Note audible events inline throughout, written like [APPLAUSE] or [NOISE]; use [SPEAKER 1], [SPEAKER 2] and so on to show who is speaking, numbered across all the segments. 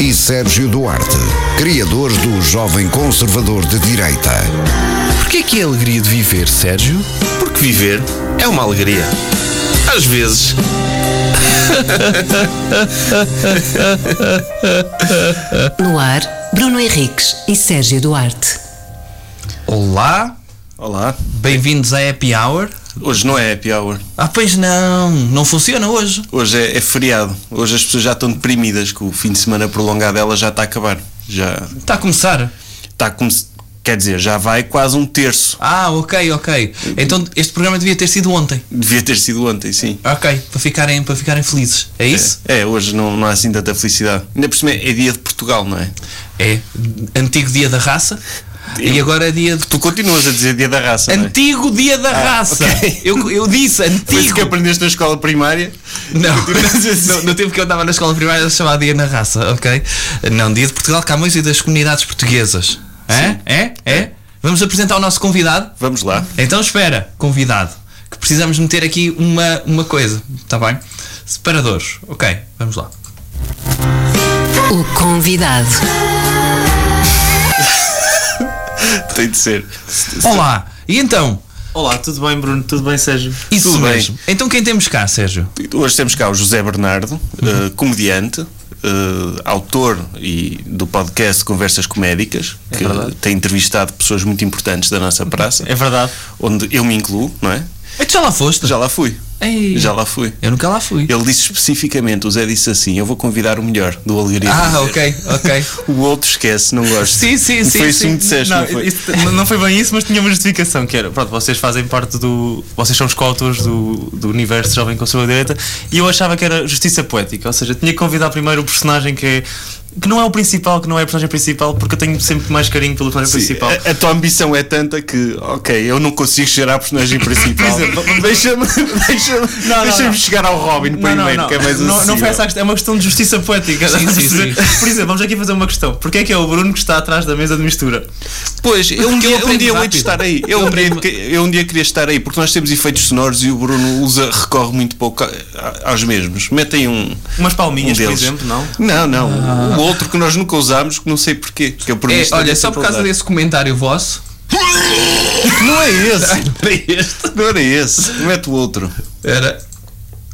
[SPEAKER 1] e Sérgio Duarte, criadores do Jovem Conservador de Direita.
[SPEAKER 2] Porquê que é a alegria de viver, Sérgio?
[SPEAKER 3] Porque viver é uma alegria. Às vezes.
[SPEAKER 4] No ar, Bruno Henriques e Sérgio Duarte.
[SPEAKER 2] Olá,
[SPEAKER 3] Olá.
[SPEAKER 2] bem-vindos à Happy Hour.
[SPEAKER 3] Hoje não é happy hour.
[SPEAKER 2] Ah, pois não, não funciona hoje.
[SPEAKER 3] Hoje é, é feriado. Hoje as pessoas já estão deprimidas que o fim de semana prolongado ela já está a acabar. Já
[SPEAKER 2] Está a começar.
[SPEAKER 3] está como se- Quer dizer, já vai quase um terço. [LAUGHS]
[SPEAKER 2] Ah, ok, ok. Então este programa devia ter sido ontem.
[SPEAKER 3] Devia ter sido ontem, sim.
[SPEAKER 2] Ok, para ficarem, para ficarem felizes. É isso?
[SPEAKER 3] É, hoje não, não há assim tanta felicidade. Ainda por cima é dia de Portugal, não é?
[SPEAKER 2] É. Antigo dia da raça. E agora é dia de.
[SPEAKER 3] Tu continuas a dizer dia da raça, não é?
[SPEAKER 2] Antigo dia da raça!
[SPEAKER 3] ok.
[SPEAKER 2] Eu, eu disse
[SPEAKER 3] Foi isso
[SPEAKER 2] antigo!
[SPEAKER 3] que aprendeste na escola primária?
[SPEAKER 2] Não, [LAUGHS] não, no tempo que eu andava na escola primária era chamado Dia na Raça, ok? Não, Dia de Portugal, Camões e das Comunidades Portuguesas. É? É? É? Vamos apresentar o nosso convidado?
[SPEAKER 3] Vamos lá.
[SPEAKER 2] Então espera, convidado, que precisamos meter aqui uma, uma coisa, está bem? Separadores, ok, vamos lá.
[SPEAKER 4] O convidado.
[SPEAKER 3] Tem de ser.
[SPEAKER 2] Olá, e então?
[SPEAKER 5] Olá, tudo bem, Bruno? Tudo bem, Sérgio?
[SPEAKER 2] Isso
[SPEAKER 3] Tudo bem.
[SPEAKER 2] mesmo. Então quem temos cá, Sérgio?
[SPEAKER 3] Hoje temos cá o José Bernardo, eh, comediante, eh, autor e do podcast Conversas Comédicas, que
[SPEAKER 5] verdade.
[SPEAKER 3] tem entrevistado pessoas muito importantes da nossa praça,
[SPEAKER 5] É verdade.
[SPEAKER 3] onde eu me incluo, não é?
[SPEAKER 2] É que já lá foste?
[SPEAKER 3] Já lá fui.
[SPEAKER 2] Ei,
[SPEAKER 3] Já lá fui.
[SPEAKER 2] Eu nunca lá fui.
[SPEAKER 3] Ele disse especificamente, o Zé disse assim: Eu vou convidar o melhor do Algarismo.
[SPEAKER 2] Ah, ok, [LAUGHS] ok.
[SPEAKER 3] O outro esquece, não gosto.
[SPEAKER 2] Sim, sim, sim,
[SPEAKER 3] Foi isso que
[SPEAKER 2] sim.
[SPEAKER 3] me disseste, não,
[SPEAKER 5] Não,
[SPEAKER 3] foi?
[SPEAKER 5] isso- não- não foi bem isso, mas tinha uma justificação que era, pronto, vocês fazem parte do. Vocês são os coautores do, do universo Jovem Conservador Direita e eu achava que era justiça poética, ou seja, tinha que convidar primeiro o personagem que é. que não é o principal, que não é a personagem principal, porque eu tenho sempre mais carinho pelo personagem
[SPEAKER 3] Sim,
[SPEAKER 5] principal.
[SPEAKER 3] A, a tua ambição é tanta que, ok, eu não consigo chegar à [COUGHS] personagem principal.
[SPEAKER 5] Por exemplo,
[SPEAKER 3] [LAUGHS] deixa-me deixa
[SPEAKER 5] não, não.
[SPEAKER 3] chegar ao Robin
[SPEAKER 5] Não, não,
[SPEAKER 3] primeiro,
[SPEAKER 5] não.
[SPEAKER 3] que é mais
[SPEAKER 5] não, não
[SPEAKER 3] acessível.
[SPEAKER 5] foi essa a questão, é uma questão de justiça poética.
[SPEAKER 2] Sim,
[SPEAKER 5] estás a [LAUGHS]
[SPEAKER 2] sim,
[SPEAKER 5] perceber? Por exemplo, vamos aqui fazer uma questão. Porquê é que é o Bruno que está atrás da mesa de mistura?
[SPEAKER 3] Pois, eu
[SPEAKER 2] Porque
[SPEAKER 3] um dia,
[SPEAKER 2] eu
[SPEAKER 3] um
[SPEAKER 2] aprendo
[SPEAKER 3] dia eu hei
[SPEAKER 2] rápido.
[SPEAKER 3] de estar aí. Eu, um dia, eu um dia queria estar aí, porque nós temos efeitos sonoros e o Bruno usa, recorre muito pouco a- a- aos mesmos. Metem um.
[SPEAKER 5] Umas
[SPEAKER 3] um
[SPEAKER 5] palminhas, por
[SPEAKER 3] deles.
[SPEAKER 5] exemplo, não?
[SPEAKER 3] Não, não. O outro que nós nunca usámos, que não sei porquê. Que eu por mim
[SPEAKER 2] É,
[SPEAKER 3] estaria
[SPEAKER 2] olha, só
[SPEAKER 3] sempre
[SPEAKER 2] por
[SPEAKER 3] a
[SPEAKER 2] causa
[SPEAKER 3] usar.
[SPEAKER 2] desse comentário vosso.
[SPEAKER 3] Não
[SPEAKER 2] [LAUGHS]
[SPEAKER 3] é esse. não era esse. Mete o outro.
[SPEAKER 2] Era.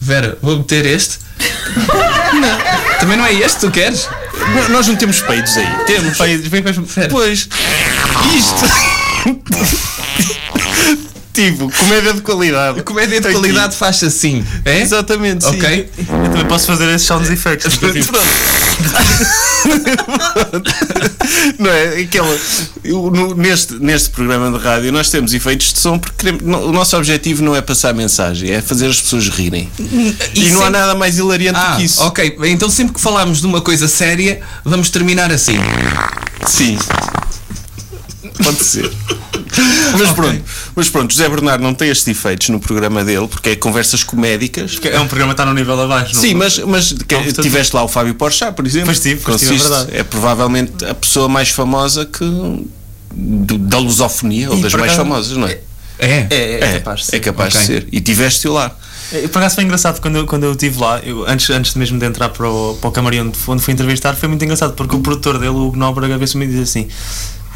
[SPEAKER 2] Vera, vou meter este. não. Também não é este que tu queres?
[SPEAKER 3] Não, Nós não temos peidos aí. Temos.
[SPEAKER 5] Peidos, vem com as-
[SPEAKER 3] Pois. Isto. tipo, comédia de qualidade.
[SPEAKER 2] Comédia é de
[SPEAKER 3] Aqui.
[SPEAKER 2] qualidade faz assim. É?
[SPEAKER 3] Exatamente, sim.
[SPEAKER 2] Ok.
[SPEAKER 5] Eu também posso fazer esses
[SPEAKER 2] [LAUGHS]
[SPEAKER 5] sound effects.
[SPEAKER 3] tipo,
[SPEAKER 5] porque eu tive-
[SPEAKER 3] [LAUGHS] Não é? Aquela, eu, no- neste, neste programa de rádio nós temos efeitos de som porque queremos- não- o nosso objetivo não é passar mensagem, é fazer as pessoas rirem. E, não há
[SPEAKER 2] sempre-
[SPEAKER 3] nada mais hilariante
[SPEAKER 2] é- Ah,
[SPEAKER 3] que isso.
[SPEAKER 2] ok. Então sempre que falarmos de uma coisa séria, vamos terminar assim.
[SPEAKER 3] Sim. Pode ser. Mas pronto, mas pronto, José Bernardo não tem estes efeitos no programa dele, porque é conversas comédicas.
[SPEAKER 5] É um programa que está no nível abaixo. não-
[SPEAKER 3] Sim, mas, mas que-
[SPEAKER 5] portanto-
[SPEAKER 3] tiveste lá o Fábio Porchat, por exemplo.
[SPEAKER 5] Pois tive, pois tive, é verdade.
[SPEAKER 3] é provavelmente a pessoa mais famosa que do- da lusofonia, ou
[SPEAKER 5] E
[SPEAKER 3] das
[SPEAKER 5] por
[SPEAKER 3] mais
[SPEAKER 5] acaso-
[SPEAKER 3] famosas, não é?
[SPEAKER 2] É.
[SPEAKER 5] É, é capaz de ser.
[SPEAKER 3] é capaz
[SPEAKER 2] Ok.
[SPEAKER 3] de ser. E tiveste
[SPEAKER 5] [LAUGHS]
[SPEAKER 3] lá.
[SPEAKER 5] É, Por acaso foi engraçado quando eu, quando eu estive lá, eu, antes, antes mesmo de entrar para o, para o camarim onde, fui- onde fui entrevistar, foi muito engraçado porque o produtor dele, o Nóbrega, vez me diz assim: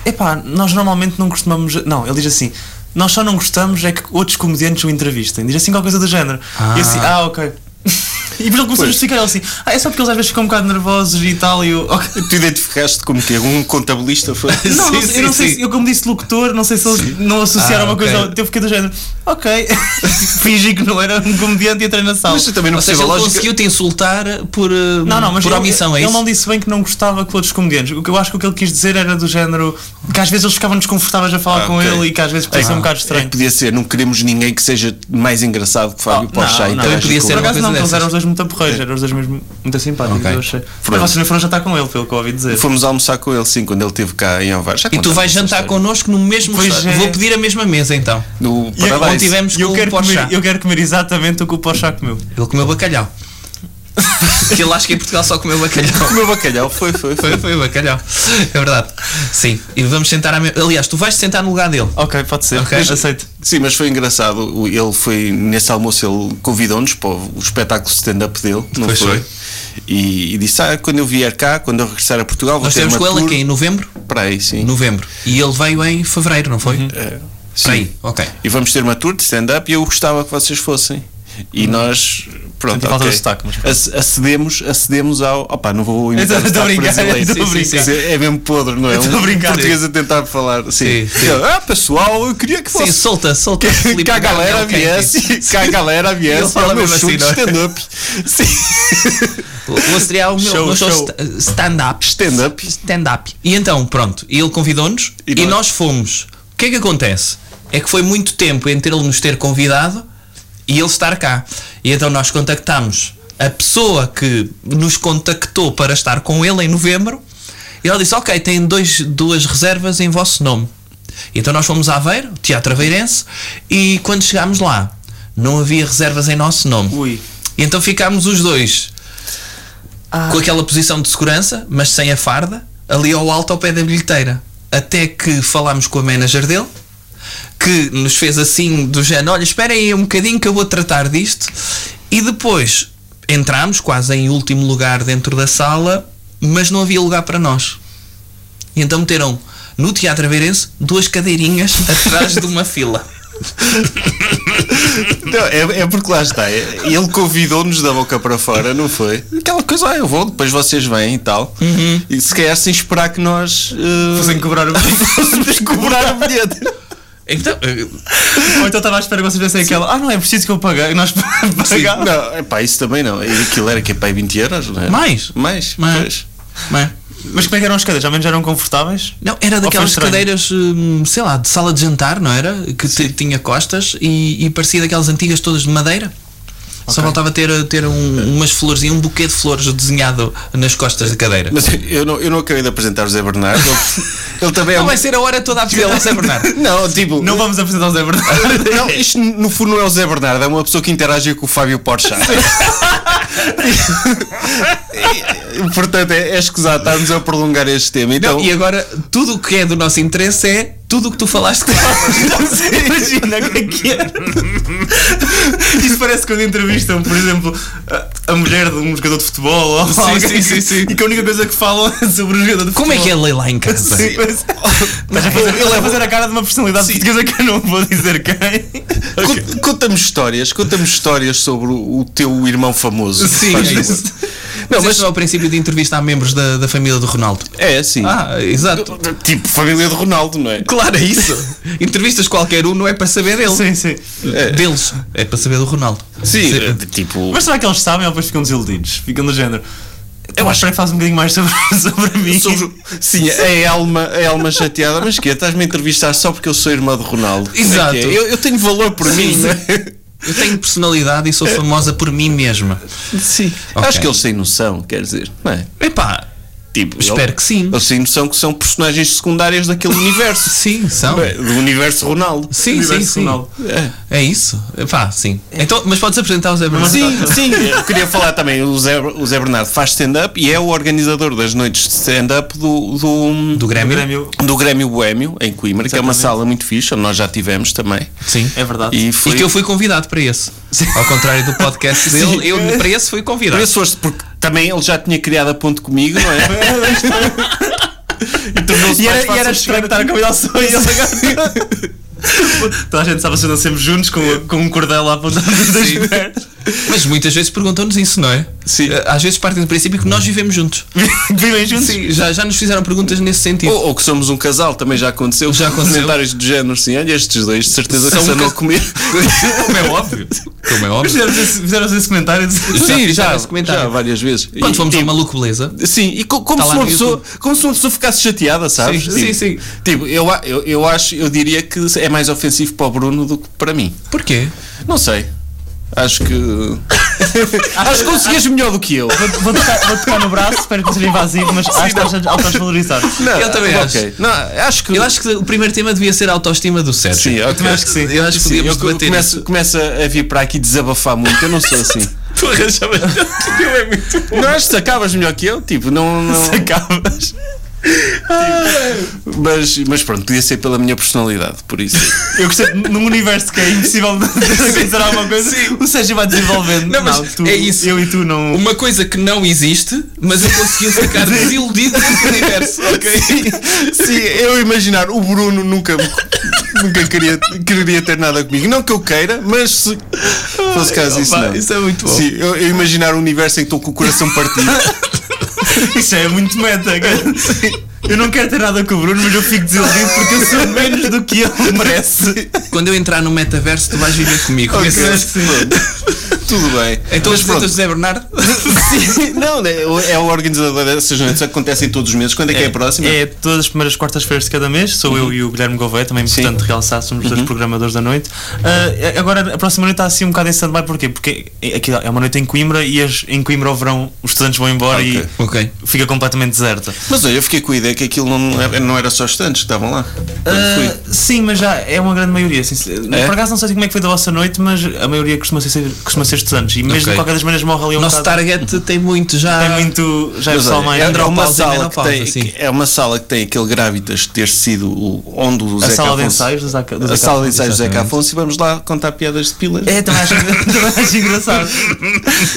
[SPEAKER 5] Epá, nós normalmente não costumamos. Não, ele diz assim. Nós só não gostamos é que outros comediantes o entrevistem. Diz assim qualquer coisa do género. E eu assim, ah, ok. [LAUGHS] E depois ele começou a justificar, ele assim, ah, é só porque eles às vezes ficam um bocado nervosos e tal. E eu, ok.
[SPEAKER 2] [LAUGHS]
[SPEAKER 3] Tu identificaste como que um contabilista foi.
[SPEAKER 5] Não,
[SPEAKER 2] Sim,
[SPEAKER 5] não, sei- eu não
[SPEAKER 2] sim,
[SPEAKER 5] sei,
[SPEAKER 2] sim.
[SPEAKER 5] se- eu como disse locutor, não sei se eles não associaram
[SPEAKER 2] Ah,
[SPEAKER 5] uma
[SPEAKER 2] ok.
[SPEAKER 5] coisa ao outra. Eu fiquei do género, ok, [LAUGHS] fingi que não era um comediante e entrei na sala.
[SPEAKER 3] Mas eu também não
[SPEAKER 2] Ou seja,
[SPEAKER 3] percebo a
[SPEAKER 2] ele
[SPEAKER 3] lógica.
[SPEAKER 2] conseguiu te insultar por, eh,
[SPEAKER 5] Não, não, mas
[SPEAKER 2] por
[SPEAKER 5] ele-
[SPEAKER 2] omissão,
[SPEAKER 5] ele,
[SPEAKER 2] é isso?
[SPEAKER 5] não disse bem que não gostava que outros comediantes. O que eu acho que o que ele quis dizer era do género que às vezes eles ficavam desconfortáveis a falar
[SPEAKER 3] Ah,
[SPEAKER 5] com
[SPEAKER 3] ok.
[SPEAKER 5] ele e que às vezes podia ser um bocado estranho.
[SPEAKER 3] É que podia ser, não queremos ninguém que seja mais engraçado que Fábio
[SPEAKER 5] Oh,
[SPEAKER 3] Porchat.
[SPEAKER 5] não,
[SPEAKER 3] e
[SPEAKER 5] não.
[SPEAKER 3] interage
[SPEAKER 2] Também podia
[SPEAKER 3] com
[SPEAKER 2] ser
[SPEAKER 5] Por
[SPEAKER 2] uma
[SPEAKER 3] ele.
[SPEAKER 5] acaso
[SPEAKER 2] coisa
[SPEAKER 5] não, porque eles
[SPEAKER 2] dessas.
[SPEAKER 5] eram os dois muito
[SPEAKER 3] É.
[SPEAKER 5] aporreiros, eram os dois mesmo muito simpáticos,
[SPEAKER 2] Ok.
[SPEAKER 5] eu achei. Mas
[SPEAKER 3] Pronto.
[SPEAKER 5] vocês não foram jantar com ele, pelo que eu ouvi dizer.
[SPEAKER 3] Fomos almoçar com ele, sim, quando ele esteve cá em Alvar. Já
[SPEAKER 2] E tu
[SPEAKER 3] contaste
[SPEAKER 2] vais
[SPEAKER 3] essa
[SPEAKER 2] jantar
[SPEAKER 3] história.
[SPEAKER 2] connosco no mesmo
[SPEAKER 5] Pois
[SPEAKER 2] restaurante.
[SPEAKER 5] é.
[SPEAKER 2] Vou pedir a mesma mesa então.
[SPEAKER 3] No
[SPEAKER 5] E eu-
[SPEAKER 3] Paradise. [LAUGHS]
[SPEAKER 2] tivemos
[SPEAKER 5] E eu
[SPEAKER 2] com o
[SPEAKER 5] quero, comer,
[SPEAKER 2] Porchat.
[SPEAKER 5] eu quero comer exatamente o que o Pochá comeu.
[SPEAKER 2] Ele comeu
[SPEAKER 5] [LAUGHS]
[SPEAKER 2] bacalhau. que ele acha que em Portugal só comeu bacalhau.
[SPEAKER 3] Comeu bacalhau, foi, foi, foi.
[SPEAKER 5] [LAUGHS]
[SPEAKER 2] Foi, foi bacalhau. É verdade. Sim. E vamos sentar à mesa. Aliás, tu vais sentar no lugar dele.
[SPEAKER 5] Ok, pode ser,
[SPEAKER 2] Ok.
[SPEAKER 5] Mas- aceito.
[SPEAKER 3] Sim, mas foi engraçado. o- Ele foi nesse almoço, ele convidou-nos para o o espetáculo stand-up dele, não
[SPEAKER 2] Pois
[SPEAKER 3] foi?
[SPEAKER 2] foi.
[SPEAKER 3] E, e disse: Ah, quando eu vier cá, quando eu regressar a Portugal, vou
[SPEAKER 2] Nós
[SPEAKER 3] ter
[SPEAKER 2] temos
[SPEAKER 3] uma
[SPEAKER 2] com ele
[SPEAKER 3] tour.
[SPEAKER 2] aqui em novembro?
[SPEAKER 3] Para aí, sim.
[SPEAKER 2] Novembro. E ele veio em fevereiro, não foi?
[SPEAKER 3] É,
[SPEAKER 2] Para
[SPEAKER 3] sim.
[SPEAKER 2] aí, ok.
[SPEAKER 3] E vamos ter uma tour de stand-up e eu gostava que vocês fossem. E nós, pronto,
[SPEAKER 5] Hum. Senti falta
[SPEAKER 3] ok.
[SPEAKER 5] do sotaque, mas
[SPEAKER 3] Ac- acedemos, acedemos ao. Opá, não vou imitar o
[SPEAKER 5] Estou a
[SPEAKER 3] sotaque
[SPEAKER 5] brincar,
[SPEAKER 3] brasileiro.
[SPEAKER 5] estou a
[SPEAKER 3] Sim, sim,
[SPEAKER 5] brincar.
[SPEAKER 3] sim. É mesmo podre, não é?
[SPEAKER 5] Estou a
[SPEAKER 3] Um
[SPEAKER 5] brincar.
[SPEAKER 3] português a tentar falar. Sim.
[SPEAKER 2] Sim, sim.
[SPEAKER 3] Eu, Ah, pessoal, eu queria que
[SPEAKER 2] Sim,
[SPEAKER 3] fosse.
[SPEAKER 2] solta, solta.
[SPEAKER 3] [LAUGHS] Que,
[SPEAKER 2] Filipe
[SPEAKER 3] que a
[SPEAKER 2] Gabriel
[SPEAKER 3] galera
[SPEAKER 2] Kate.
[SPEAKER 3] viesse, que a galera
[SPEAKER 2] um Ele
[SPEAKER 3] viesse
[SPEAKER 2] fala
[SPEAKER 3] para o meu
[SPEAKER 2] mesmo
[SPEAKER 3] show
[SPEAKER 2] assim, não
[SPEAKER 3] de
[SPEAKER 2] é?
[SPEAKER 3] stand-up. Sim.
[SPEAKER 2] Vou estrear o meu,
[SPEAKER 3] Show,
[SPEAKER 2] meu show,
[SPEAKER 3] show.
[SPEAKER 2] sta- stand-up.
[SPEAKER 3] Stand-up.
[SPEAKER 2] Stand-up. E então, pronto, ele convidou-nos
[SPEAKER 3] E
[SPEAKER 2] e,
[SPEAKER 3] nós?
[SPEAKER 2] nós? fomos. O que é que acontece? É que foi muito tempo entre ele nos ter convidado e ele estar cá. E então nós contactámos a pessoa que nos contactou para estar com ele em novembro e ela disse: Ok, tem dois, duas reservas em vosso nome. Então nós fomos a Aveiro, Teatro Aveirense, e quando chegámos lá, não havia reservas em nosso nome.
[SPEAKER 5] Ui.
[SPEAKER 2] E então ficámos os dois com aquela posição de segurança, mas sem a farda, ali ao alto ao pé da bilheteira. Até que falámos com a manager dele, que nos fez assim do género, olha, espera aí um bocadinho que eu vou tratar disto. E depois entramos quase em último lugar dentro da sala, mas não havia lugar para nós. E então meteram no Teatro Aveirense duas cadeirinhas [LAUGHS] atrás de uma fila.
[SPEAKER 3] Não, é, é porque lá está. é- Ele convidou-nos da boca para fora, não foi? Aquela coisa, ah, eu vou, depois vocês vêm e tal.
[SPEAKER 2] Uhum.
[SPEAKER 3] E se calhar sem esperar que nós eh, [LAUGHS]
[SPEAKER 5] Sem [LAUGHS] cobrar o
[SPEAKER 3] fôssemos cobrar o bilhete.
[SPEAKER 2] Então, eh,
[SPEAKER 5] Ou então estava à espera que vocês dessem aquela. Ah, não é preciso que eu pague. [LAUGHS] Nós
[SPEAKER 3] Sim,
[SPEAKER 5] pagámos.
[SPEAKER 3] não, epá, isso também não. E Aquilo era que pai 20 euros, não é?
[SPEAKER 2] Mais.
[SPEAKER 3] Mais,
[SPEAKER 2] Mais.
[SPEAKER 3] pois.
[SPEAKER 2] bem.
[SPEAKER 5] Mas como é que eram as cadeiras? Ao menos eram confortáveis?
[SPEAKER 2] Não, era
[SPEAKER 5] Ou
[SPEAKER 2] daquelas
[SPEAKER 5] foi estranho?
[SPEAKER 2] cadeiras, hum, sei lá, de sala de jantar, não era? Que te- tinha costas e, e parecia daquelas antigas todas de madeira. Só faltava ter, ter um- umas flores e um buquê de flores desenhado nas costas da cadeira.
[SPEAKER 3] Mas eu não, eu não acabei de apresentar o Zé Bernardo. Ele, ele também é
[SPEAKER 2] não
[SPEAKER 3] um-
[SPEAKER 2] vai ser a hora toda a pedir ao Zé Bernardo.
[SPEAKER 3] Não, tipo.
[SPEAKER 5] Não vamos apresentar o Zé Bernardo.
[SPEAKER 3] [LAUGHS]
[SPEAKER 2] [LAUGHS]
[SPEAKER 3] Não, isto no fundo não é o Zé Bernardo, é uma pessoa que interage com o Fábio
[SPEAKER 2] [LAUGHS]
[SPEAKER 3] Porchat. E, Portanto, é, é escusado estarmos a prolongar este tema. Então,
[SPEAKER 2] E agora, tudo o que é do nosso interesse é tudo o que tu falaste.
[SPEAKER 5] Imagina o que é que era. Isso parece quando entrevistam, por exemplo, a, a mulher de um jogador de futebol ou
[SPEAKER 2] Sim,
[SPEAKER 5] alguém
[SPEAKER 2] sim,
[SPEAKER 5] que-
[SPEAKER 2] sim, sim.
[SPEAKER 5] e que a única coisa que falam é sobre o jogador de futebol.
[SPEAKER 2] Como é que é ler lá em casa?
[SPEAKER 5] Sim, é. mas- Estás a fazer, ele a fazer a cara de uma personalidade portuguesa que eu não vou dizer quem.
[SPEAKER 3] con- conta-nos histórias, conta-nos histórias sobre o, o teu irmão famoso.
[SPEAKER 2] Sim,
[SPEAKER 3] Faz
[SPEAKER 2] é
[SPEAKER 3] favor.
[SPEAKER 2] isso.
[SPEAKER 3] Não,
[SPEAKER 2] Mas
[SPEAKER 3] mas
[SPEAKER 2] este é o princípio de entrevista a membros da, da família do Ronaldo.
[SPEAKER 3] é assim.
[SPEAKER 2] Ah, exato.
[SPEAKER 3] Tipo, família de Ronaldo, não é?
[SPEAKER 2] Claro, é isso. Entrevistas qualquer um não é para saber dele.
[SPEAKER 5] Sim, sim.
[SPEAKER 3] É.
[SPEAKER 2] Deles. É para saber do Ronaldo.
[SPEAKER 3] Sim, eh, tipo.
[SPEAKER 5] Mas será que eles sabem ou depois ficam desiludidos? Ficam do género. Eu acho que faz um bocadinho mais sobre, [LAUGHS] sobre mim.
[SPEAKER 3] sobre- sim, é a alma, é a alma chateada, mas que é, Estás-me a entrevistar só porque eu sou irmã de Ronaldo. Como é que
[SPEAKER 2] Exato.
[SPEAKER 3] é? Eu, eu tenho valor por mim, não é?
[SPEAKER 2] Eu tenho personalidade e sou famosa por mim mesma.
[SPEAKER 3] Sim.
[SPEAKER 2] Ok.
[SPEAKER 3] Acho que eles têm noção, quer dizer, não é?
[SPEAKER 2] Epá,
[SPEAKER 3] Tipo,
[SPEAKER 2] Espero
[SPEAKER 3] ele-
[SPEAKER 2] que sim.
[SPEAKER 3] Eles têm noção que são personagens secundárias daquele
[SPEAKER 2] [LAUGHS]
[SPEAKER 3] universo.
[SPEAKER 2] sim, são.
[SPEAKER 3] Bem, Do universo Ronaldo.
[SPEAKER 2] Sim, sim,
[SPEAKER 5] Universo
[SPEAKER 2] sim.
[SPEAKER 5] Ronaldo.
[SPEAKER 2] É isso? Epá, sim. Então, mas podes apresentar o Zé Bernardo?
[SPEAKER 3] Sim, sim. então, Eu queria falar também, o Zé, o Zé Bernardo faz stand-up e é o organizador das noites de stand-up do, do,
[SPEAKER 2] Do Grêmio?
[SPEAKER 5] Grêmio.
[SPEAKER 3] do Grêmio Boémio, em Coimbra, que é uma sala muito fixe, onde nós já tivemos também.
[SPEAKER 2] Sim.
[SPEAKER 5] É verdade.
[SPEAKER 3] E foi...
[SPEAKER 2] E que eu fui convidado para esse. Ao contrário do podcast dele, eu para esse fui
[SPEAKER 3] Por
[SPEAKER 2] convidado.
[SPEAKER 3] isso foste, porque também ele já tinha criado a ponto comigo, não é? e tornou-se
[SPEAKER 5] E
[SPEAKER 3] mais
[SPEAKER 5] era, e era
[SPEAKER 3] fácil
[SPEAKER 5] estranho estar a convidar só ele agora. [LAUGHS] Toda a gente sabe se andam sempre juntos com, com um cordel lá apontado dos dois
[SPEAKER 2] Sim.
[SPEAKER 5] pés.
[SPEAKER 2] Mas muitas vezes perguntam-nos isso, não é?
[SPEAKER 3] Sim.
[SPEAKER 2] Às vezes partem do princípio que nós vivemos juntos.
[SPEAKER 5] Vivem juntos.
[SPEAKER 2] Sim, já, já nos fizeram perguntas nesse sentido.
[SPEAKER 3] Ou, ou que somos um casal, também já aconteceu.
[SPEAKER 2] Já aconteceu.
[SPEAKER 3] Comentários do género, assim, olha estes dois, de certeza
[SPEAKER 2] São
[SPEAKER 3] que se
[SPEAKER 2] um
[SPEAKER 3] andam a
[SPEAKER 2] cas- [LAUGHS]
[SPEAKER 3] comer.
[SPEAKER 2] [LAUGHS] Como é óbvio. Como é
[SPEAKER 5] Mas
[SPEAKER 2] óbvio.
[SPEAKER 5] Fizeram-nos esse, fizeram esse comentário.
[SPEAKER 2] fizeram esse comentário.
[SPEAKER 3] já várias vezes.
[SPEAKER 2] Quando
[SPEAKER 3] E,
[SPEAKER 2] fomos ao
[SPEAKER 3] tipo,
[SPEAKER 2] Maluco Beleza,
[SPEAKER 3] Sim, e co- como,
[SPEAKER 2] Tá
[SPEAKER 3] se
[SPEAKER 2] lá
[SPEAKER 3] uma
[SPEAKER 2] no
[SPEAKER 3] pessoa,
[SPEAKER 2] YouTube.
[SPEAKER 3] como se uma pessoa ficasse chateada, sabes?
[SPEAKER 2] Sim,
[SPEAKER 3] tipo,
[SPEAKER 2] sim, sim.
[SPEAKER 3] Tipo, eu, a- eu, eu acho, eu diria que é mais ofensivo para o Bruno do que para mim.
[SPEAKER 2] porquê?
[SPEAKER 3] Não sei. Acho
[SPEAKER 2] [LAUGHS]
[SPEAKER 3] que. acho que conseguias melhor do que eu.
[SPEAKER 5] Vou, vou tocar, vou tocar no braço, espero que não seja invasivo, mas acho que estás ao desvalorizar.
[SPEAKER 3] Não,
[SPEAKER 2] Eu também
[SPEAKER 3] ok. Não, acho que.
[SPEAKER 2] Eu acho que o primeiro tema devia ser a autoestima do Sérgio.
[SPEAKER 3] Sim, ok.
[SPEAKER 5] também acho que sim.
[SPEAKER 2] Eu acho que
[SPEAKER 3] Sim,
[SPEAKER 2] podíamos
[SPEAKER 3] eu co-
[SPEAKER 2] debater
[SPEAKER 3] começo, começo a vir para aqui desabafar muito. Eu não sou assim.
[SPEAKER 2] isso. Tu arranjavas.
[SPEAKER 3] Não, acho que acabas melhor que eu. Tipo, não. não...
[SPEAKER 5] Acabas.
[SPEAKER 3] Mas, mas pronto, podia ser pela minha personalidade, por isso.
[SPEAKER 5] Eu gostei, num universo que é impossível de acontecer alguma coisa, o Sérgio vai desenvolvendo.
[SPEAKER 2] Não, mas
[SPEAKER 5] tu-
[SPEAKER 2] é isso.
[SPEAKER 5] Eu e tu não.
[SPEAKER 2] Uma coisa que não existe, mas eu consegui
[SPEAKER 3] [LAUGHS]
[SPEAKER 2] ficar desiludido nesse universo, [LAUGHS] ok?
[SPEAKER 3] Sim, eu imaginar, o Bruno nunca, nunca queria, queria ter nada comigo. Não que eu queira, mas se fosse caso, isso
[SPEAKER 2] Opa,
[SPEAKER 3] não.
[SPEAKER 2] isso é muito bom.
[SPEAKER 3] Sim, eu, eu imaginar um universo em que estou com o coração
[SPEAKER 2] [LAUGHS]
[SPEAKER 3] partido.
[SPEAKER 5] Isso é muito meta, cara. Eu não quero ter nada com o Bruno, mas eu fico desiludido porque eu sou menos do que ele merece.
[SPEAKER 2] Quando eu entrar no metaverso, tu vais viver comigo.
[SPEAKER 3] Ok,
[SPEAKER 2] Esse- é
[SPEAKER 3] pronto. Tudo bem.
[SPEAKER 2] Então
[SPEAKER 3] Mas
[SPEAKER 2] as
[SPEAKER 3] pronto.
[SPEAKER 2] perguntas José Bernardo.
[SPEAKER 3] [LAUGHS] Sim, não, né, é o organizador dessas noites, acontecem todos os meses. Quando é, que é a próxima? Uhum.
[SPEAKER 5] É todas as primeiras quartas-feiras de cada mês, sou eu e o Guilherme Gouveia, também importante realçar, somos dois programadores da noite. Ah, agora, a próxima noite está assim um bocado em stand-by, porquê? Porque aqui é uma noite em Coimbra e as- em Coimbra ao verão os estudantes vão embora
[SPEAKER 3] Ok.
[SPEAKER 5] e
[SPEAKER 2] Ok.
[SPEAKER 5] fica completamente deserta.
[SPEAKER 3] Mas olha, eu fiquei com a ideia que aquilo não, era- não era só estantes que estavam lá.
[SPEAKER 5] Ah,
[SPEAKER 3] Quando fui.
[SPEAKER 5] sim, mas já é uma grande maioria. Assim, se-
[SPEAKER 3] É?
[SPEAKER 5] Por acaso não sei como é que foi da vossa noite, mas a maioria costuma ser, costuma ser estudantes e mesmo
[SPEAKER 2] Ok.
[SPEAKER 5] de qualquer das maneiras morre ali um
[SPEAKER 2] Nosso
[SPEAKER 3] Tá.
[SPEAKER 5] bocado.
[SPEAKER 2] target tem muito já.
[SPEAKER 5] É muito. Já é
[SPEAKER 3] Mas
[SPEAKER 5] pessoal
[SPEAKER 3] olha,
[SPEAKER 5] mais.
[SPEAKER 3] é, é uma
[SPEAKER 2] andropausa e
[SPEAKER 3] sala que
[SPEAKER 2] menopausa,
[SPEAKER 3] tem,
[SPEAKER 2] sim.
[SPEAKER 3] é uma sala que tem aquele gravitas de ter sido o, onde o
[SPEAKER 5] A
[SPEAKER 3] Zeca
[SPEAKER 5] sala de
[SPEAKER 3] Afonso-
[SPEAKER 5] ensaios dos AK- dos
[SPEAKER 3] a sala de
[SPEAKER 5] AK.
[SPEAKER 3] ensaios do Zeca
[SPEAKER 2] exatamente.
[SPEAKER 3] Afonso e vamos lá contar piadas de pilas.
[SPEAKER 5] É, também acho, [LAUGHS] também acho engraçado.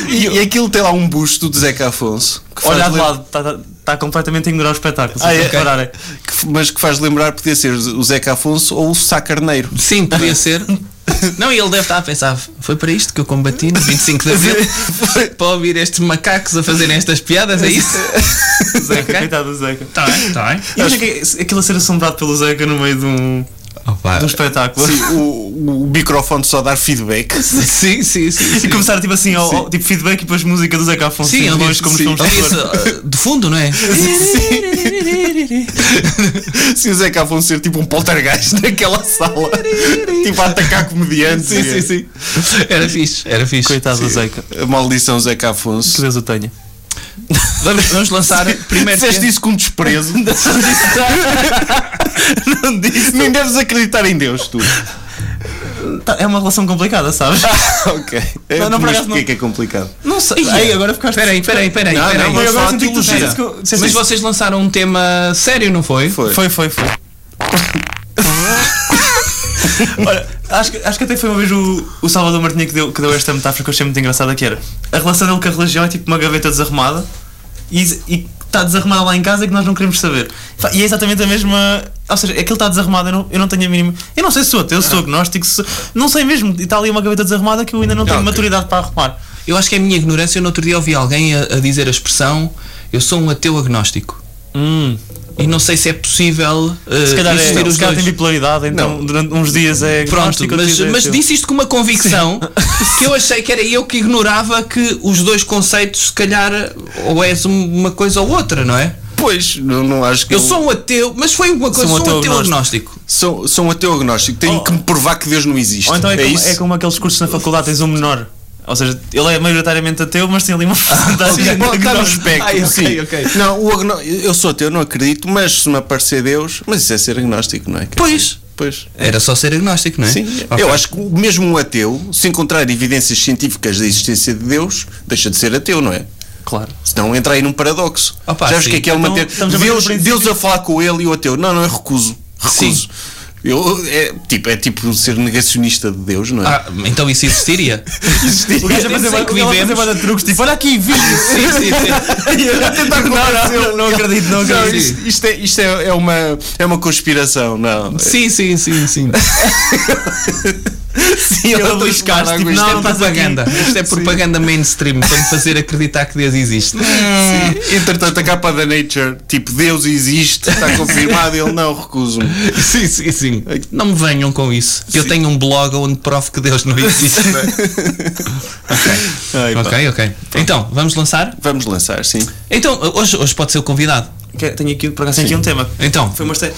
[SPEAKER 3] e, e aquilo tem lá um busto do Zeca Afonso. que faz
[SPEAKER 5] Olhar de
[SPEAKER 3] lem-
[SPEAKER 5] lado, está completamente a ignorar o espetáculo. Se
[SPEAKER 3] Ah, é?
[SPEAKER 5] vocês repararem.
[SPEAKER 3] [LAUGHS] que f- mas que faz lembrar podia ser o Zeca Afonso ou o Sá Carneiro.
[SPEAKER 2] Sim, podia ser. Não, e ele deve estar a pensar, foi para isto que eu combati no 25
[SPEAKER 3] [LAUGHS]
[SPEAKER 2] de Abril? para ouvir estes macacos a fazerem estas piadas, é
[SPEAKER 3] [LAUGHS]
[SPEAKER 2] isso?
[SPEAKER 5] Zeca,
[SPEAKER 2] Ok.
[SPEAKER 5] coitado do Zeca.
[SPEAKER 2] Está
[SPEAKER 3] Tá
[SPEAKER 2] bem, está bem.
[SPEAKER 5] Imagina que- aquilo a ser assombrado pelo Zeca no meio de um,
[SPEAKER 2] Ah,
[SPEAKER 5] de um espetáculo.
[SPEAKER 3] Sim, o, o microfone só dar feedback. [LAUGHS]
[SPEAKER 2] Sim, sim, sim.
[SPEAKER 5] [LAUGHS] E
[SPEAKER 2] sim.
[SPEAKER 5] começar tipo assim, ao, ao- tipo feedback e depois música do Zeca Afonso.
[SPEAKER 2] Sim,
[SPEAKER 5] de
[SPEAKER 2] ele
[SPEAKER 5] longe
[SPEAKER 2] disse,
[SPEAKER 5] como
[SPEAKER 2] sim.
[SPEAKER 5] nos
[SPEAKER 2] Ele
[SPEAKER 5] fomos
[SPEAKER 2] disse,
[SPEAKER 5] embora.
[SPEAKER 2] ah, [LAUGHS] de fundo, não é?
[SPEAKER 3] Se o Zeca Afonso ser tipo um poltergeist [LAUGHS] naquela sala, tipo a atacar comediantes.
[SPEAKER 2] Sim, sim, sim. Era fixe, era fixe.
[SPEAKER 5] [LAUGHS] Coitado do Zeca.
[SPEAKER 3] A maldição Zeca Afonso.
[SPEAKER 5] Que Deus o tenha.
[SPEAKER 2] Vamos, vamos [LAUGHS] lançar primeiro. é-
[SPEAKER 3] Disseste
[SPEAKER 2] tema.
[SPEAKER 3] isso com desprezo.
[SPEAKER 5] Não disse.
[SPEAKER 3] Nem deves acreditar em Deus, tu.
[SPEAKER 5] Tá, é uma relação complicada, sabes?
[SPEAKER 3] [LAUGHS] ok.
[SPEAKER 5] Não, não, por
[SPEAKER 3] Mas
[SPEAKER 5] acaso
[SPEAKER 3] porquê
[SPEAKER 5] não.
[SPEAKER 3] que é complicado?
[SPEAKER 5] Não sei.
[SPEAKER 2] Ai,
[SPEAKER 5] Ai, agora ficaste.
[SPEAKER 2] Peraí, peraí, peraí.
[SPEAKER 3] Não,
[SPEAKER 2] peraí.
[SPEAKER 3] não, mas-
[SPEAKER 5] Eu agora
[SPEAKER 3] Só
[SPEAKER 5] senti que tu
[SPEAKER 3] teologia.
[SPEAKER 5] disseste que eu- disseste
[SPEAKER 2] Mas
[SPEAKER 5] isso.
[SPEAKER 2] vocês lançaram um tema sério, não foi?
[SPEAKER 3] Foi.
[SPEAKER 5] Foi, foi, foi. [LAUGHS] Olha, acho que, acho que até foi uma vez o, o Salvador Martinha que deu, que deu esta metáfora que eu achei muito engraçada que era a relação dele com a religião é tipo uma gaveta desarrumada e, e está desarrumada lá em casa e que nós não queremos saber. Fa- E é exatamente a mesma. Ou seja, aquilo está desarrumado, eu não, eu não tenho a mínima. Eu não sei se sou ateu, se sou agnóstico, se, não sei mesmo. E está ali uma gaveta desarrumada que eu ainda não tenho
[SPEAKER 3] ok.
[SPEAKER 5] maturidade para arrumar.
[SPEAKER 2] Eu acho que é a minha ignorância. Eu no outro dia ouvi alguém a, a dizer a expressão eu sou um ateu agnóstico.
[SPEAKER 5] Hum.
[SPEAKER 2] E não sei se é possível eh,
[SPEAKER 5] Se calhar,
[SPEAKER 2] existir
[SPEAKER 5] é,
[SPEAKER 2] os
[SPEAKER 5] se calhar
[SPEAKER 2] dois.
[SPEAKER 5] tem bipolaridade, então
[SPEAKER 3] Não.
[SPEAKER 5] durante uns dias é.
[SPEAKER 2] Pronto,
[SPEAKER 5] agnóstico, outros
[SPEAKER 2] mas,
[SPEAKER 5] dias é
[SPEAKER 2] mas
[SPEAKER 5] ateu.
[SPEAKER 2] disse isto com uma convicção que eu achei que era eu que ignorava que os dois conceitos, se calhar, ou és um- uma coisa ou outra, não é?
[SPEAKER 3] Pois, não, não acho que.
[SPEAKER 2] Eu sou um ateu, mas foi uma coisa,
[SPEAKER 5] Sou
[SPEAKER 2] sou
[SPEAKER 5] um
[SPEAKER 2] um
[SPEAKER 5] ateu
[SPEAKER 2] ateu agnóstico.
[SPEAKER 3] Sou, sou um ateu agnóstico. Tenho
[SPEAKER 5] Oh.
[SPEAKER 3] que me provar que Deus não existe.
[SPEAKER 5] Ou então é, como,
[SPEAKER 3] isso?
[SPEAKER 5] é como aqueles cursos na faculdade, tens um menor. Ou seja, ele é maioritariamente ateu, mas tem
[SPEAKER 2] [LAUGHS]
[SPEAKER 5] ali
[SPEAKER 2] Ah,
[SPEAKER 5] uma porcentagem
[SPEAKER 3] Sim,
[SPEAKER 5] de
[SPEAKER 3] pode estar no
[SPEAKER 5] menor.
[SPEAKER 3] espectro,
[SPEAKER 2] Ai, ok,
[SPEAKER 3] Um sim.
[SPEAKER 2] ok.
[SPEAKER 3] Não, o agnó- eu sou ateu, não acredito, mas se me aparecer Deus, mas isso é ser agnóstico, não é? Quer
[SPEAKER 2] Pois.
[SPEAKER 3] dizer, Pois.
[SPEAKER 2] Era só ser agnóstico, não é?
[SPEAKER 3] Sim,
[SPEAKER 2] Ok.
[SPEAKER 3] eu acho que mesmo um ateu, se encontrar evidências científicas da existência de Deus, deixa de ser ateu, não é?
[SPEAKER 5] Claro.
[SPEAKER 3] Senão entra aí num paradoxo.
[SPEAKER 2] Opa,
[SPEAKER 3] Já vês que
[SPEAKER 2] sim.
[SPEAKER 3] é que é uma
[SPEAKER 5] Então,
[SPEAKER 3] ter-
[SPEAKER 5] estamos a partir do
[SPEAKER 3] Deus,
[SPEAKER 5] princípio-
[SPEAKER 3] Deus a falar com ele e o ateu. Não, não, eu recuso. Recuso.
[SPEAKER 2] Sim.
[SPEAKER 3] Eu, é, tipo, é tipo ser negacionista de Deus, não é?
[SPEAKER 2] Ah, então isso existiria?
[SPEAKER 5] O gajo a fazer
[SPEAKER 2] Sei
[SPEAKER 5] bué-
[SPEAKER 2] que
[SPEAKER 5] o gajo a fazer
[SPEAKER 2] vivemos.
[SPEAKER 5] bué de truques, tipo, olha aqui,
[SPEAKER 2] [LAUGHS] [LAUGHS]
[SPEAKER 5] vi.
[SPEAKER 2] sim, sim, sim.
[SPEAKER 5] não, não, não, não acredito, não
[SPEAKER 3] Não,
[SPEAKER 5] acredito.
[SPEAKER 3] isto, isto é, isto é, é uma, é uma conspiração, não.
[SPEAKER 2] Sim, sim, sim, sim.
[SPEAKER 5] Sim,
[SPEAKER 2] [LAUGHS] Eu
[SPEAKER 5] ele
[SPEAKER 2] arriscaste,
[SPEAKER 5] tipo,
[SPEAKER 2] tipo, isto
[SPEAKER 5] não,
[SPEAKER 2] é
[SPEAKER 5] estás
[SPEAKER 2] propaganda.
[SPEAKER 5] aqui.
[SPEAKER 2] Isto é propaganda mainstream para me fazer acreditar que Deus existe.
[SPEAKER 3] Sim. Entretanto, a capa da Nature, tipo, Deus existe,
[SPEAKER 2] [LAUGHS]
[SPEAKER 3] está confirmado, ele não, recuso-me.
[SPEAKER 2] [LAUGHS] Sim, sim, sim. Não me venham com isso. que Eu tenho um blog onde provo que Deus não existe. [LAUGHS]
[SPEAKER 3] Ai, pá.
[SPEAKER 2] ok, ok. Então, vamos lançar?
[SPEAKER 3] Vamos lançar, sim.
[SPEAKER 2] Então, hoje, hoje pode ser o convidado.
[SPEAKER 5] Que- é, Tenho aqui, por acaso, tenho aqui um tema.
[SPEAKER 2] Então,
[SPEAKER 5] Foi uma este-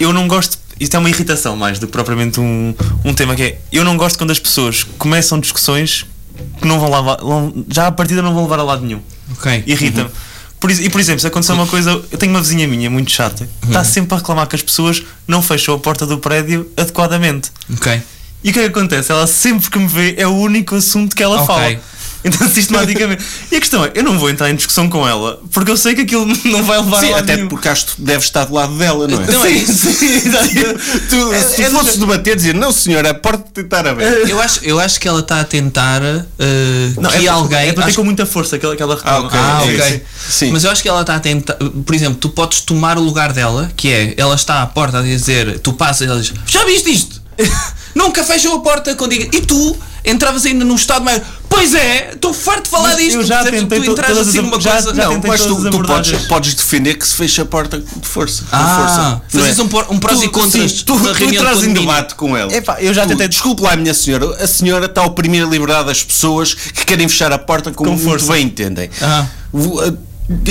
[SPEAKER 5] Eu não gosto. Isto é uma irritação mais do que propriamente um, um tema que é. Eu não gosto quando as pessoas começam discussões que não vão lá. vão- Já à partida não vão levar a lado nenhum.
[SPEAKER 2] ok.
[SPEAKER 5] irrita-me. Por ex- e por exemplo, se aconteceu uma coisa, eu tenho uma vizinha minha muito chata,
[SPEAKER 3] Uhum.
[SPEAKER 5] está sempre a reclamar que as pessoas não fecham a porta do prédio adequadamente.
[SPEAKER 2] Ok.
[SPEAKER 5] E o que é que acontece? Ela sempre que me vê é o único assunto que ela
[SPEAKER 2] Ok.
[SPEAKER 5] fala. Então, [LAUGHS] sistematicamente. E a questão é, eu não vou entrar em discussão com ela, porque eu sei que aquilo [LAUGHS] não vai levar
[SPEAKER 3] Sim,
[SPEAKER 5] a lado
[SPEAKER 3] até
[SPEAKER 5] nenhum.
[SPEAKER 3] porque acho que deves estar do lado dela, não é?
[SPEAKER 2] Então
[SPEAKER 5] Não é isso.
[SPEAKER 3] Tu,
[SPEAKER 5] É-
[SPEAKER 3] se
[SPEAKER 5] é do
[SPEAKER 3] fosses debater, dizer não, senhora, a porta estar aberta.
[SPEAKER 2] Eu acho, eu acho que ela está a tentar uh, que
[SPEAKER 5] é,
[SPEAKER 2] alguém.
[SPEAKER 5] É para ter
[SPEAKER 2] acho-
[SPEAKER 5] com muita força aquela, aquela reclama.
[SPEAKER 3] ok.
[SPEAKER 2] Ah,
[SPEAKER 3] É,
[SPEAKER 2] ok.
[SPEAKER 3] sim. Sim.
[SPEAKER 2] Mas eu acho que ela está a tentar. Por exemplo, tu podes tomar o lugar dela, que é ela está à porta a dizer, tu passas e ela diz: Já viste isto? [LAUGHS] Nunca fecham a porta quando diga. E tu entravas ainda num estado maior. Pois é, estou farto de falar
[SPEAKER 5] Mas
[SPEAKER 2] disto.
[SPEAKER 5] eu já
[SPEAKER 2] percebes?
[SPEAKER 5] tentei
[SPEAKER 2] tu
[SPEAKER 5] to-
[SPEAKER 2] entras
[SPEAKER 5] todas
[SPEAKER 2] assim
[SPEAKER 5] as-
[SPEAKER 2] numa
[SPEAKER 5] já-
[SPEAKER 2] coisa.
[SPEAKER 5] já
[SPEAKER 3] Não,
[SPEAKER 5] tentei
[SPEAKER 3] mas tu,
[SPEAKER 5] todas as
[SPEAKER 3] tu podes,
[SPEAKER 5] abordagens.
[SPEAKER 3] podes defender que se fecha a porta de força. com
[SPEAKER 2] Ah,
[SPEAKER 3] força, não
[SPEAKER 2] fazes um por- um prós e contras
[SPEAKER 3] sim, tu,
[SPEAKER 2] na
[SPEAKER 3] tu
[SPEAKER 2] reunião de
[SPEAKER 3] entras em
[SPEAKER 2] condomínio.
[SPEAKER 3] debate com ela.
[SPEAKER 5] Epá, eu já
[SPEAKER 3] Tu,
[SPEAKER 5] tentei-
[SPEAKER 3] Desculpe lá, minha senhora. A senhora está a oprimir a liberdade das pessoas que querem fechar a porta como
[SPEAKER 5] Com
[SPEAKER 3] muito
[SPEAKER 5] força.
[SPEAKER 3] bem entendem.
[SPEAKER 2] Ah.
[SPEAKER 3] Vo- A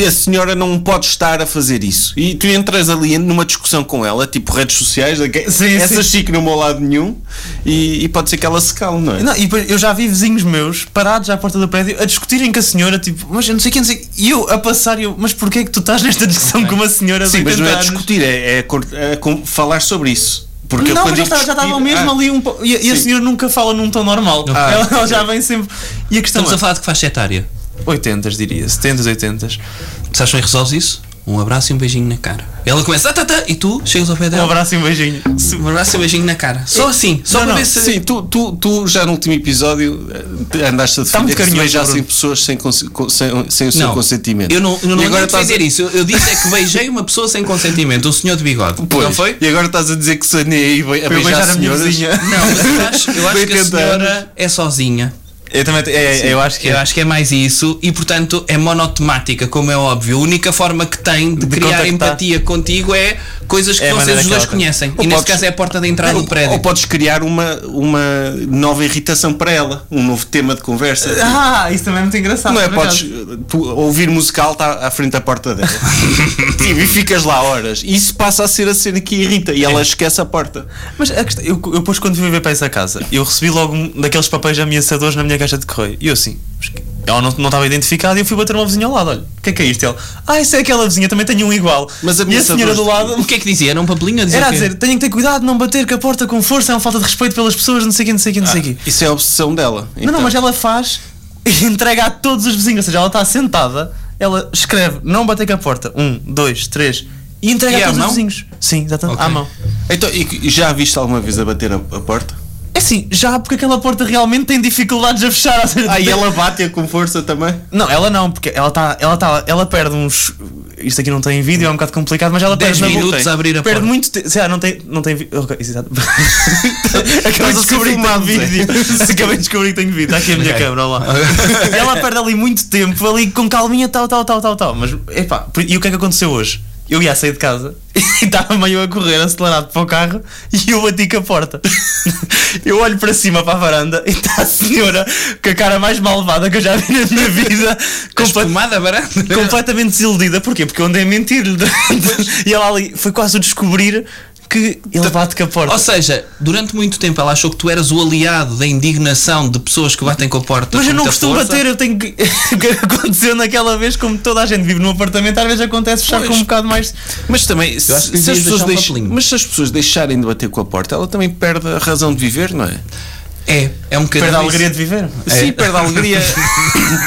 [SPEAKER 3] a senhora não pode estar a fazer isso. E tu entras ali numa discussão com ela, tipo redes sociais, da que-
[SPEAKER 5] Sim,
[SPEAKER 3] essa
[SPEAKER 5] sim.
[SPEAKER 3] chique não vou a lado nenhum, e, e pode ser que ela se cale, não é?
[SPEAKER 5] Não, e depois eu já vi vizinhos meus parados à porta do prédio a discutirem com a senhora, tipo, mas eu não sei quem, não sei. E eu a passar, e eu, mas porquê é que tu estás nesta discussão com uma senhora de
[SPEAKER 3] Sim, mas
[SPEAKER 5] 80
[SPEAKER 3] não é
[SPEAKER 5] anos?
[SPEAKER 3] discutir, é, é cor- é com- falar sobre isso. Porque eu
[SPEAKER 5] não,
[SPEAKER 3] quando
[SPEAKER 5] mas já,
[SPEAKER 3] digo
[SPEAKER 5] estava- já estava
[SPEAKER 3] discutir-
[SPEAKER 5] mesmo
[SPEAKER 3] Ah,
[SPEAKER 5] ali um po- E, a- e a
[SPEAKER 3] Sim.
[SPEAKER 5] senhora nunca fala num tom normal.
[SPEAKER 2] Ah,
[SPEAKER 5] ela, ela já vem sempre. E a questão
[SPEAKER 2] Estamos
[SPEAKER 5] é.
[SPEAKER 2] a falar de que faixa etária.
[SPEAKER 5] 80, diria, 70, 80.
[SPEAKER 2] Sabes bem, resolves isso? Um abraço e um beijinho na cara. Ela começa, ah, tá, tá, e tu chegas ao pé
[SPEAKER 5] Um
[SPEAKER 2] dela.
[SPEAKER 5] abraço e um beijinho.
[SPEAKER 2] Um abraço e um beijinho na cara. Só assim, só
[SPEAKER 5] Não,
[SPEAKER 2] para
[SPEAKER 5] não,
[SPEAKER 2] ver se.
[SPEAKER 3] Sim, tu, tu, tu já no último episódio eh, andaste a
[SPEAKER 5] Está
[SPEAKER 3] defender que se
[SPEAKER 5] muito carinhoso,
[SPEAKER 3] beijassem
[SPEAKER 5] Bruno.
[SPEAKER 3] pessoas sem, conse- con- sem, sem o seu consentimento.
[SPEAKER 2] Eu não, eu não
[SPEAKER 3] e agora
[SPEAKER 2] agora
[SPEAKER 3] estás
[SPEAKER 2] dizer
[SPEAKER 3] a,
[SPEAKER 2] isso. Eu, eu disse é que beijei uma pessoa sem consentimento, um senhor de bigode.
[SPEAKER 3] Pois,
[SPEAKER 2] Não foi?
[SPEAKER 3] E agora estás a dizer que se andei a beijar,
[SPEAKER 5] Foi eu beijar a minha
[SPEAKER 3] senhoras.
[SPEAKER 5] vizinha.
[SPEAKER 2] Não, mas eu acho, eu acho
[SPEAKER 3] Bem
[SPEAKER 2] que a
[SPEAKER 3] tentado.
[SPEAKER 2] senhora é sozinha.
[SPEAKER 5] Eu também. é, eu acho que.
[SPEAKER 2] Eu acho que é mais isso e, portanto, é monotemática, como é óbvio. A única forma que tem de,
[SPEAKER 5] De
[SPEAKER 2] criar
[SPEAKER 5] contactar.
[SPEAKER 2] empatia contigo é coisas que
[SPEAKER 5] É a
[SPEAKER 2] vocês
[SPEAKER 5] maneira
[SPEAKER 2] os
[SPEAKER 5] que ela
[SPEAKER 2] dois
[SPEAKER 5] tem.
[SPEAKER 2] conhecem. E
[SPEAKER 3] Ou
[SPEAKER 2] nesse
[SPEAKER 3] podes-
[SPEAKER 2] caso é a porta de entrada do prédio.
[SPEAKER 3] Ou podes criar uma, uma nova irritação para ela, um novo tema de conversa.
[SPEAKER 5] Ah, isso também é muito engraçado.
[SPEAKER 3] Não é?
[SPEAKER 5] por acaso.
[SPEAKER 3] Podes tu, ouvir musical está à frente da porta dela. Sim, e ficas lá horas. E isso passa a ser a cena que irrita e ela esquece a porta.
[SPEAKER 5] Mas a questão, eu, eu depois quando vim ver para essa casa, eu recebi logo um daqueles papéis ameaçadores na minha caixa de correio. E eu assim, mas que- ela não, não estava identificada e eu fui bater uma vizinha ao lado. Olha, o que é que é isto? Ela, ah, isso é aquela vizinha, também tenho um igual.
[SPEAKER 3] Mas
[SPEAKER 5] e a senhora
[SPEAKER 3] ameaçadores
[SPEAKER 5] do
[SPEAKER 2] O
[SPEAKER 5] lado
[SPEAKER 2] que é que dizia? Era um papelinho a dizer.
[SPEAKER 5] era a
[SPEAKER 2] o quê?
[SPEAKER 5] dizer, tenho que ter cuidado, não bater com a porta com força, é uma falta de respeito pelas pessoas, não sei o que, não sei o que, não sei o
[SPEAKER 2] Ah,
[SPEAKER 5] quê.
[SPEAKER 3] Isso é a obsessão dela.
[SPEAKER 5] Não,
[SPEAKER 2] então.
[SPEAKER 5] não, mas ela faz e [LAUGHS] entrega a todos os vizinhos. Ou seja, ela está sentada, ela escreve, não bater com a porta. Um, dois, três. E entrega
[SPEAKER 2] E é à
[SPEAKER 5] a todos
[SPEAKER 2] mão?
[SPEAKER 5] os vizinhos. Sim, exatamente,
[SPEAKER 2] Ok.
[SPEAKER 5] à mão.
[SPEAKER 3] Então, e já a viste alguma vez a bater a, a porta?
[SPEAKER 5] É assim, já porque aquela porta realmente tem dificuldades a fechar. ou seja,
[SPEAKER 3] Ah, e
[SPEAKER 5] tem-
[SPEAKER 3] ela bate com força também?
[SPEAKER 5] Não, ela não, porque ela está. Ela, tá, ela perde uns. Isto aqui não tem vídeo, é um bocado complicado, mas ela
[SPEAKER 2] 10
[SPEAKER 5] perde. na boca-
[SPEAKER 2] minutos a abrir a
[SPEAKER 5] Perde
[SPEAKER 2] porta.
[SPEAKER 5] muito tempo. Sei lá, não tem. Não tem vi- ok, isso, exato. [LAUGHS] Acabei de
[SPEAKER 3] ser
[SPEAKER 5] descobrir que tenho
[SPEAKER 3] filmado, Zé.
[SPEAKER 5] vídeo. [LAUGHS] Acabei de descobrir que tenho vídeo. Está aqui a minha
[SPEAKER 2] Ok.
[SPEAKER 5] câmera, olha lá. ela perde ali muito tempo, ali com calminha, tal, tal, tal, tal, tal. Mas, epá, por- e o que é que aconteceu hoje? Eu ia sair de casa [LAUGHS] e estava meio a correr acelerado para o carro e eu bati com a porta. [LAUGHS] Eu olho para cima para a varanda e está a senhora com a cara mais malvada que eu já vi na minha vida, compa-
[SPEAKER 2] Espumada barata.
[SPEAKER 5] completamente desiludida. Porquê? Porque eu andei a mentir-lhe. [LAUGHS] durante- e ela ali foi quase o descobrir que ele bate com a porta.
[SPEAKER 2] Ou seja, durante muito tempo ela achou que tu eras o aliado da indignação de pessoas que batem com a porta.
[SPEAKER 5] Mas
[SPEAKER 2] com
[SPEAKER 5] eu não
[SPEAKER 2] muita
[SPEAKER 5] costumo
[SPEAKER 2] força.
[SPEAKER 5] bater, eu tenho que. [LAUGHS] O que aconteceu naquela vez, como toda a gente vive num apartamento, às vezes acontece fechar com um bocado mais.
[SPEAKER 3] Mas também, se,
[SPEAKER 2] acho que lhe
[SPEAKER 3] se
[SPEAKER 2] devias
[SPEAKER 3] as pessoas
[SPEAKER 2] deixar um
[SPEAKER 3] deixem-
[SPEAKER 2] papelinho.
[SPEAKER 3] mas se as pessoas deixarem de bater com a porta, ela também perde a razão de viver, não é?
[SPEAKER 2] É, é um bocadinho.
[SPEAKER 5] Perde
[SPEAKER 2] isso.
[SPEAKER 5] a alegria de viver.
[SPEAKER 2] É.
[SPEAKER 3] Sim, perde a
[SPEAKER 2] [LAUGHS]
[SPEAKER 3] alegria.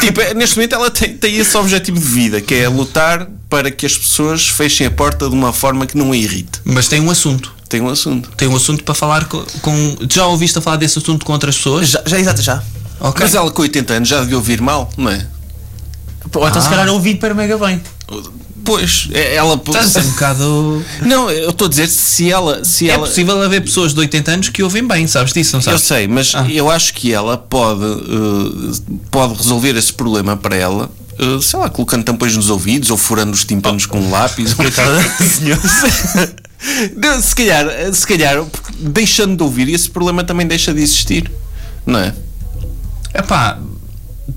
[SPEAKER 3] tipo, é, neste momento ela tem, tem esse objetivo de vida, que é lutar para que as pessoas fechem a porta de uma forma que não a irrite.
[SPEAKER 2] Mas tem um assunto.
[SPEAKER 3] Tem um assunto.
[SPEAKER 2] Tem um assunto para falar co- com. Já ouviste a falar desse assunto com outras pessoas?
[SPEAKER 5] Já, já, exato, já.
[SPEAKER 2] Ok.
[SPEAKER 3] Mas ela com 80 anos já devia ouvir mal, não é?
[SPEAKER 5] Ou então se calhar ouvi para mega bem.
[SPEAKER 3] Pois, é- ela.
[SPEAKER 2] Estás a ser um bocado.
[SPEAKER 3] [LAUGHS] Não, eu estou a dizer se ela. Se
[SPEAKER 2] É
[SPEAKER 3] ela
[SPEAKER 2] possível haver pessoas de 80 anos que ouvem bem, sabes disso, não
[SPEAKER 3] Eu
[SPEAKER 2] sabes?
[SPEAKER 3] sei, mas eu acho que ela pode, eh, pode resolver esse problema para ela, eh, sei lá, colocando tampões nos ouvidos ou furando os tímpanos com um lápis. [LAUGHS] Não, se calhar, eh, se calhar, porque deixando de ouvir, esse problema também deixa de existir, não é?
[SPEAKER 2] Epá,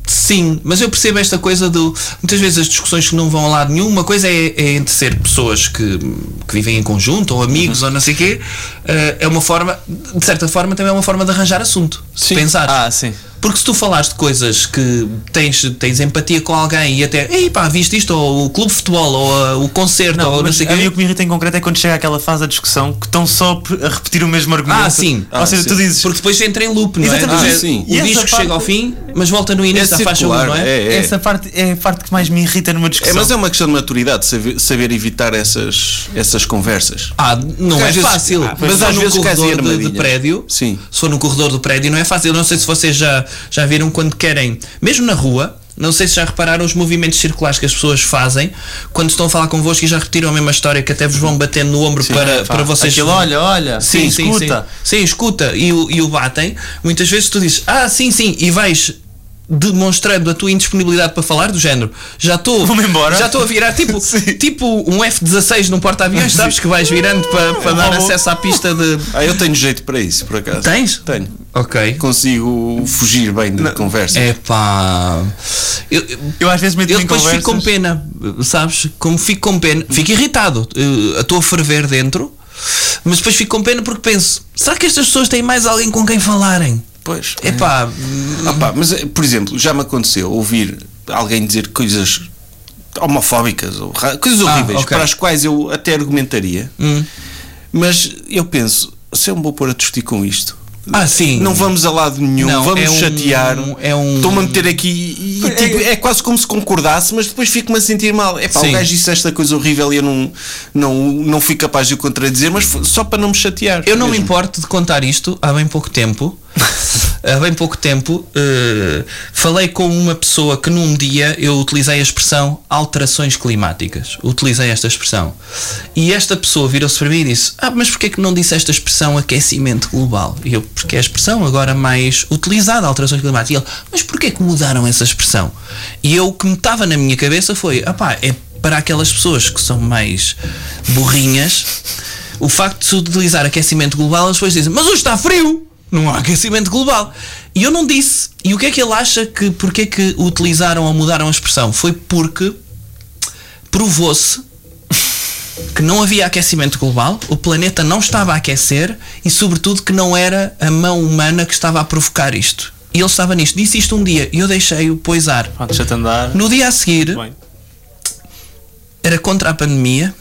[SPEAKER 2] sim, mas eu percebo esta coisa do. Muitas vezes as discussões que não vão a lado nenhum, uma coisa é, é entre ser pessoas que, que vivem em conjunto, ou amigos, ou não sei o quê, eh, é uma forma, de certa forma, também é uma forma de arranjar assunto.
[SPEAKER 3] Sim.
[SPEAKER 2] Sim. Pensar.
[SPEAKER 5] Ah, sim.
[SPEAKER 2] Porque se tu falares de coisas que tens, tens empatia com alguém e até, ei pá, viste isto, ou o clube de futebol, ou ah, o concerto, ou não
[SPEAKER 5] Mas
[SPEAKER 2] sei o
[SPEAKER 5] a mim o
[SPEAKER 2] quê.
[SPEAKER 5] que me irrita em concreto é quando chega àquela fase da discussão que estão só a repetir o mesmo argumento.
[SPEAKER 2] Ah, sim.
[SPEAKER 5] Ou seja,
[SPEAKER 3] Ah,
[SPEAKER 5] tu
[SPEAKER 3] sim.
[SPEAKER 5] dizes.
[SPEAKER 2] Porque depois entra em loop, não é?
[SPEAKER 5] Exatamente.
[SPEAKER 2] Do
[SPEAKER 3] Ah,
[SPEAKER 2] género,
[SPEAKER 3] sim.
[SPEAKER 5] E
[SPEAKER 2] O
[SPEAKER 5] essa
[SPEAKER 2] disco
[SPEAKER 5] parte-
[SPEAKER 2] chega ao fim, Mas volta no início à faixa 1,
[SPEAKER 3] circular,
[SPEAKER 2] não é?
[SPEAKER 3] é, é.
[SPEAKER 5] Essa parte é a parte que mais me irrita numa
[SPEAKER 3] É,
[SPEAKER 5] discussão.
[SPEAKER 3] mas é uma questão de maturidade, saber, saber evitar essas, essas conversas.
[SPEAKER 2] Ah, não
[SPEAKER 3] Porque
[SPEAKER 2] é
[SPEAKER 3] às vezes-
[SPEAKER 2] fácil.
[SPEAKER 3] Ah, pois
[SPEAKER 2] mas
[SPEAKER 3] não,
[SPEAKER 2] às
[SPEAKER 3] num
[SPEAKER 2] vezes
[SPEAKER 3] corredor
[SPEAKER 2] corredor de,
[SPEAKER 3] de
[SPEAKER 2] de
[SPEAKER 3] armadilhas.
[SPEAKER 2] prédio,
[SPEAKER 3] Sim.
[SPEAKER 2] se for no corredor do prédio, não é fácil. Eu Não sei se vocês já, já viram quando querem, mesmo na rua, não sei se já repararam os movimentos circulares que as pessoas fazem quando estão a falar convosco e já repetiram a mesma história que até vos vão batendo no ombro para,
[SPEAKER 5] Pá,
[SPEAKER 2] para vocês.
[SPEAKER 5] Aquilo, olha, olha,
[SPEAKER 2] Sim, sim,
[SPEAKER 5] escuta.
[SPEAKER 2] Sim, Sim, escuta e o, e o batem. Muitas vezes tu dizes, ah, sim, sim, e vais demonstrando a tua indisponibilidade para falar do género. Já estou
[SPEAKER 5] Vou-me embora.
[SPEAKER 2] Já estou a virar tipo, tipo um F16 num porta-aviões, sabes que vais virando para, para dar
[SPEAKER 5] vou.
[SPEAKER 2] acesso à pista de
[SPEAKER 3] Ah, eu tenho jeito para isso, por acaso.
[SPEAKER 2] Tens?
[SPEAKER 3] Tenho.
[SPEAKER 2] OK.
[SPEAKER 3] Consigo fugir bem de conversas.
[SPEAKER 2] É pá. Eu, eu-
[SPEAKER 5] Eu às vezes meto
[SPEAKER 2] eu
[SPEAKER 5] em
[SPEAKER 2] depois
[SPEAKER 5] Tipo conversas.
[SPEAKER 2] fico com pena, sabes? Como fico com pena, fico irritado, eh, estou a ferver dentro, mas depois fico com pena porque penso: será que estas pessoas têm mais alguém com quem falarem?
[SPEAKER 3] Pois.
[SPEAKER 2] É pá,
[SPEAKER 3] Ah, pá, mas, eh, por exemplo, já me aconteceu ouvir alguém dizer coisas homofóbicas ou ra- coisas
[SPEAKER 2] Ah,
[SPEAKER 3] horríveis
[SPEAKER 2] ok. Hum.
[SPEAKER 3] para as quais eu até argumentaria, mas eu penso, se eu me vou pôr a discutir com isto.
[SPEAKER 2] Ah, sim.
[SPEAKER 3] Não vamos a lado nenhum,
[SPEAKER 2] Não,
[SPEAKER 3] vamos
[SPEAKER 2] é um-
[SPEAKER 3] chatear.
[SPEAKER 2] é um-
[SPEAKER 3] Estou-me a meter aqui e, e, tipo, é quase como se concordasse, mas depois fico-me a sentir mal. É pá,
[SPEAKER 2] Sim.
[SPEAKER 3] o gajo disse esta coisa horrível e eu não, não, não fui capaz de o contradizer, mas foi só para não me chatear.
[SPEAKER 2] Eu não me
[SPEAKER 3] mesmo.
[SPEAKER 2] importo de contar isto há bem pouco tempo. há bem pouco tempo eh, falei com uma pessoa que num dia eu utilizei a expressão alterações climáticas. Utilizei esta expressão. E esta pessoa virou-se para mim e disse: Ah, mas porquê que não disse esta expressão aquecimento global? E eu, porque é a expressão agora mais utilizada, alterações climáticas. E ele, mas porquê que mudaram essa expressão? E eu o que me estava na minha cabeça foi, ah pá, é para aquelas pessoas que são mais burrinhas o facto de se utilizar aquecimento global, as pessoas dizem, mas hoje está frio, não há aquecimento global. E eu não disse. E o que é que ele acha que, porque é que utilizaram ou mudaram a expressão? Foi porque provou-se que não havia aquecimento global, o planeta não estava a aquecer e, sobretudo, que não era a mão humana que estava a provocar isto. E ele estava nisto. Disse isto um dia e eu deixei-o poisar.
[SPEAKER 5] Pronto, deixa-te andar.
[SPEAKER 2] No dia a seguir,
[SPEAKER 5] Bem.
[SPEAKER 2] era contra a pandemia,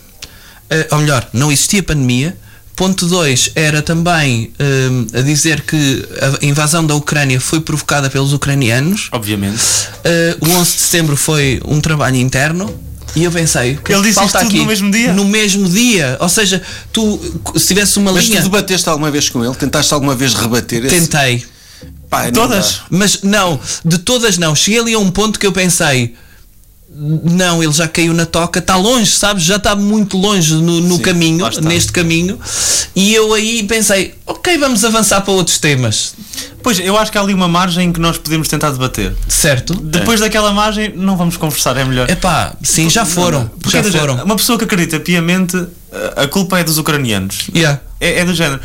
[SPEAKER 2] eh, ou melhor, não existia pandemia. Ponto 2 era também hum, a dizer que a invasão da Ucrânia foi provocada pelos ucranianos.
[SPEAKER 5] Obviamente.
[SPEAKER 2] Eh, o 11 de setembro foi um trabalho interno. E eu pensei, o que é
[SPEAKER 5] Ele
[SPEAKER 2] que
[SPEAKER 5] disse isto
[SPEAKER 2] falta
[SPEAKER 5] tudo
[SPEAKER 2] aqui?
[SPEAKER 5] no mesmo dia?
[SPEAKER 2] No mesmo dia. Ou seja, tu, se tivesse uma
[SPEAKER 3] Mas tu
[SPEAKER 2] linha.
[SPEAKER 3] debateste alguma vez com ele? Tentaste alguma vez rebater esse-
[SPEAKER 2] Tentei.
[SPEAKER 3] Pá, é não
[SPEAKER 5] Todas?
[SPEAKER 3] dá.
[SPEAKER 2] Mas não, de todas não. Cheguei ali a um ponto que eu pensei. Não, ele já caiu na toca, está longe, sabes? Já está muito longe no, no caminho,
[SPEAKER 5] lá está.
[SPEAKER 2] neste caminho. E eu aí pensei, ok, vamos avançar para outros temas,
[SPEAKER 5] Pois, eu acho que há ali uma margem que nós podemos tentar debater.
[SPEAKER 2] É. certo?
[SPEAKER 5] Depois daquela margem, não vamos conversar, é melhor.
[SPEAKER 2] Epá, sim, já foram,
[SPEAKER 5] Porque
[SPEAKER 2] já
[SPEAKER 5] é do género,
[SPEAKER 2] foram.
[SPEAKER 5] Uma pessoa que acredita piamente a- a culpa é dos ucranianos.
[SPEAKER 2] Yeah.
[SPEAKER 5] É, é do género.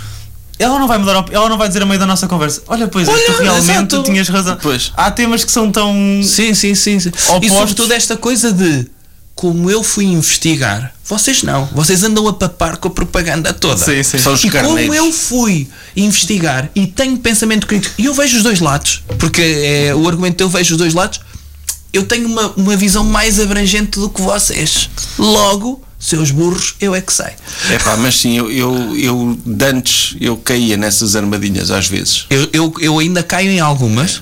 [SPEAKER 5] Ela não vai mudar, a op- ela não vai dizer a meio da nossa conversa. Olha, pois, é,
[SPEAKER 2] Olha,
[SPEAKER 5] tu realmente
[SPEAKER 2] exato.
[SPEAKER 5] tinhas razão.
[SPEAKER 3] Pois.
[SPEAKER 5] Há temas que são tão.
[SPEAKER 2] Sim, sim, sim. sim. E
[SPEAKER 5] Opostos.
[SPEAKER 2] sobretudo esta coisa de como eu fui investigar, vocês não, vocês andam a papar com a propaganda toda.
[SPEAKER 5] Sim, sim.
[SPEAKER 3] São os
[SPEAKER 2] e como
[SPEAKER 3] carneiros.
[SPEAKER 2] eu fui investigar e tenho pensamento crítico, e eu vejo os dois lados, porque é, o argumento eu vejo os dois lados, eu tenho uma, uma visão mais abrangente do que vocês. Logo, seus burros, eu é que sei.
[SPEAKER 3] É pá, mas sim, eu, eu, eu de antes eu caía nessas armadilhas às vezes.
[SPEAKER 2] Eu, eu, eu ainda caio em algumas,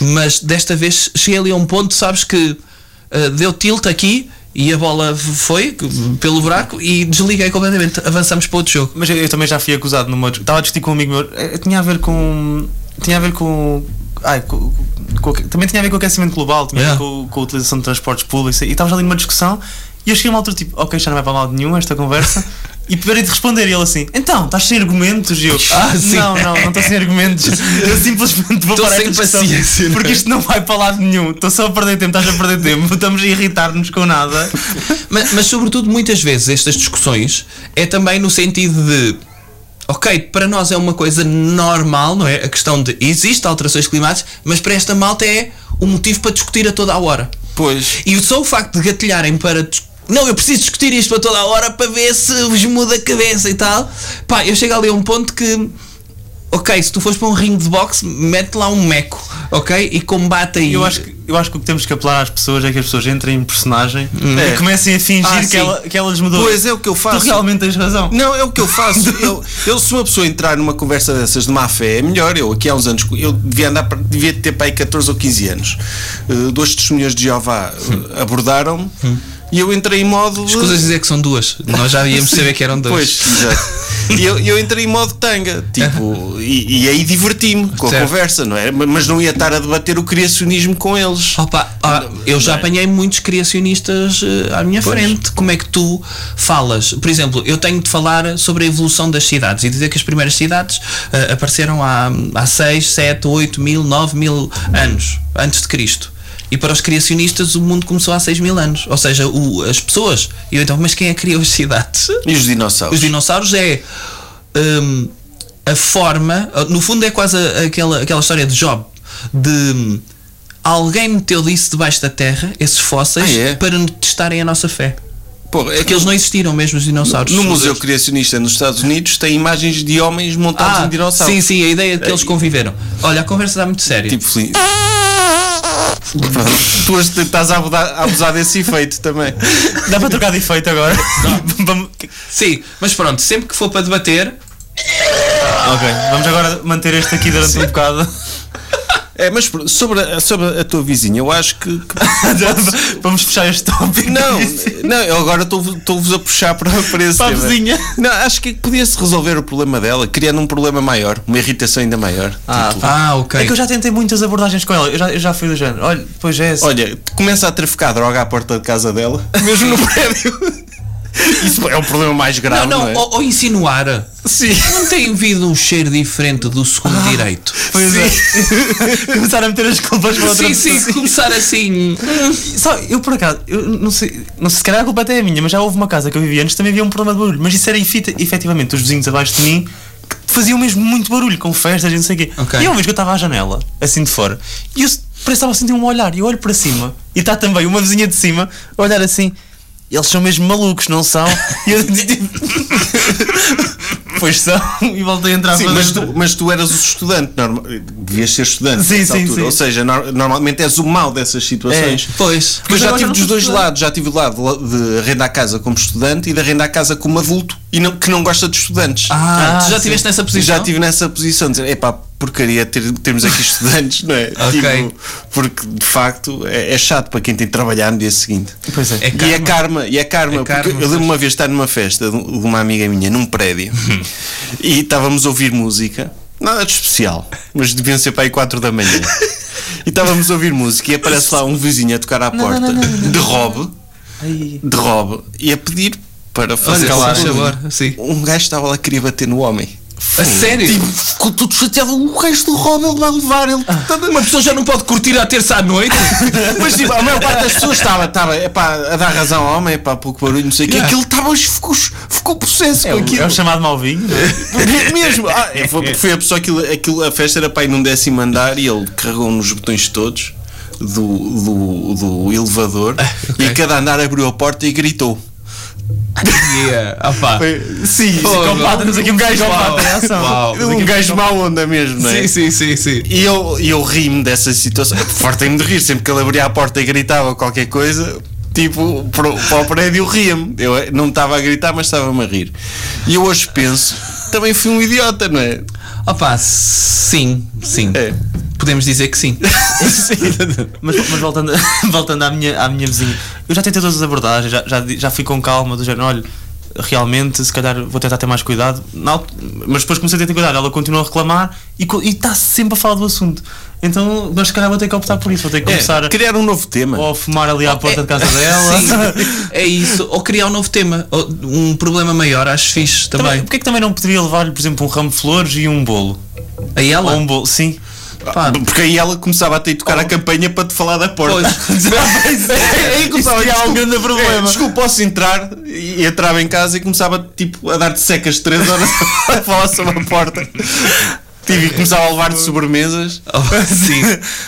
[SPEAKER 2] mas desta vez cheguei ali a um ponto, sabes que ah, deu tilt aqui e a bola f- foi pelo buraco e desliguei completamente. Avançamos para outro jogo.
[SPEAKER 5] Mas eu, eu também já fui acusado numa. Estava a discutir com um amigo meu. eh, Tinha a ver com. Tinha a ver com. Ai, com, com- também tinha a ver com o aquecimento global, tinha a ver
[SPEAKER 2] Yeah.
[SPEAKER 5] com, com a utilização de transportes públicos. E estávamos ali numa discussão. E eu cheguei a uma altura tipo, ok, já não vai para mal nenhum
[SPEAKER 2] [LAUGHS]
[SPEAKER 5] esta conversa. E parei de responder. E ele assim, então, estás sem argumentos? E eu, ah,
[SPEAKER 2] sim.
[SPEAKER 5] não, não, não estou sem argumentos.
[SPEAKER 2] [LAUGHS]
[SPEAKER 5] Eu simplesmente vou
[SPEAKER 2] Estou
[SPEAKER 5] parar
[SPEAKER 2] sem
[SPEAKER 5] esta discussão,
[SPEAKER 2] paciência, não é?
[SPEAKER 5] Porque isto não vai para lado nenhum. Estou só a perder tempo, estás a perder tempo. Estamos a irritar-nos
[SPEAKER 2] [LAUGHS]
[SPEAKER 5] com nada.
[SPEAKER 2] Mas, mas, sobretudo, muitas vezes estas discussões é também no sentido de. Ok, para nós é uma coisa normal, não é? A questão de existem alterações climáticas, mas para esta malta é um motivo para discutir a toda a hora.
[SPEAKER 3] Pois.
[SPEAKER 2] E só o facto de gatilharem para. dis- Não, eu preciso discutir isto para toda a hora para ver se vos muda a cabeça e tal. Pá, eu chego ali a um ponto que. Ok, se tu fores para um ringue de boxe, mete lá um meco, ok? E combate aí.
[SPEAKER 5] Eu acho que eu acho que o que temos que apelar às pessoas é que as pessoas entrem em personagem
[SPEAKER 3] É.
[SPEAKER 5] e comecem a fingir
[SPEAKER 3] Ah,
[SPEAKER 5] que,
[SPEAKER 3] sim.
[SPEAKER 5] ela, que elas mudou.
[SPEAKER 3] Pois é o que eu faço.
[SPEAKER 5] Tu realmente tens razão.
[SPEAKER 3] Não, é o que eu faço. eu, eu, se uma pessoa entrar numa conversa dessas de má fé, é melhor. Eu, aqui há uns anos, eu devia, andar, para- devia ter para aí 14 ou 15 anos. Uh, dois testemunhas de Jeová uh, abordaram-me e eu entrei em modo. de-
[SPEAKER 2] As coisas dizer que são duas. Nós já íamos saber que
[SPEAKER 5] [LAUGHS]
[SPEAKER 2] eram dois.
[SPEAKER 3] Pois, exato. E eu, eu entrei em modo tanga, tipo, e, e aí diverti-me com a
[SPEAKER 2] Certo.
[SPEAKER 3] conversa, não é? Mas não ia estar a debater o criacionismo com eles.
[SPEAKER 2] Opa, ah, eu já apanhei muitos criacionistas eh, à minha frente. Como é que tu falas? Por exemplo, eu tenho de falar sobre a evolução das cidades e dizer que as primeiras cidades eh, apareceram há, há 6, 7, 8 mil, 9 mil anos antes de Cristo. E para os criacionistas o mundo começou há 6 mil anos. Ou seja, o- as pessoas. E eu então, mas quem é que criou as cidades?
[SPEAKER 3] E os dinossauros?
[SPEAKER 2] Os dinossauros é hum, a forma, no fundo é quase a- aquela, aquela história de Job, de hum, alguém meteu isso debaixo da terra, esses fósseis,
[SPEAKER 3] Ah, é?
[SPEAKER 2] para testarem a nossa fé.
[SPEAKER 3] Porra, é
[SPEAKER 2] Porque eles não existiram mesmo, os dinossauros.
[SPEAKER 3] No
[SPEAKER 2] Os
[SPEAKER 3] Museu
[SPEAKER 2] deuses.
[SPEAKER 3] Criacionista nos Estados Unidos tem imagens de homens montados
[SPEAKER 2] ah,
[SPEAKER 3] em dinossauros.
[SPEAKER 2] Sim, sim, a ideia é que eles conviveram. Olha, a conversa está muito séria.
[SPEAKER 3] Tipo, feliz. Pronto, tu este- estás a abusar, a abusar desse efeito também.
[SPEAKER 5] Dá para trocar de efeito agora. [LAUGHS] vamos,
[SPEAKER 2] Sim, mas pronto, sempre que for para debater,
[SPEAKER 5] ok, vamos agora manter este aqui durante um bocado.
[SPEAKER 3] [LAUGHS] É, mas por- sobre a, sobre a tua vizinha, eu acho que. que-
[SPEAKER 5] vamos fechar este tópico.
[SPEAKER 3] Não, não, eu agora estou- estou-vos a puxar para, para esse
[SPEAKER 5] Para a
[SPEAKER 3] tema.
[SPEAKER 5] vizinha.
[SPEAKER 3] Não, acho que podia-se resolver o problema dela, criando um problema maior, uma irritação ainda maior. Tipo,
[SPEAKER 2] ah, ok.
[SPEAKER 5] É que eu já tentei muitas abordagens com ela. Eu já, eu já fui do género. Olha, pois é.
[SPEAKER 3] Tipo, Olha, começa a traficar droga à porta de casa dela, mesmo no prédio. Isso é um problema mais
[SPEAKER 2] Não,
[SPEAKER 3] grave. Não,
[SPEAKER 2] não,
[SPEAKER 3] é?
[SPEAKER 2] ou, ou insinuar.
[SPEAKER 3] Sim. Ah,
[SPEAKER 2] Não tem havido um cheiro diferente do segundo direito.
[SPEAKER 5] pois é. [LAUGHS] Começaram a meter as culpas para outra
[SPEAKER 2] Sim, sim, começar assim.
[SPEAKER 5] Só, eu por acaso, eu não sei, não sei, se calhar a culpa até é minha, mas já houve uma casa que eu vivia antes também havia um problema de barulho. Mas isso era efet- efetivamente os vizinhos abaixo de mim que faziam mesmo muito barulho com festas e não sei o quê.
[SPEAKER 2] Ok.
[SPEAKER 5] E uma vez que eu estava à janela, assim de fora, e eu parece que estava a sentir um olhar, e eu olho para cima, e está também uma vizinha de cima a olhar assim. Eles são mesmo malucos, não são? E eu tipo, [LAUGHS] Pois são, e voltei a entrar
[SPEAKER 3] Sim,
[SPEAKER 5] para
[SPEAKER 3] mas
[SPEAKER 5] dentro.
[SPEAKER 3] tu, mas tu eras o estudante, norma- devias ser estudante
[SPEAKER 5] Sim,
[SPEAKER 3] nessa
[SPEAKER 5] sim,
[SPEAKER 3] altura.
[SPEAKER 5] sim. É.
[SPEAKER 3] Ou seja, nor- normalmente és o mau dessas situações.
[SPEAKER 2] Pois.
[SPEAKER 3] Mas
[SPEAKER 5] Mas
[SPEAKER 3] já
[SPEAKER 5] agora
[SPEAKER 3] tive
[SPEAKER 5] não
[SPEAKER 3] dos
[SPEAKER 5] sou
[SPEAKER 3] dois
[SPEAKER 5] estudante.
[SPEAKER 3] lados, já tive o lado la- de arrendar a casa como estudante e de arrendar a casa como adulto e não- que não gosta de estudantes.
[SPEAKER 2] Ah,
[SPEAKER 5] Ah,
[SPEAKER 2] tu já
[SPEAKER 5] sim.
[SPEAKER 2] estiveste nessa
[SPEAKER 3] E
[SPEAKER 2] posição?
[SPEAKER 3] Já estive nessa posição de dizer, epá, porcaria ter, termos aqui [LAUGHS] estudantes, não é?
[SPEAKER 2] Ok.
[SPEAKER 3] porque de facto é, é chato para quem tem de trabalhar no dia seguinte.
[SPEAKER 5] Pois é.
[SPEAKER 2] É
[SPEAKER 3] E é
[SPEAKER 2] karma.
[SPEAKER 3] karma, e é karma,
[SPEAKER 2] É
[SPEAKER 3] porque
[SPEAKER 2] karma,
[SPEAKER 3] eu lembro uma vez de estar numa festa de um- de uma amiga minha num prédio
[SPEAKER 2] Uhum.
[SPEAKER 3] e estávamos a ouvir música, nada de especial, mas deviam ser para aí 4 da manhã. E estávamos a ouvir música e aparece lá um vizinho a tocar à porta de Rob,
[SPEAKER 5] Ai.
[SPEAKER 3] de Rob, e a pedir para fazer
[SPEAKER 2] Olha,
[SPEAKER 3] calar.
[SPEAKER 2] faz favor. Sim.
[SPEAKER 3] Um gajo estava lá que queria bater no homem.
[SPEAKER 2] A sério?
[SPEAKER 3] Tipo, ficou todo chateado. O gajo do Rob ele vai levar. Ele,
[SPEAKER 2] Uma pessoa já não pode curtir à terça à noite?
[SPEAKER 3] Mas tipo, a maior parte das pessoas estava, estava epá, a dar razão ao homem, epá, pouco barulho, não sei o quê.
[SPEAKER 2] Yeah.
[SPEAKER 3] Aquilo estava, ficou, ficou possesso
[SPEAKER 5] É
[SPEAKER 3] com
[SPEAKER 5] o,
[SPEAKER 3] aquilo.
[SPEAKER 5] é o chamado mau vinho. não é?
[SPEAKER 3] Mesmo, ah, [LAUGHS] é, foi, foi a pessoa, aquilo, aquilo, a festa era para ir num décimo andar e ele carregou nos botões todos do, do, do [LAUGHS] elevador
[SPEAKER 2] ok.
[SPEAKER 3] e a cada andar abriu a porta e gritou.
[SPEAKER 2] [LAUGHS] yeah. Opá.
[SPEAKER 3] Sim,
[SPEAKER 5] Psicopata, não sei o quê, um gajo
[SPEAKER 2] Uau.
[SPEAKER 5] psicopata, é ação.
[SPEAKER 2] Uau.
[SPEAKER 3] um gajo mau onda mesmo, não é?
[SPEAKER 2] Sim, sim, sim, sim.
[SPEAKER 3] E eu, e eu ri-me dessa situação. [LAUGHS] Fartei-me de rir. Sempre que ele abria a porta e gritava qualquer coisa, tipo, para, o- para o prédio ria-me. Eu eh, não estava a gritar, mas estava-me a rir. E eu hoje penso, também fui um idiota, não é?
[SPEAKER 2] Opá, sim, sim.
[SPEAKER 3] É.
[SPEAKER 2] Podemos dizer que sim.
[SPEAKER 5] Mas, mas voltando, [LAUGHS] voltando à, minha, à minha vizinha, eu já tentei todas as abordagens, já, já, já fui com calma, do género, olha, realmente, se calhar vou tentar ter mais cuidado, Na alt- mas depois comecei a ter cuidado, ela continua a reclamar e co- e está sempre a falar do assunto. Então, mas se calhar vou ter que optar por isso, vou ter que começar
[SPEAKER 3] É, criar um novo tema.
[SPEAKER 5] ou a fumar ali à porta de casa dela.
[SPEAKER 2] é,
[SPEAKER 5] [LAUGHS]
[SPEAKER 2] Sim, é isso. Ou criar um novo tema. Ou um problema maior, acho fixe
[SPEAKER 5] Também,
[SPEAKER 2] também.
[SPEAKER 5] porque é que também não poderia levar-lhe, por exemplo, um ramo de flores e um bolo?
[SPEAKER 2] A ela? Ah,
[SPEAKER 5] Ou um bolo, sim.
[SPEAKER 2] Pá.
[SPEAKER 3] Porque aí ela começava a ter de tocar a campanha para te falar da
[SPEAKER 2] Pois.
[SPEAKER 3] [LAUGHS] porta. Oh. "Ah, é." aí começava
[SPEAKER 5] Isso criava um
[SPEAKER 3] desculpa, É,
[SPEAKER 5] grande problema.
[SPEAKER 3] desculpa, posso entrar? E entrava em casa e começava tipo, a dar-te secas 3 horas [LAUGHS] a falar sobre a porta. Tive e começava a levar-te sobremesas.
[SPEAKER 2] Oh, [LAUGHS] sim.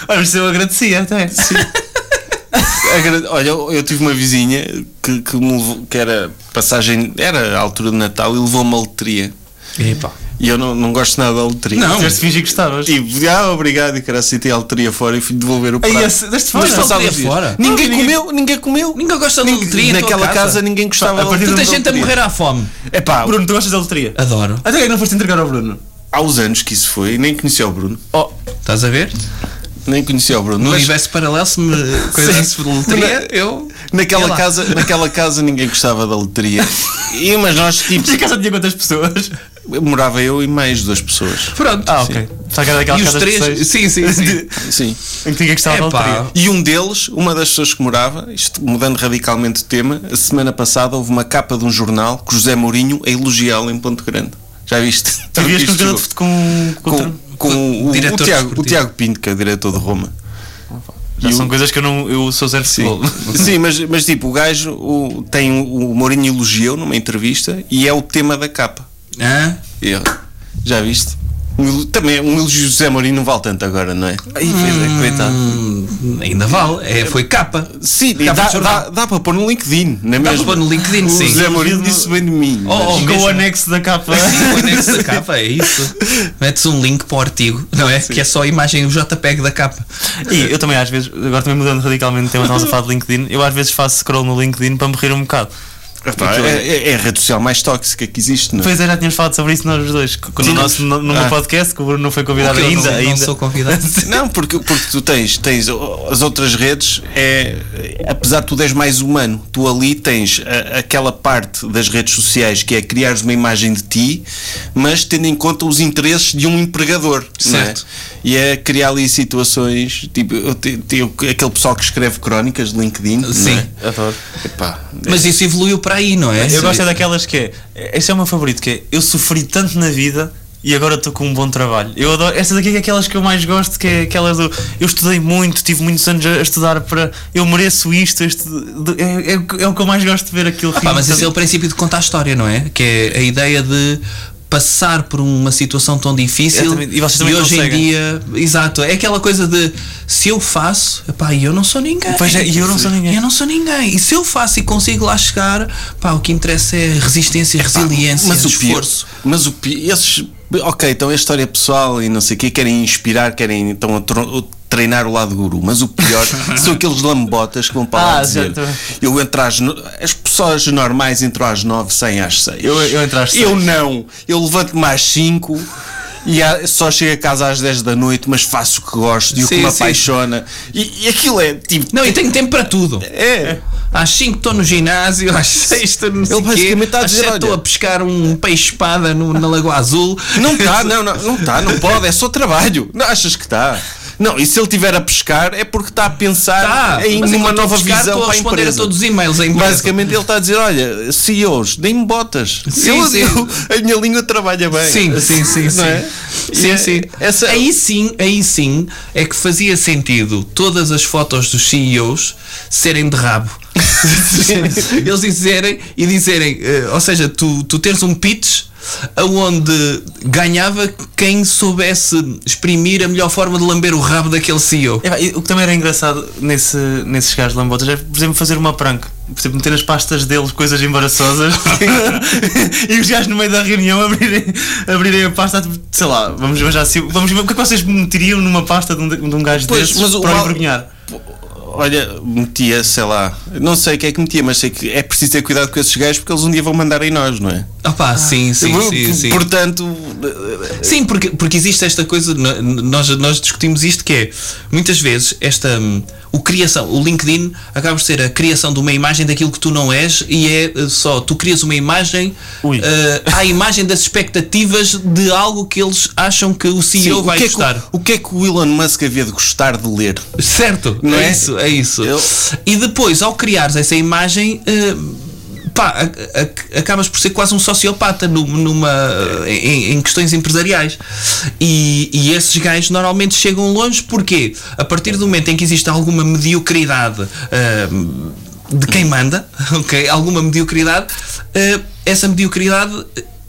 [SPEAKER 5] Olha, mas eu agradecia até.
[SPEAKER 3] Agra- Olha, eu eu tive uma vizinha que, que me levou- que era passagem, era a altura de Natal e levou uma loteria.
[SPEAKER 2] Epá.
[SPEAKER 3] E eu não, não gosto nada da loteria.
[SPEAKER 2] Não.
[SPEAKER 5] Tens de fingir que estavas.
[SPEAKER 3] Tipo, ah, obrigado, e cara, citei a loteria fora e fui devolver o prato.
[SPEAKER 5] Aí, esse- deste fora.
[SPEAKER 3] Mas
[SPEAKER 2] Deste
[SPEAKER 3] passados
[SPEAKER 2] loteria
[SPEAKER 3] os dias,
[SPEAKER 2] fora.
[SPEAKER 3] Ninguém
[SPEAKER 5] Não, ninguém-
[SPEAKER 3] comeu, ninguém comeu.
[SPEAKER 2] Ninguém gosta de
[SPEAKER 3] Ninguém-
[SPEAKER 2] loteria em tua
[SPEAKER 3] Naquela
[SPEAKER 2] casa.
[SPEAKER 3] ninguém gostava
[SPEAKER 5] A partir
[SPEAKER 2] Tu
[SPEAKER 5] do
[SPEAKER 2] tens gente a morrer à fome.
[SPEAKER 3] É pá,
[SPEAKER 5] Bruno, tu gostas da loteria?
[SPEAKER 2] Adoro.
[SPEAKER 5] Até que é que não foste entregar ao Bruno?
[SPEAKER 3] há uns anos que isso foi, nem conhecia o Bruno.
[SPEAKER 5] Oh,
[SPEAKER 2] Estás a ver?
[SPEAKER 3] Nem conhecia o Bruno.
[SPEAKER 2] No
[SPEAKER 3] mas
[SPEAKER 2] universo paralelo, se [LAUGHS] me coisasse por loteria,
[SPEAKER 3] Na-
[SPEAKER 2] eu. ia
[SPEAKER 3] naquela
[SPEAKER 2] lá.
[SPEAKER 3] casa, naquela casa ninguém gostava da loteria. E, mas nós, tipo,
[SPEAKER 5] a casa tinha quantas pessoas?
[SPEAKER 3] morava eu e mais duas pessoas.
[SPEAKER 2] Pronto.
[SPEAKER 5] Ah, ok. Só que era daquelas
[SPEAKER 2] É. E os
[SPEAKER 5] casas de
[SPEAKER 2] três.
[SPEAKER 5] seis
[SPEAKER 2] Sim, sim, [LAUGHS] sim.
[SPEAKER 3] Sim.
[SPEAKER 5] em que tinha que estar
[SPEAKER 2] Epá.
[SPEAKER 5] na loteria.
[SPEAKER 3] E um deles, uma das pessoas que morava, isto mudando radicalmente de tema, a semana passada houve uma capa de um jornal com José Mourinho a elogiá-lo em Ponto Grande. Já viste?
[SPEAKER 5] Tu vias com o
[SPEAKER 3] Então, Isto-
[SPEAKER 5] jogador de fute- com, com,
[SPEAKER 3] com, com o, o
[SPEAKER 2] Diretor
[SPEAKER 3] Tiago,
[SPEAKER 2] desportivo.
[SPEAKER 3] o Tiago Pinto, que é diretor de Roma.
[SPEAKER 5] Já
[SPEAKER 3] e o-
[SPEAKER 5] são coisas que eu não. Eu sou zero
[SPEAKER 3] Sim,
[SPEAKER 5] [LAUGHS] futebol.
[SPEAKER 3] Sim mas, mas tipo, o gajo o, tem o, o Mourinho elogiou numa entrevista e é o tema da capa.
[SPEAKER 2] Hã?
[SPEAKER 3] E eu, já viste? Um elo- Também um elogio de José Mourinho não vale tanto agora, não é? Ai, pois é, coitado.
[SPEAKER 2] Hum, ainda vale. É, foi capa.
[SPEAKER 3] Sim,
[SPEAKER 2] Capa
[SPEAKER 3] dá,
[SPEAKER 2] de jornal.
[SPEAKER 3] dá, dá para pôr no LinkedIn, não é
[SPEAKER 2] Dá
[SPEAKER 3] mesmo?
[SPEAKER 2] para pôr no LinkedIn,
[SPEAKER 3] o
[SPEAKER 2] sim.
[SPEAKER 3] José Mourinho disse bem de mim.
[SPEAKER 2] Oh, oh,
[SPEAKER 5] com
[SPEAKER 2] mesmo.
[SPEAKER 5] o anexo da capa.
[SPEAKER 2] Sim, o anexo da capa, é isso. Metes um link para o artigo, não é? Que é só a imagem, o JPEG da capa.
[SPEAKER 5] [LAUGHS] E eu também às vezes, agora também mudando radicalmente o tema, estamos a falar de LinkedIn, eu às vezes faço scroll no LinkedIn para me rir um bocado.
[SPEAKER 3] Epá, é, é- é a rede social mais tóxica que existe, não é?
[SPEAKER 5] Pois é, já tínhamos falado sobre isso nós os dois, c- no,
[SPEAKER 3] Tínhamos.
[SPEAKER 5] nosso, no, no meu
[SPEAKER 3] Ah.
[SPEAKER 5] podcast, que o Bruno não foi convidado
[SPEAKER 2] Porque eu
[SPEAKER 5] ainda.
[SPEAKER 2] não, não
[SPEAKER 5] ainda.
[SPEAKER 2] sou
[SPEAKER 5] [LAUGHS]
[SPEAKER 2] convidado.
[SPEAKER 3] Não, porque, porque tu tens, tens o- as outras redes, é, apesar de tu és mais humano, tu ali tens a- aquela parte das redes sociais que é criares uma imagem de ti, mas tendo em conta os interesses de um empregador, não é?
[SPEAKER 2] Certo.
[SPEAKER 3] E é criar ali situações, tipo, eu te- tenho aquele pessoal que escreve crónicas de LinkedIn,
[SPEAKER 2] Sim.
[SPEAKER 3] Não é?
[SPEAKER 5] Adoro.
[SPEAKER 3] Epá,
[SPEAKER 2] Mas isso evoluiu para aí, não é?
[SPEAKER 5] Eu gosto é daquelas que é. Esse é o meu favorito, que é eu sofri tanto na vida e agora estou com um bom trabalho. Eu adoro. Estas aqui é aquelas que eu mais gosto, que é aquelas do. Eu estudei muito, tive muitos anos a a estudar para. Eu mereço isto. Este, é, é o que- é o que eu mais gosto de ver aquilo
[SPEAKER 2] Ah, pá, mas esse é o
[SPEAKER 5] rindo.
[SPEAKER 2] princípio de contar a história, não é? Que é a ideia de passar por uma situação tão difícil
[SPEAKER 5] Exatamente. E vocês também
[SPEAKER 2] hoje
[SPEAKER 5] conseguem.
[SPEAKER 2] em dia exato é aquela coisa de se eu faço epá, eu não sou ninguém
[SPEAKER 5] Pois é, e eu não sou ninguém.
[SPEAKER 2] eu não sou ninguém e se eu faço e consigo lá chegar pá, o que interessa é resistência
[SPEAKER 5] é
[SPEAKER 2] resiliência
[SPEAKER 3] mas o pior,
[SPEAKER 2] esforço
[SPEAKER 3] mas o pior, esses, ok, então é história pessoal e não sei o quê, querem inspirar, querem então a tro- a treinar o lado guru, mas o
[SPEAKER 5] [LAUGHS]
[SPEAKER 3] pior são aqueles lambotas que vão para lá
[SPEAKER 5] Ah,
[SPEAKER 3] dizer,
[SPEAKER 5] já tô-
[SPEAKER 3] eu entro às, no- as pessoas normais entram às nove, saem às seis.
[SPEAKER 5] Eu- eu entro às
[SPEAKER 3] Eu
[SPEAKER 5] seis.
[SPEAKER 3] não, eu levanto-me às cinco e a- só chego a casa às dez da noite, mas faço o que gosto e o que
[SPEAKER 2] Sim,
[SPEAKER 3] me
[SPEAKER 2] sim.
[SPEAKER 3] apaixona. E, e aquilo é tipo...
[SPEAKER 2] não e tenho tempo para tudo
[SPEAKER 3] É,
[SPEAKER 2] às 5 estou no ginásio, às 6 estou no
[SPEAKER 3] Ele basicamente está a dizer,
[SPEAKER 2] estou a
[SPEAKER 3] olha-
[SPEAKER 2] pescar um peixe-espada no- na Lagoa Azul.
[SPEAKER 3] Não está, não, não, não está, não pode, é só trabalho. Não achas que está? Não, e se ele estiver a pescar é porque está a pensar
[SPEAKER 2] Tá,
[SPEAKER 3] em
[SPEAKER 2] mas
[SPEAKER 3] é uma
[SPEAKER 2] enquanto
[SPEAKER 3] nova
[SPEAKER 2] pescar,
[SPEAKER 3] visão
[SPEAKER 2] estou a
[SPEAKER 3] para a
[SPEAKER 2] responder
[SPEAKER 3] empresa.
[SPEAKER 2] a todos os e-mails. é A empresa.
[SPEAKER 3] Basicamente ele está a dizer, olha, CEOs, deem-me botas.
[SPEAKER 2] Sim,
[SPEAKER 3] Eu-
[SPEAKER 2] sim.
[SPEAKER 3] eu- a minha língua trabalha bem.
[SPEAKER 2] Sim, sim, sim, sim.
[SPEAKER 3] Não é?
[SPEAKER 2] Sim,
[SPEAKER 3] E é-
[SPEAKER 2] sim.
[SPEAKER 3] Essa,
[SPEAKER 2] Aí sim, aí sim é que fazia sentido todas as fotos dos CEOs serem de
[SPEAKER 3] [LAUGHS]
[SPEAKER 2] rabo. Eles dizerem e dizerem, eh, ou seja, tu, tu teres um pitch onde ganhava quem soubesse exprimir a melhor forma de lamber o rabo daquele CEO.
[SPEAKER 5] É, pá, e o que também era engraçado nesse, nesses gajos de lambotas é, por exemplo, fazer uma prank. Por exemplo, meter nas pastas deles coisas embaraçosas [LAUGHS] e os gajos no meio da reunião abrirem, abrirem a pasta, tipo, sei lá, vamos ver já se. Vamos ver o que é que vocês meteriam numa pasta de um, de um gajo
[SPEAKER 3] Pois,
[SPEAKER 5] desses
[SPEAKER 3] mas o
[SPEAKER 5] para o
[SPEAKER 3] mal-
[SPEAKER 5] envergonhar.
[SPEAKER 3] olha, metia, sei lá, não sei o que é que metia, mas sei que é preciso ter cuidado com esses gajos porque eles um dia vão mandar em nós, não é?
[SPEAKER 2] Opa, sim, sim, sim, sim.
[SPEAKER 3] Portanto,
[SPEAKER 2] Sim, porque, porque existe esta coisa, n- n- nós, nós discutimos isto que é muitas vezes esta hum, o criação, o LinkedIn acaba por ser a criação de uma imagem daquilo que tu não és e é eh, só tu crias uma imagem
[SPEAKER 5] Ui.
[SPEAKER 2] eh, à imagem das expectativas de algo que eles acham que o
[SPEAKER 3] sim,
[SPEAKER 2] CEO
[SPEAKER 3] o,
[SPEAKER 2] vai
[SPEAKER 3] que é que,
[SPEAKER 2] gostar.
[SPEAKER 3] o- o que é que o Elon Musk havia de gostar de ler?
[SPEAKER 2] Certo,
[SPEAKER 3] Não
[SPEAKER 2] é,
[SPEAKER 3] é?
[SPEAKER 2] isso, é isso.
[SPEAKER 3] Eu-
[SPEAKER 2] E depois, ao criares essa imagem, eh, pá, a- a- acabas por ser quase um sociopata nu- numa, em, em questões empresariais. E, e esses gajos normalmente chegam longe porque, a partir do momento em que existe alguma mediocridade. eh, de quem manda, [LAUGHS] ok? Alguma mediocridade, eh, essa mediocridade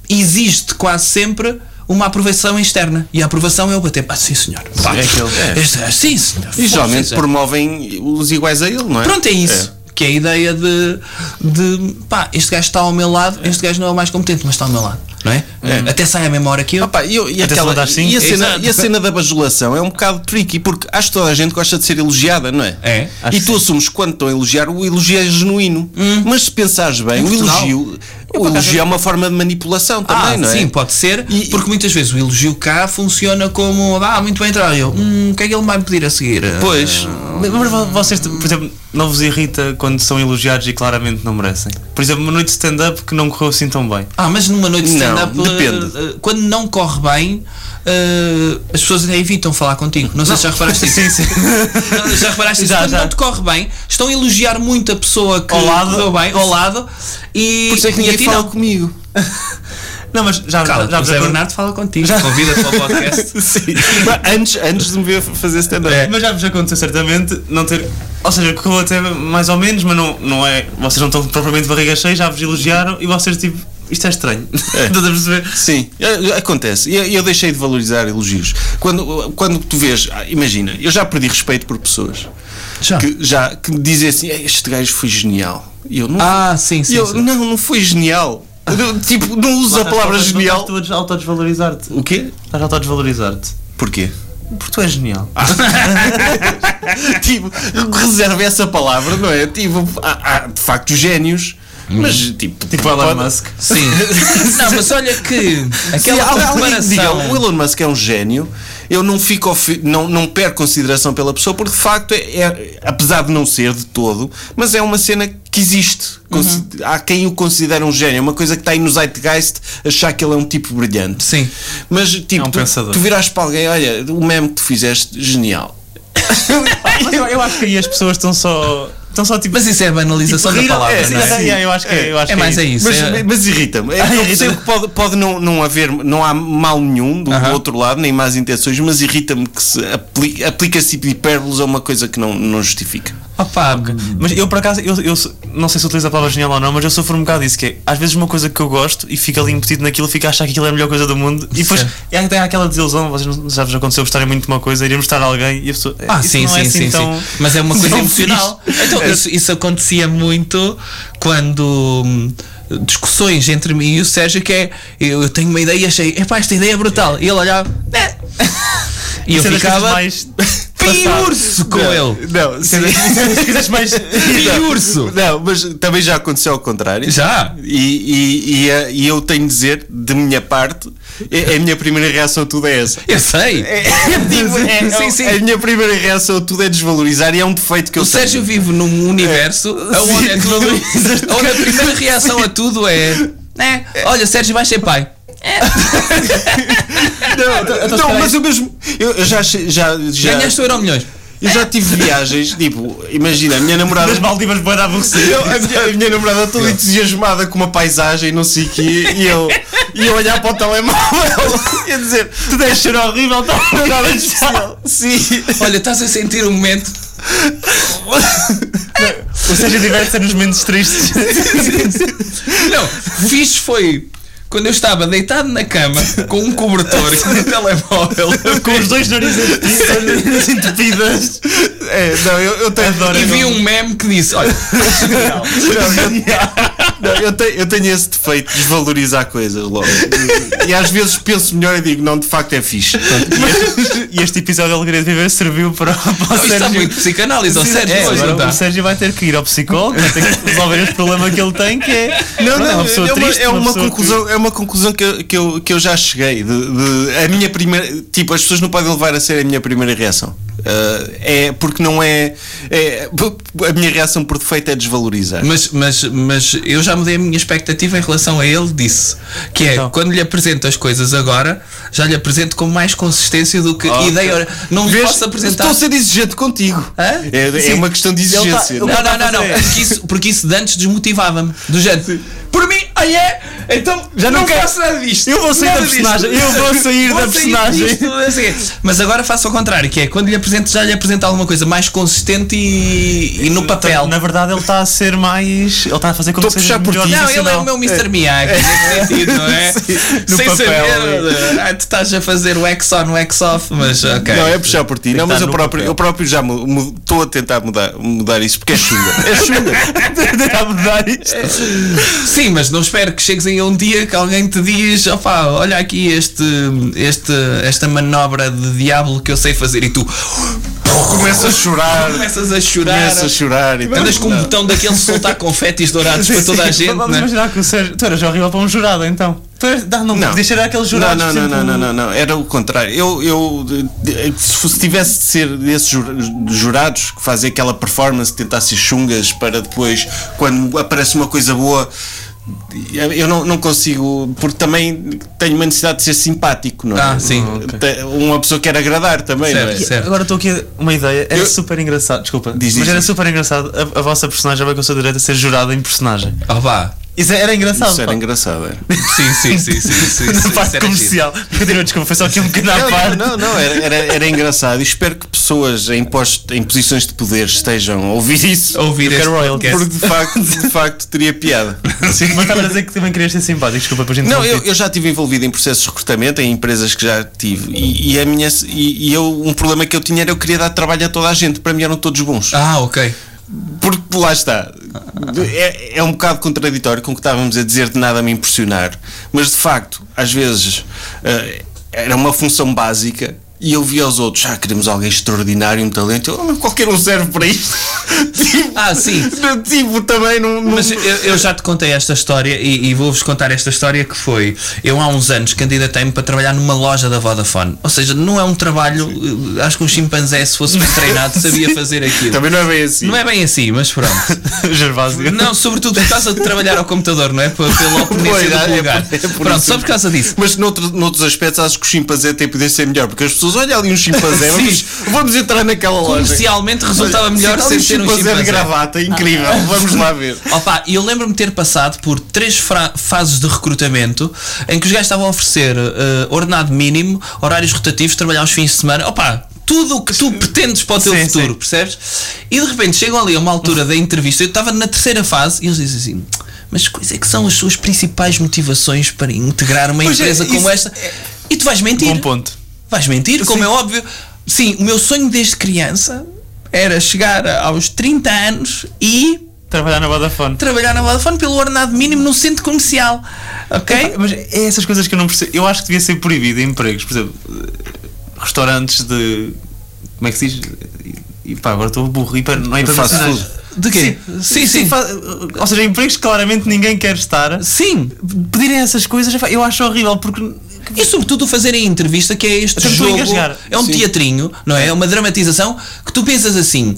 [SPEAKER 2] existe quase sempre uma aprovação externa. E a aprovação é o bater, pá, sim senhor. Pá,
[SPEAKER 3] É aquele- é.
[SPEAKER 2] este- ah, sim, senhor.
[SPEAKER 3] E geralmente
[SPEAKER 2] Força.
[SPEAKER 3] promovem os iguais a ele, não é?
[SPEAKER 2] Pronto, é isso. Que é a ideia de, de pá, este gajo está ao meu lado, este gajo não é o mais competente, mas está ao meu lado. não é? Até sai à mesma hora que eu.
[SPEAKER 3] É. Opa, Ah, e eu- e,
[SPEAKER 5] Atenção
[SPEAKER 3] aquela,
[SPEAKER 5] das cinco.
[SPEAKER 3] e, a cena,
[SPEAKER 2] Exato.
[SPEAKER 3] e a cena da bajulação é um bocado tricky, porque acho que toda a gente gosta de ser elogiada, não é?
[SPEAKER 2] É,
[SPEAKER 5] acho
[SPEAKER 3] E
[SPEAKER 5] que
[SPEAKER 3] tu assumes que quando estão a elogiar, o elogio é genuíno. Mas se pensares bem,
[SPEAKER 2] Hum. Em
[SPEAKER 3] o
[SPEAKER 2] Portugal.
[SPEAKER 3] elogio, o elogio é uma forma de manipulação também,
[SPEAKER 2] ah,
[SPEAKER 3] não é?
[SPEAKER 2] sim, pode ser,
[SPEAKER 3] E-
[SPEAKER 2] porque muitas vezes o elogio cá funciona como ah, muito bem trabalho, hum, o que é que ele vai me pedir a seguir?
[SPEAKER 3] Pois.
[SPEAKER 2] Ah.
[SPEAKER 5] Mas vo- vocês, por exemplo, não vos irrita quando são elogiados e claramente não merecem? Por exemplo, uma noite de stand-up que não correu assim tão bem.
[SPEAKER 2] Ah, mas numa noite de
[SPEAKER 3] Não,
[SPEAKER 2] stand-up, eh,
[SPEAKER 3] depende.
[SPEAKER 2] eh, quando não corre bem, eh, as pessoas até evitam falar contigo. Não sei se já reparaste isso.
[SPEAKER 5] Sim, sim.
[SPEAKER 2] Não, já reparaste isso?
[SPEAKER 5] Já,
[SPEAKER 2] Quando
[SPEAKER 5] já.
[SPEAKER 2] não te corre bem, estão a elogiar muito a pessoa que
[SPEAKER 5] Ao lado.
[SPEAKER 2] correu bem, ao lado, e,
[SPEAKER 3] Por isso é que
[SPEAKER 2] e a
[SPEAKER 3] ninguém
[SPEAKER 2] ti
[SPEAKER 3] fala
[SPEAKER 2] não.
[SPEAKER 3] comigo.
[SPEAKER 5] Não, mas já
[SPEAKER 2] Cala,
[SPEAKER 5] já,
[SPEAKER 2] José
[SPEAKER 5] já
[SPEAKER 2] Bernardo fala contigo, convida-te ao [LAUGHS] podcast.
[SPEAKER 3] Sim. antes, antes de me ver fazer stand-up.
[SPEAKER 2] É.
[SPEAKER 5] Mas já vos aconteceu certamente não ter. Ou seja, correu até mais ou menos, mas não, não é. Vocês não estão propriamente de barriga cheia, já vos elogiaram e vocês tipo. Isto é estranho. [LAUGHS] Estás a perceber?
[SPEAKER 3] Sim, é, acontece. E Eu, eu deixei de valorizar elogios. Quando, quando tu vês, ah, imagina, eu já perdi respeito por pessoas
[SPEAKER 2] Já.
[SPEAKER 3] que, já, que me dizem assim: "Ei, este gajo foi genial. E eu não
[SPEAKER 2] Ah, sim,
[SPEAKER 3] E
[SPEAKER 2] sim.
[SPEAKER 3] eu,
[SPEAKER 2] sim.
[SPEAKER 3] não, não foi genial. Eu, tipo, não uso a palavra
[SPEAKER 5] Não
[SPEAKER 3] genial.
[SPEAKER 5] Estás tu a autodesvalorizar-te.
[SPEAKER 3] O quê?
[SPEAKER 5] Estás a autodesvalorizar-te.
[SPEAKER 3] Porquê?
[SPEAKER 5] Porque tu és genial.
[SPEAKER 3] Ah. tipo, reserva essa palavra, não é? Tipo, há, há, de facto gênios, mas tipo.
[SPEAKER 5] Tipo Elon
[SPEAKER 3] pode-
[SPEAKER 5] Musk.
[SPEAKER 2] Sim. [LAUGHS] não, mas olha que
[SPEAKER 3] [LAUGHS] Se
[SPEAKER 2] aquela
[SPEAKER 3] alguém
[SPEAKER 2] comparação.
[SPEAKER 3] diga, o Elon Musk é um gênio, eu não fico ofi- não, não perco consideração pela pessoa, porque de facto, é, é- apesar de não ser de todo, mas é uma cena que existe.
[SPEAKER 5] Uhum.
[SPEAKER 3] Consi- Há quem o considera um gênio, é uma coisa que está aí no Zeitgeist achar que ele é um tipo brilhante.
[SPEAKER 2] Sim.
[SPEAKER 3] Mas tipo,
[SPEAKER 5] É um
[SPEAKER 3] tu,
[SPEAKER 5] pensador.
[SPEAKER 3] tu virás para alguém, olha, o meme que tu fizeste, genial.
[SPEAKER 5] Mas eu, eu acho que aí as pessoas estão só. Estão só tipo.
[SPEAKER 2] Mas isso é a banalização
[SPEAKER 5] Tipo,
[SPEAKER 2] da palavra,
[SPEAKER 5] é,
[SPEAKER 2] não é?
[SPEAKER 5] sim, é, eu acho que é, eu acho
[SPEAKER 2] É
[SPEAKER 5] que
[SPEAKER 2] mais é isso.
[SPEAKER 3] Mas,
[SPEAKER 2] é-
[SPEAKER 3] mas irrita-me. Eu percebo que pode, pode não, não haver, não há mal nenhum do, do
[SPEAKER 2] Aham.
[SPEAKER 3] outro lado, nem más intenções, mas irrita-me que se apli- aplica-se tipo hipérboles a uma coisa que não, não justifica.
[SPEAKER 2] Opa,
[SPEAKER 5] Mas eu por acaso, eu, eu sou- não sei se utilizo a palavra genial ou não, mas eu sofro um bocado disso, que é, às vezes uma coisa que eu gosto e fico ali metido naquilo, fico a achar que aquilo é a melhor coisa do mundo e depois
[SPEAKER 2] Certo.
[SPEAKER 5] é até aquela desilusão, vocês não já vos aconteceu gostarem muito de uma coisa, irem mostrar a alguém e a pessoa
[SPEAKER 2] Ah,
[SPEAKER 5] isso
[SPEAKER 2] sim,
[SPEAKER 5] não
[SPEAKER 2] sim,
[SPEAKER 5] é assim
[SPEAKER 2] sim,
[SPEAKER 5] tão,
[SPEAKER 2] sim. Mas é uma coisa
[SPEAKER 5] tão
[SPEAKER 2] emocional.
[SPEAKER 5] fixe.
[SPEAKER 2] Então, isso, isso acontecia muito quando hum, discussões entre mim e o Sérgio que é eu, eu tenho uma ideia e achei, epá, esta ideia é brutal. E ele olhava,
[SPEAKER 5] [LAUGHS]
[SPEAKER 2] "Eh." e eu
[SPEAKER 5] Isso é das coisas
[SPEAKER 2] ficava
[SPEAKER 5] mais [LAUGHS] é
[SPEAKER 2] piurso com
[SPEAKER 3] não,
[SPEAKER 2] ele.
[SPEAKER 3] Não, sim.
[SPEAKER 2] [LAUGHS]
[SPEAKER 5] coisas mais
[SPEAKER 2] Piurso!
[SPEAKER 3] Não, mas também já aconteceu ao contrário.
[SPEAKER 2] Já?
[SPEAKER 3] E, e- e, eh, e eu tenho de dizer, de minha parte, é- é a minha primeira reação a tudo é essa.
[SPEAKER 2] Eu sei.
[SPEAKER 3] Tipo, [LAUGHS] é-
[SPEAKER 2] Sim, sim.
[SPEAKER 3] A minha primeira reação a tudo é desvalorizar e é um defeito que eu
[SPEAKER 2] O Sérgio vive num universo onde, é que
[SPEAKER 5] [LAUGHS]
[SPEAKER 2] valoriza- onde a primeira reação a tudo é. "Né? Olha, Sérgio vai ser pai. Então,
[SPEAKER 3] Não, não, mas eu mesmo. Eu eu já. che- já, já
[SPEAKER 2] Ganhaste o euro milhões.
[SPEAKER 3] eu já tive viagens, tipo, imagina, a minha namorada.
[SPEAKER 5] das Maldivas boa da aborrecer.
[SPEAKER 3] Eu- a, minha, a minha namorada toda entusiasmada com uma paisagem, não sei o quê, e eu, e eu olhar para o telemóvel [LAUGHS] e a dizer: Tu deves ser horrível, tá?
[SPEAKER 5] [LAUGHS]
[SPEAKER 3] Nada de especial. Sim.
[SPEAKER 2] Olha, estás a sentir o momento.
[SPEAKER 5] Ou seja, diversa nos momentos tristes.
[SPEAKER 2] Não, fixe foi quando eu estava deitado na cama com um
[SPEAKER 5] [LAUGHS]
[SPEAKER 2] cobertor com um telemóvel.
[SPEAKER 5] Com os dois narizes entupidos, entupidas.
[SPEAKER 3] É, não, eu, eu tenho.
[SPEAKER 5] Adoro.
[SPEAKER 2] E vi um meme que disse:
[SPEAKER 5] [LAUGHS]
[SPEAKER 2] Olha,
[SPEAKER 3] [LAUGHS] Não, eu, eu tenho, eu tenho esse defeito de desvalorizar coisas logo. E, e às vezes penso melhor e digo: Não, de facto é fixe.
[SPEAKER 5] E este episódio de Alegria de Viver serviu para, para o
[SPEAKER 2] isto está
[SPEAKER 5] Sérgio.
[SPEAKER 2] muito psicanálise, ao Sérgio,
[SPEAKER 5] É,
[SPEAKER 2] pois
[SPEAKER 5] agora
[SPEAKER 2] não está?
[SPEAKER 5] o Sérgio vai ter que ir ao psicólogo, vai ter que resolver este problema que ele tem, que é.
[SPEAKER 3] Não,
[SPEAKER 5] Pronto,
[SPEAKER 3] não,
[SPEAKER 5] é uma pessoa triste.
[SPEAKER 3] é uma
[SPEAKER 5] pessoa que-
[SPEAKER 3] conclusão, é uma conclusão que, eu- que, eu, que eu já cheguei. De, de- a minha primeira, tipo, as pessoas não podem levar a sério a minha primeira reação. Ah, é porque não é, é- A minha reação por defeito é desvalorizar.
[SPEAKER 2] Mas, mas, mas eu já mudei a minha expectativa em relação a ele disse que é
[SPEAKER 5] Então.
[SPEAKER 2] quando lhe apresento as coisas agora, já lhe apresento com mais consistência do que ideia. Ora, Não lhe
[SPEAKER 3] Vês?
[SPEAKER 2] posso apresentar.
[SPEAKER 3] Estou a ser exigente contigo.
[SPEAKER 2] Hã?
[SPEAKER 3] É, é
[SPEAKER 5] Sim.
[SPEAKER 3] uma questão de
[SPEAKER 5] Ele tá-
[SPEAKER 3] exigência.
[SPEAKER 5] ele
[SPEAKER 3] não é?
[SPEAKER 2] Não,
[SPEAKER 5] tá
[SPEAKER 2] não, não, não.
[SPEAKER 5] a fazer.
[SPEAKER 2] Porque isso, porque isso de antes desmotivava-me. Do género. Por mim, aí é. Então, já não, faço nada disto.
[SPEAKER 5] Eu vou sair
[SPEAKER 2] Nada
[SPEAKER 5] da personagem.
[SPEAKER 2] disto.
[SPEAKER 5] Eu vou
[SPEAKER 2] [LAUGHS]
[SPEAKER 5] sair da personagem.
[SPEAKER 2] disto, não sei o quê. Mas agora faço ao contrário, que é quando lhe apresento, já lhe apresento alguma coisa mais consistente e, e no papel.
[SPEAKER 5] Na verdade, ele está a ser mais. Ele está a fazer como
[SPEAKER 3] Estou a
[SPEAKER 5] seja
[SPEAKER 3] puxar por
[SPEAKER 5] melhor
[SPEAKER 3] ti.
[SPEAKER 2] Não, ele é
[SPEAKER 5] profissional.
[SPEAKER 2] o
[SPEAKER 5] [LAUGHS]
[SPEAKER 2] meu Mr. Miyagi, [LAUGHS] nesse sentido, não é?
[SPEAKER 5] no
[SPEAKER 2] Sem
[SPEAKER 5] papel,
[SPEAKER 2] saber, ah, tu estás a fazer o X on, o X off, mas ok.
[SPEAKER 3] Não, é puxar por ti. Não,
[SPEAKER 5] estar
[SPEAKER 3] mas eu
[SPEAKER 5] no
[SPEAKER 3] próprio,
[SPEAKER 5] papel.
[SPEAKER 3] eu próprio já mu- mu- estou a tentar
[SPEAKER 5] [LAUGHS]
[SPEAKER 3] mudar, mudar isso porque é chunga. É chunga.
[SPEAKER 5] Está a mudar isto.
[SPEAKER 2] Sim, mas não espero que chegues aí a um dia que alguém te diz, opá, olha aqui este, este, esta manobra de diabo que eu sei fazer e tu
[SPEAKER 3] Começa a chorar.
[SPEAKER 2] começas a chorar.
[SPEAKER 3] Começa a chorar e tal.
[SPEAKER 2] Andas com um
[SPEAKER 3] Não.
[SPEAKER 2] botão daquele soltar confetes dourados para toda a gente.
[SPEAKER 5] Vamos
[SPEAKER 2] né?
[SPEAKER 5] imaginar que o Sérgio. Tu eras horrível para um jurado então. Tu eras, não, não,
[SPEAKER 3] Não.
[SPEAKER 5] podias ser aquele jurado.
[SPEAKER 3] Não, não,
[SPEAKER 5] sempre-
[SPEAKER 3] não, não, não, não, era o contrário. Eu, eu de- de- se fosse- tivesse de ser desses jur- jurados que fazem aquela performance, tentasse chungas para depois, quando aparece uma coisa boa, eu não, não consigo, porque também tenho uma necessidade de ser simpático, não é?
[SPEAKER 2] Ah, sim.
[SPEAKER 3] Te- Uma pessoa quer agradar também, não é?
[SPEAKER 2] Certo.
[SPEAKER 5] Agora estou aqui a- uma ideia, era
[SPEAKER 3] Eu-
[SPEAKER 5] super engraçado, desculpa,
[SPEAKER 3] Diz, diz,
[SPEAKER 5] mas era
[SPEAKER 3] diz.
[SPEAKER 5] super engraçado a, a vossa personagem, agora que eu sou direito, a ser jurada em personagem.
[SPEAKER 2] Ah, vá.
[SPEAKER 5] Isso é- era engraçado.
[SPEAKER 3] Isso era
[SPEAKER 5] pá.
[SPEAKER 2] [LAUGHS]
[SPEAKER 3] engraçado. Era.
[SPEAKER 2] Sim, sim, sim, sim, sim, sim,
[SPEAKER 5] Na
[SPEAKER 2] sim,
[SPEAKER 5] parte
[SPEAKER 2] isso era giro.
[SPEAKER 5] comercial. Continua, desculpa, foi só aqui um bocadinho à parte.
[SPEAKER 3] Não, não, não, não, é- era, era, era engraçado. E espero que pessoas em, posto, em posições de poder estejam a ouvir isso,
[SPEAKER 2] Ouvir
[SPEAKER 5] Eu
[SPEAKER 2] este
[SPEAKER 5] quero royalties.
[SPEAKER 2] podcast.
[SPEAKER 3] porque de facto, de [LAUGHS] facto teria piada. Então, tipo,
[SPEAKER 5] Sim, mas estava a dizer que também querias ser simpático, desculpa, para a gente
[SPEAKER 3] Não, eu, eu já estive envolvido em processos de recrutamento, em empresas que já tive, e, e a minha, e, e eu, um problema que eu tinha era eu queria dar trabalho a toda a gente, para mim eram todos bons.
[SPEAKER 2] Ah, ok.
[SPEAKER 3] Porque lá está, é, é um bocado contraditório com o que estávamos a dizer de nada me impressionar, mas de facto, às vezes, eh, era uma função básica. E eu via os outros, ah, queremos alguém extraordinário, um talento. Eu, "Ah, mas qualquer um serve para isto. [LAUGHS] tipo,
[SPEAKER 2] Ah, sim.
[SPEAKER 3] [LAUGHS] tipo, também não. não-
[SPEAKER 2] Mas eu, eu já te contei esta história e, e vou-vos contar esta história que foi. Eu há uns anos candidatei-me para trabalhar numa loja da Vodafone. Ou seja, não é um trabalho. eh, Acho que um chimpanzé, se fosse bem
[SPEAKER 3] [LAUGHS]
[SPEAKER 2] treinado, sabia fazer aquilo.
[SPEAKER 3] Também não é bem assim.
[SPEAKER 2] Não é bem assim, mas pronto.
[SPEAKER 5] eu... [LAUGHS] Gervásio.
[SPEAKER 2] Não, sobretudo por causa de trabalhar ao computador, não é? P- Pela opinião
[SPEAKER 3] Pois, é,
[SPEAKER 2] do lugar.
[SPEAKER 3] é por- é por
[SPEAKER 2] Pronto,
[SPEAKER 3] isso.
[SPEAKER 2] só por causa disso.
[SPEAKER 3] [LAUGHS] Mas noutro, noutros aspectos acho que o chimpanzé tem poder ser melhor, porque as pessoas olham ali um chimpanzé,
[SPEAKER 2] [LAUGHS] Sim.
[SPEAKER 3] vamos, vamos entrar naquela loja.
[SPEAKER 2] Comercialmente resultava
[SPEAKER 3] Olha,
[SPEAKER 2] melhor
[SPEAKER 3] se
[SPEAKER 2] sem
[SPEAKER 3] dá
[SPEAKER 2] ser um
[SPEAKER 3] de
[SPEAKER 2] chimpanzé.
[SPEAKER 3] gravata, incrível, vamos lá ver.
[SPEAKER 2] Opa, e eu lembro-me de ter passado por três fra- fases de recrutamento em que os gajos estavam a oferecer eh, ordenado mínimo, horários rotativos, trabalhar os fins de semana. Opa, tudo o que tu pretendes para o teu
[SPEAKER 5] Sim,
[SPEAKER 2] futuro,
[SPEAKER 5] sim.
[SPEAKER 2] percebes? E de repente chegam ali a uma altura da entrevista, eu estava na terceira fase e eles dizem assim. Mas quais é que são as suas principais motivações para integrar uma
[SPEAKER 5] Pois é,
[SPEAKER 2] empresa como
[SPEAKER 5] isso- é um
[SPEAKER 2] esta? E tu vais mentir.
[SPEAKER 5] Bom ponto.
[SPEAKER 2] Vais mentir, como é óbvio. Sim, o meu sonho desde criança era chegar aos 30 anos e
[SPEAKER 5] Trabalhar na Vodafone.
[SPEAKER 2] trabalhar na Vodafone pelo ordenado mínimo no centro comercial. Ok?
[SPEAKER 5] Epá, Mas é essas coisas que eu não percebo. Eu acho que devia ser proibido em empregos, por exemplo, eh, restaurantes de. Como é que se diz? E pá, agora estou burro. Hiper, não é
[SPEAKER 3] Fast
[SPEAKER 5] internacionais.
[SPEAKER 2] De quê? Sim,
[SPEAKER 5] Sim, sim.
[SPEAKER 2] sim.
[SPEAKER 5] fa- Ou seja, empregos que claramente ninguém quer estar.
[SPEAKER 2] Sim.
[SPEAKER 5] Pedirem essas coisas, epá, eu acho horrível porque.
[SPEAKER 2] E sobretudo fazerem entrevista, que é este
[SPEAKER 5] Até me estou a
[SPEAKER 2] jogo.
[SPEAKER 5] engasgar.
[SPEAKER 2] É um
[SPEAKER 5] Sim.
[SPEAKER 2] teatrinho, não é? É uma dramatização que tu pensas assim.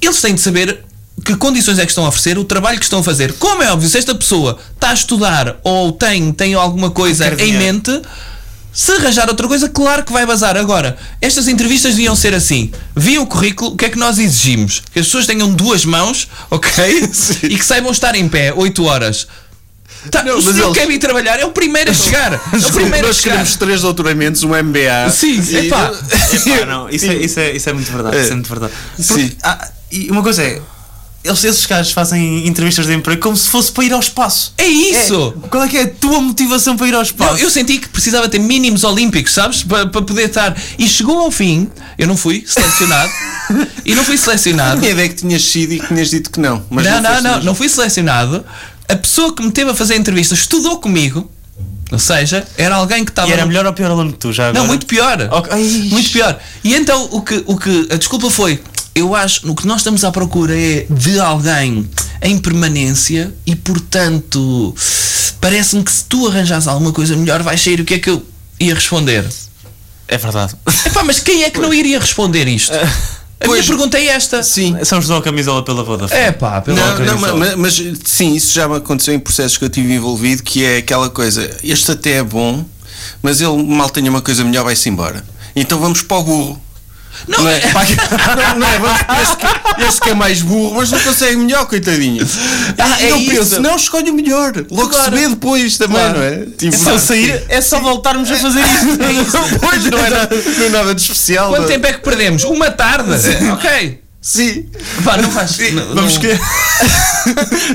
[SPEAKER 2] Eles têm de saber que condições é que estão a oferecer, o trabalho que estão a fazer. Como é óbvio, se esta pessoa está a estudar ou tem, tem alguma coisa
[SPEAKER 5] Quer
[SPEAKER 2] em
[SPEAKER 5] dinheiro.
[SPEAKER 2] mente. Se arranjar outra coisa, claro que vai bazar. Agora, estas entrevistas deviam ser assim. Viam o currículo, o que é que nós exigimos? Que as pessoas tenham duas mãos, [LAUGHS] ok? E que saibam estar em pé 8 horas. Tá, o senhor
[SPEAKER 3] eles-
[SPEAKER 2] quer vir trabalhar, é o primeiro a chegar.
[SPEAKER 5] [LAUGHS]
[SPEAKER 2] É o primeiro a
[SPEAKER 3] Nós
[SPEAKER 2] chegar.
[SPEAKER 3] queremos três doutoramentos, um MBA.
[SPEAKER 2] Sim,
[SPEAKER 3] E-
[SPEAKER 2] epá.
[SPEAKER 5] Epá, [LAUGHS] não, isso, é, isso, é, isso é muito verdade.
[SPEAKER 3] É.
[SPEAKER 5] Isso é muito verdade. Porque,
[SPEAKER 3] Sim.
[SPEAKER 5] ah, e uma coisa é. Eles, esses gajos fazem entrevistas de emprego como se fosse para ir ao espaço.
[SPEAKER 2] É isso!
[SPEAKER 5] É, qual é que é a tua motivação para ir ao espaço?
[SPEAKER 2] Não, eu senti que precisava ter mínimos olímpicos, sabes? Para poder estar. E chegou ao fim, eu não fui selecionado. e não fui
[SPEAKER 3] A
[SPEAKER 2] selecionado.
[SPEAKER 3] minha ideia é que tinhas sido e que tinhas dito que não. Mas
[SPEAKER 2] Ah, não, não,
[SPEAKER 3] não,
[SPEAKER 2] não,
[SPEAKER 3] foste
[SPEAKER 2] não,
[SPEAKER 3] mesmo.
[SPEAKER 2] fui selecionado. A pessoa que me teve a fazer a entrevista estudou comigo. Ou seja, era alguém que estava.
[SPEAKER 5] E era
[SPEAKER 2] no-
[SPEAKER 5] melhor ou pior aluno que tu já agora?
[SPEAKER 2] Não, muito pior.
[SPEAKER 5] Ok. Ai,
[SPEAKER 2] Muito pior. E então o que, o que a desculpa foi, eu acho, o que nós estamos à procura é de alguém em permanência e portanto parece-me que se tu arranjas alguma coisa melhor vais sair. O que é que eu ia
[SPEAKER 3] [LAUGHS]
[SPEAKER 2] responder?
[SPEAKER 5] É verdade.
[SPEAKER 2] Epá, mas quem é que não iria responder isto? A minha
[SPEAKER 3] Ah. Pois.
[SPEAKER 2] pergunta é esta.
[SPEAKER 3] Sim.
[SPEAKER 5] [LAUGHS] São José Camisola pela Vodafone.
[SPEAKER 2] É pá, pelo amor
[SPEAKER 3] Não,
[SPEAKER 2] de Deus.
[SPEAKER 3] não, ma- ma- mas, sim, isso já me aconteceu em processos que eu tive envolvido, que é aquela coisa, este até é bom, mas ele mal tem uma coisa melhor, vai-se embora. Então vamos para o burro.
[SPEAKER 2] Não,
[SPEAKER 3] é, pá, que- não, não é, vamos para este, que, este que é mais burro, mas não consegue o melhor, coitadinho.
[SPEAKER 2] Ah, é
[SPEAKER 3] não
[SPEAKER 2] isso.
[SPEAKER 3] penso, não, escolhe o melhor. Logo
[SPEAKER 2] Claro.
[SPEAKER 3] se vê depois também, não é? Tipo,
[SPEAKER 5] só
[SPEAKER 3] [LAUGHS]
[SPEAKER 5] sair, é só voltarmos a fazer isto.
[SPEAKER 3] Pois, não é nada, não é nada de especial.
[SPEAKER 2] Quanto
[SPEAKER 3] não é?
[SPEAKER 2] tempo é que perdemos? Uma tarde? Ok.
[SPEAKER 3] Sim.
[SPEAKER 2] Pá, não faz. não-
[SPEAKER 5] Vamos
[SPEAKER 2] não-
[SPEAKER 5] querer.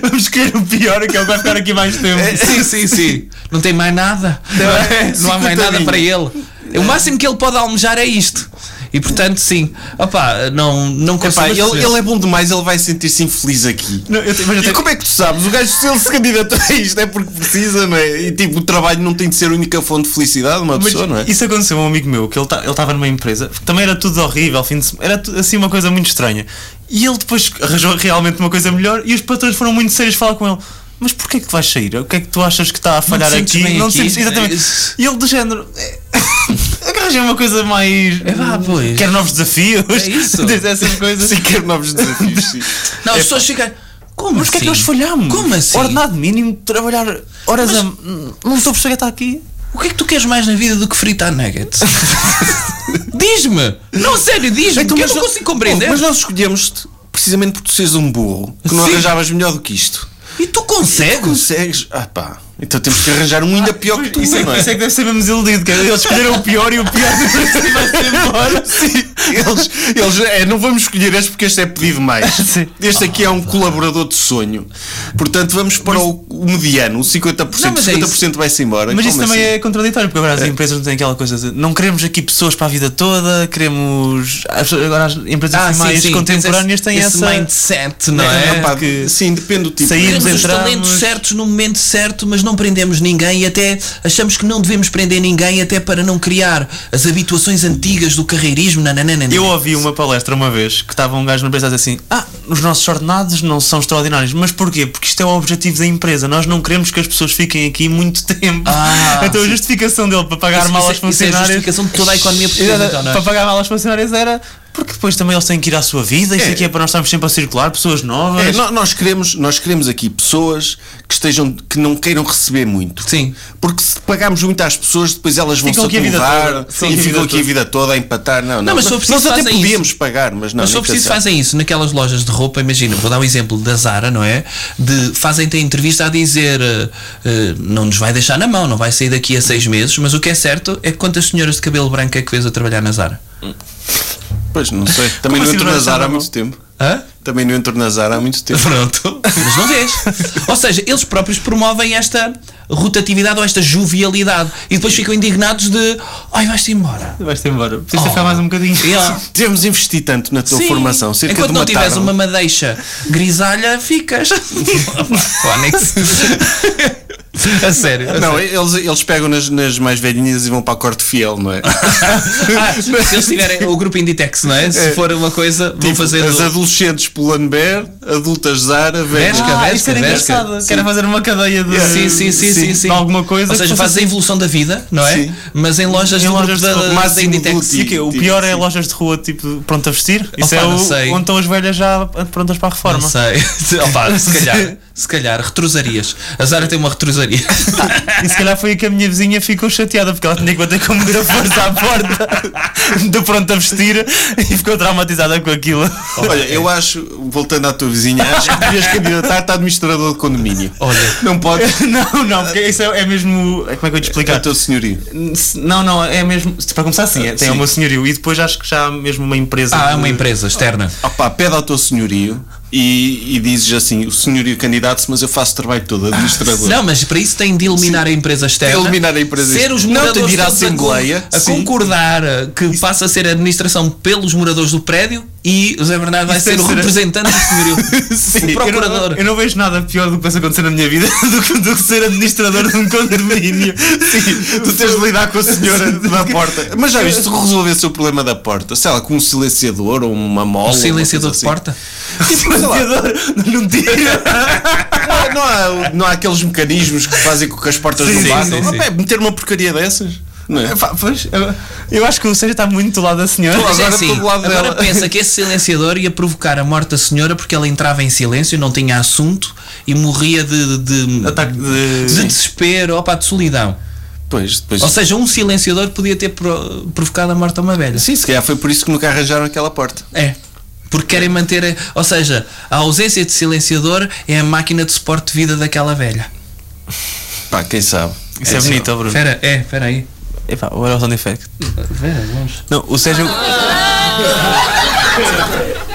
[SPEAKER 5] Vamos querer o [LAUGHS] pior, é que ele vai ficar aqui mais tempo. [LAUGHS]
[SPEAKER 2] Sim, sim, sim. É. Não tem mais nada. Não, há mais nada para ele. O máximo que ele pode almejar é isto. E portanto, sim, opá, não, não consigo.
[SPEAKER 3] Epá, ele,
[SPEAKER 2] perceber.
[SPEAKER 3] ele é bom demais, ele vai sentir-se infeliz aqui.
[SPEAKER 5] Não, eu te- mas eu
[SPEAKER 3] e
[SPEAKER 5] te-
[SPEAKER 3] como é que tu sabes? O gajo, se ele se candidatou a isto, é porque precisa, não é? E tipo, o trabalho não tem de ser a única fonte de felicidade de uma
[SPEAKER 5] Mas
[SPEAKER 3] pessoa, não é?
[SPEAKER 5] Isso aconteceu a um amigo meu, que ele estava numa empresa, também era tudo horrível, fim de semana, era tu- assim uma coisa muito estranha. E ele depois arranjou realmente uma coisa melhor e os patrões foram muito sérios falar com ele. Mas porquê que vais sair? O que é que tu achas que está a falhar
[SPEAKER 2] te sentes
[SPEAKER 5] aqui?
[SPEAKER 2] bem
[SPEAKER 5] não
[SPEAKER 2] aqui?
[SPEAKER 5] te sentes exatamente.
[SPEAKER 2] Isso.
[SPEAKER 5] E ele do género. "É, [LAUGHS] Arranjei uma coisa mais.
[SPEAKER 2] É vá, pois.
[SPEAKER 5] Quero novos desafios.
[SPEAKER 2] É
[SPEAKER 5] [LAUGHS]
[SPEAKER 2] isso.
[SPEAKER 5] Essas coisas.
[SPEAKER 3] Sim, quero novos desafios, sim.
[SPEAKER 2] Não, as pessoas ficam. Como
[SPEAKER 5] Mas o que é que
[SPEAKER 2] assim?
[SPEAKER 5] nós falhamos?
[SPEAKER 2] Como assim?
[SPEAKER 5] Ordenado mínimo, trabalhar horas a. Não estou a perceber que está aqui.
[SPEAKER 2] O que é que tu queres mais na vida do que fritar nuggets? [LAUGHS] diz-me! Não, sério, diz-me!
[SPEAKER 3] Então,
[SPEAKER 2] que eu
[SPEAKER 3] mas
[SPEAKER 2] não
[SPEAKER 3] nós-
[SPEAKER 2] consigo compreender.
[SPEAKER 3] Bom, mas nós escolhemos-te precisamente por tu seres um burro, que não
[SPEAKER 2] Sim.
[SPEAKER 3] arranjavas melhor do que isto.
[SPEAKER 2] E tu consegues?
[SPEAKER 3] Consegues? Ah pá, então temos que arranjar um ainda pior que tu,
[SPEAKER 5] Isso é,
[SPEAKER 3] não é?
[SPEAKER 5] isso é que deve ser mesmo desiludido, que é, eles escolheram o pior e o pior vai-se embora.
[SPEAKER 3] [LAUGHS] Sim, eles, eles é, não vamos escolher este porque este é pedido mais.
[SPEAKER 5] [LAUGHS] Sim.
[SPEAKER 3] Este aqui é um colaborador de sonho. Portanto, vamos para o, o mediano, o 50%.
[SPEAKER 2] Não, mas é
[SPEAKER 3] 50% vai-se embora.
[SPEAKER 5] Mas isso
[SPEAKER 3] Como
[SPEAKER 5] também
[SPEAKER 3] assim?
[SPEAKER 5] é contraditório, porque agora as empresas não têm aquela coisa de não queremos aqui pessoas para a vida toda, queremos. as- Agora as empresas
[SPEAKER 2] Ah,
[SPEAKER 5] assim mais contemporâneas têm
[SPEAKER 2] esse,
[SPEAKER 5] essa.
[SPEAKER 2] esse mindset, não
[SPEAKER 5] É,
[SPEAKER 2] é?
[SPEAKER 5] é
[SPEAKER 3] Pá,
[SPEAKER 5] que-
[SPEAKER 3] Sim, depende do tipo.
[SPEAKER 5] Sair-
[SPEAKER 2] Temos os
[SPEAKER 5] entramos-
[SPEAKER 2] talentos certos no momento certo, mas não prendemos ninguém e até achamos que não devemos prender ninguém até para não criar as habituações antigas do carreirismo. nananana.
[SPEAKER 5] Eu ouvi uma palestra uma vez que estava um gajo na empresa a dizer assim: Ah, os nossos ordenados não são extraordinários. Mas porquê? Porque isto é o objetivo da empresa. Nós não queremos que as pessoas fiquem aqui muito tempo.
[SPEAKER 2] Ah,
[SPEAKER 5] [LAUGHS] então a justificação dele para pagar
[SPEAKER 2] Isso-
[SPEAKER 5] mal
[SPEAKER 2] isso é-
[SPEAKER 5] aos
[SPEAKER 2] isso é a
[SPEAKER 5] funcionários.
[SPEAKER 2] justificação de toda a economia portuguesa,
[SPEAKER 5] Era-
[SPEAKER 2] então, não é?
[SPEAKER 5] Para pagar mal aos funcionários era porque depois também eles têm que ir à sua vida. Isto
[SPEAKER 3] É.
[SPEAKER 5] aqui é para nós estarmos sempre a circular, pessoas novas.
[SPEAKER 3] É, nó- nós, queremos, nós queremos aqui pessoas que estejam que não queiram receber muito.
[SPEAKER 2] Sim.
[SPEAKER 3] Porque se pagarmos muito às pessoas, depois elas vão
[SPEAKER 5] Ficam
[SPEAKER 3] se
[SPEAKER 5] aqui a vida
[SPEAKER 3] acomodar
[SPEAKER 5] toda. Ficam
[SPEAKER 3] e
[SPEAKER 5] aqui a
[SPEAKER 3] ficam
[SPEAKER 5] vida
[SPEAKER 3] aqui a
[SPEAKER 5] toda.
[SPEAKER 3] vida toda a empatar. Não, não.
[SPEAKER 2] mas se for preciso
[SPEAKER 3] Nós até
[SPEAKER 2] fazem
[SPEAKER 3] podíamos pagar, mas não.
[SPEAKER 2] Mas se for
[SPEAKER 3] nem
[SPEAKER 2] preciso
[SPEAKER 3] pensar.
[SPEAKER 2] fazem isso naquelas lojas de roupa, imagina, vou dar um exemplo da Zara, não é? De fazem-te a entrevista a dizer eh, eh, não nos vai deixar na mão, não vai sair daqui a seis meses, mas o que é certo é que quantas senhoras de cabelo branco é que vês a trabalhar na Zara?
[SPEAKER 3] Pois, não sei. Também
[SPEAKER 5] assim
[SPEAKER 3] não entro
[SPEAKER 5] não
[SPEAKER 3] na
[SPEAKER 5] achava
[SPEAKER 3] Zara há
[SPEAKER 5] bom?
[SPEAKER 3] muito tempo.
[SPEAKER 2] Hã?
[SPEAKER 3] Também não entro na Zara há muito tempo.
[SPEAKER 2] Pronto. Mas não vês. Ou seja, eles próprios promovem esta rotatividade ou esta jovialidade e depois ficam indignados de ai vais-te embora.
[SPEAKER 5] Vais-te embora. Precisas
[SPEAKER 2] Oh.
[SPEAKER 5] ficar mais um bocadinho.
[SPEAKER 2] E
[SPEAKER 5] [LAUGHS]
[SPEAKER 2] ela-
[SPEAKER 3] [LAUGHS] Devemos investir tanto na tua
[SPEAKER 2] Sim.
[SPEAKER 3] formação. Cerca
[SPEAKER 2] Enquanto
[SPEAKER 3] de uma
[SPEAKER 2] não tiveres
[SPEAKER 3] tarde.
[SPEAKER 2] uma madeixa grisalha, ficas. Fónix. a sério. a
[SPEAKER 3] Não,
[SPEAKER 2] sério.
[SPEAKER 3] eles, eles pegam nas, nas mais velhinhas e [LAUGHS] vão para a corte fiel, não é?
[SPEAKER 2] Ah, se eles tiverem o grupo Inditex, não é? Se for uma coisa, vão
[SPEAKER 3] Tipo,
[SPEAKER 2] fazer.
[SPEAKER 3] as
[SPEAKER 2] do-
[SPEAKER 3] adolescentes Pull&Bear, adultas Zara, velhas
[SPEAKER 2] Vesca,
[SPEAKER 5] Ah,
[SPEAKER 2] vesca,
[SPEAKER 5] isso era
[SPEAKER 2] vesca.
[SPEAKER 5] engraçado. Quero fazer uma cadeia de.
[SPEAKER 2] Sim, sim, sim, sim,
[SPEAKER 5] de
[SPEAKER 2] sim.
[SPEAKER 5] Alguma coisa.
[SPEAKER 2] Ou seja,
[SPEAKER 5] que
[SPEAKER 2] fazes
[SPEAKER 5] fosse
[SPEAKER 2] a evolução da vida, não é?
[SPEAKER 3] Sim.
[SPEAKER 2] Mas em lojas,
[SPEAKER 5] Em
[SPEAKER 2] do
[SPEAKER 5] lojas
[SPEAKER 2] grupo
[SPEAKER 5] de roupa,
[SPEAKER 2] da, da
[SPEAKER 3] máximo
[SPEAKER 2] Inditex.
[SPEAKER 3] glúteo.
[SPEAKER 5] E o quê? O
[SPEAKER 3] Sim,
[SPEAKER 5] pior é
[SPEAKER 3] sim.
[SPEAKER 5] lojas de rua, tipo, pronto a vestir? Isso
[SPEAKER 2] Opa,
[SPEAKER 5] é
[SPEAKER 2] não
[SPEAKER 5] o,
[SPEAKER 2] sei.
[SPEAKER 5] onde estão as velhas já prontas para a reforma.
[SPEAKER 2] Não sei.
[SPEAKER 3] [LAUGHS]
[SPEAKER 2] Opa, se calhar, se calhar, retrosarias. A Zara tem uma
[SPEAKER 3] [LAUGHS]
[SPEAKER 2] retrosaria.
[SPEAKER 5] E se calhar foi aí que a minha vizinha ficou chateada porque ela tinha que bater com muita força à porta [LAUGHS] do pronto a vestir e ficou traumatizada com aquilo. [LAUGHS]
[SPEAKER 3] Olha, eu acho, voltando à tua vizinha, acho que devias candidatar-te a administrador de condomínio.
[SPEAKER 2] Olha.
[SPEAKER 3] Não [LAUGHS] podes.
[SPEAKER 5] Não, não, porque isso é, é mesmo. Como é que eu vou te
[SPEAKER 3] É o
[SPEAKER 5] explicar?
[SPEAKER 3] teu senhorio.
[SPEAKER 5] Se- Não, não, é mesmo. se- Para começar, sim, é, tem
[SPEAKER 3] Sim.
[SPEAKER 5] o meu senhorio e depois acho que já há mesmo uma empresa.
[SPEAKER 2] Ah, é
[SPEAKER 5] de-
[SPEAKER 2] uma empresa externa.
[SPEAKER 3] Opá, pede ao teu senhorio e, e dizes assim: o senhorio candidata-se, mas eu faço o trabalho todo, [LAUGHS] administrador.
[SPEAKER 2] Não, mas para isso tem de eliminar a empresa externa.
[SPEAKER 3] Eliminar a empresa
[SPEAKER 2] Ser
[SPEAKER 3] externa.
[SPEAKER 2] os
[SPEAKER 3] Não,
[SPEAKER 2] moradores
[SPEAKER 3] tem de ir à
[SPEAKER 2] todos a con-
[SPEAKER 3] Assembleia,
[SPEAKER 2] A,
[SPEAKER 3] sim.
[SPEAKER 2] concordar eh, que passa a ser a administração pelos moradores do prédio e o Zé Bernardo vai
[SPEAKER 5] Isso
[SPEAKER 2] ser
[SPEAKER 5] deve
[SPEAKER 2] o
[SPEAKER 5] ser a-
[SPEAKER 2] representante do
[SPEAKER 3] [LAUGHS]
[SPEAKER 2] senhorio. o
[SPEAKER 5] Sim, eu não- Eu
[SPEAKER 2] procurador.
[SPEAKER 5] não, vejo nada pior do que possa acontecer na minha vida [LAUGHS] do que, do que ser administrador de um condomínio. Sim,
[SPEAKER 3] Tu tens de lidar com a senhora da porta. Mas já viste, se resolvesse o problema da porta, sei lá, com um silenciador ou uma mola.
[SPEAKER 2] O
[SPEAKER 3] uma
[SPEAKER 2] Um silenciador de
[SPEAKER 3] coisa [LAUGHS]
[SPEAKER 2] porta.
[SPEAKER 3] assim. Tipo, sei lá,
[SPEAKER 5] [LAUGHS] Não tira.
[SPEAKER 3] não, há, não há aqueles mecanismos que fazem com que as portas
[SPEAKER 5] Sim,
[SPEAKER 3] não
[SPEAKER 5] sim, é
[SPEAKER 3] batam.
[SPEAKER 2] sim,
[SPEAKER 3] Ah,
[SPEAKER 2] sim.
[SPEAKER 3] pá, meter uma porcaria dessas. Não é?
[SPEAKER 5] Pá, pois, eu, eu acho que o Sérgio está muito do lado da senhora.
[SPEAKER 2] Mas é
[SPEAKER 3] agora
[SPEAKER 2] assim,
[SPEAKER 3] estou do lado
[SPEAKER 2] agora
[SPEAKER 3] dela.
[SPEAKER 2] pensa que esse silenciador ia provocar a morte da senhora porque ela entrava em silêncio, não tinha assunto e morria de, de- de-
[SPEAKER 5] Ataque de-
[SPEAKER 2] de desespero, opa, de solidão.
[SPEAKER 3] Pois, depois.
[SPEAKER 2] Ou seja, um silenciador podia ter pro- provocado a morte a uma velha.
[SPEAKER 3] Sim, se calhar foi por isso que nunca arranjaram aquela porta.
[SPEAKER 2] É. Porque querem manter. a- Ou seja, a ausência de silenciador é a máquina de suporte de vida daquela velha.
[SPEAKER 3] Pá, quem sabe.
[SPEAKER 5] Isso é,
[SPEAKER 3] só.
[SPEAKER 5] bonito, ó, Bruno.
[SPEAKER 2] Espera, é, espera aí.
[SPEAKER 5] Epá, o Aerosol Effect.
[SPEAKER 2] Vera, vamos.
[SPEAKER 5] Não, o Sérgio.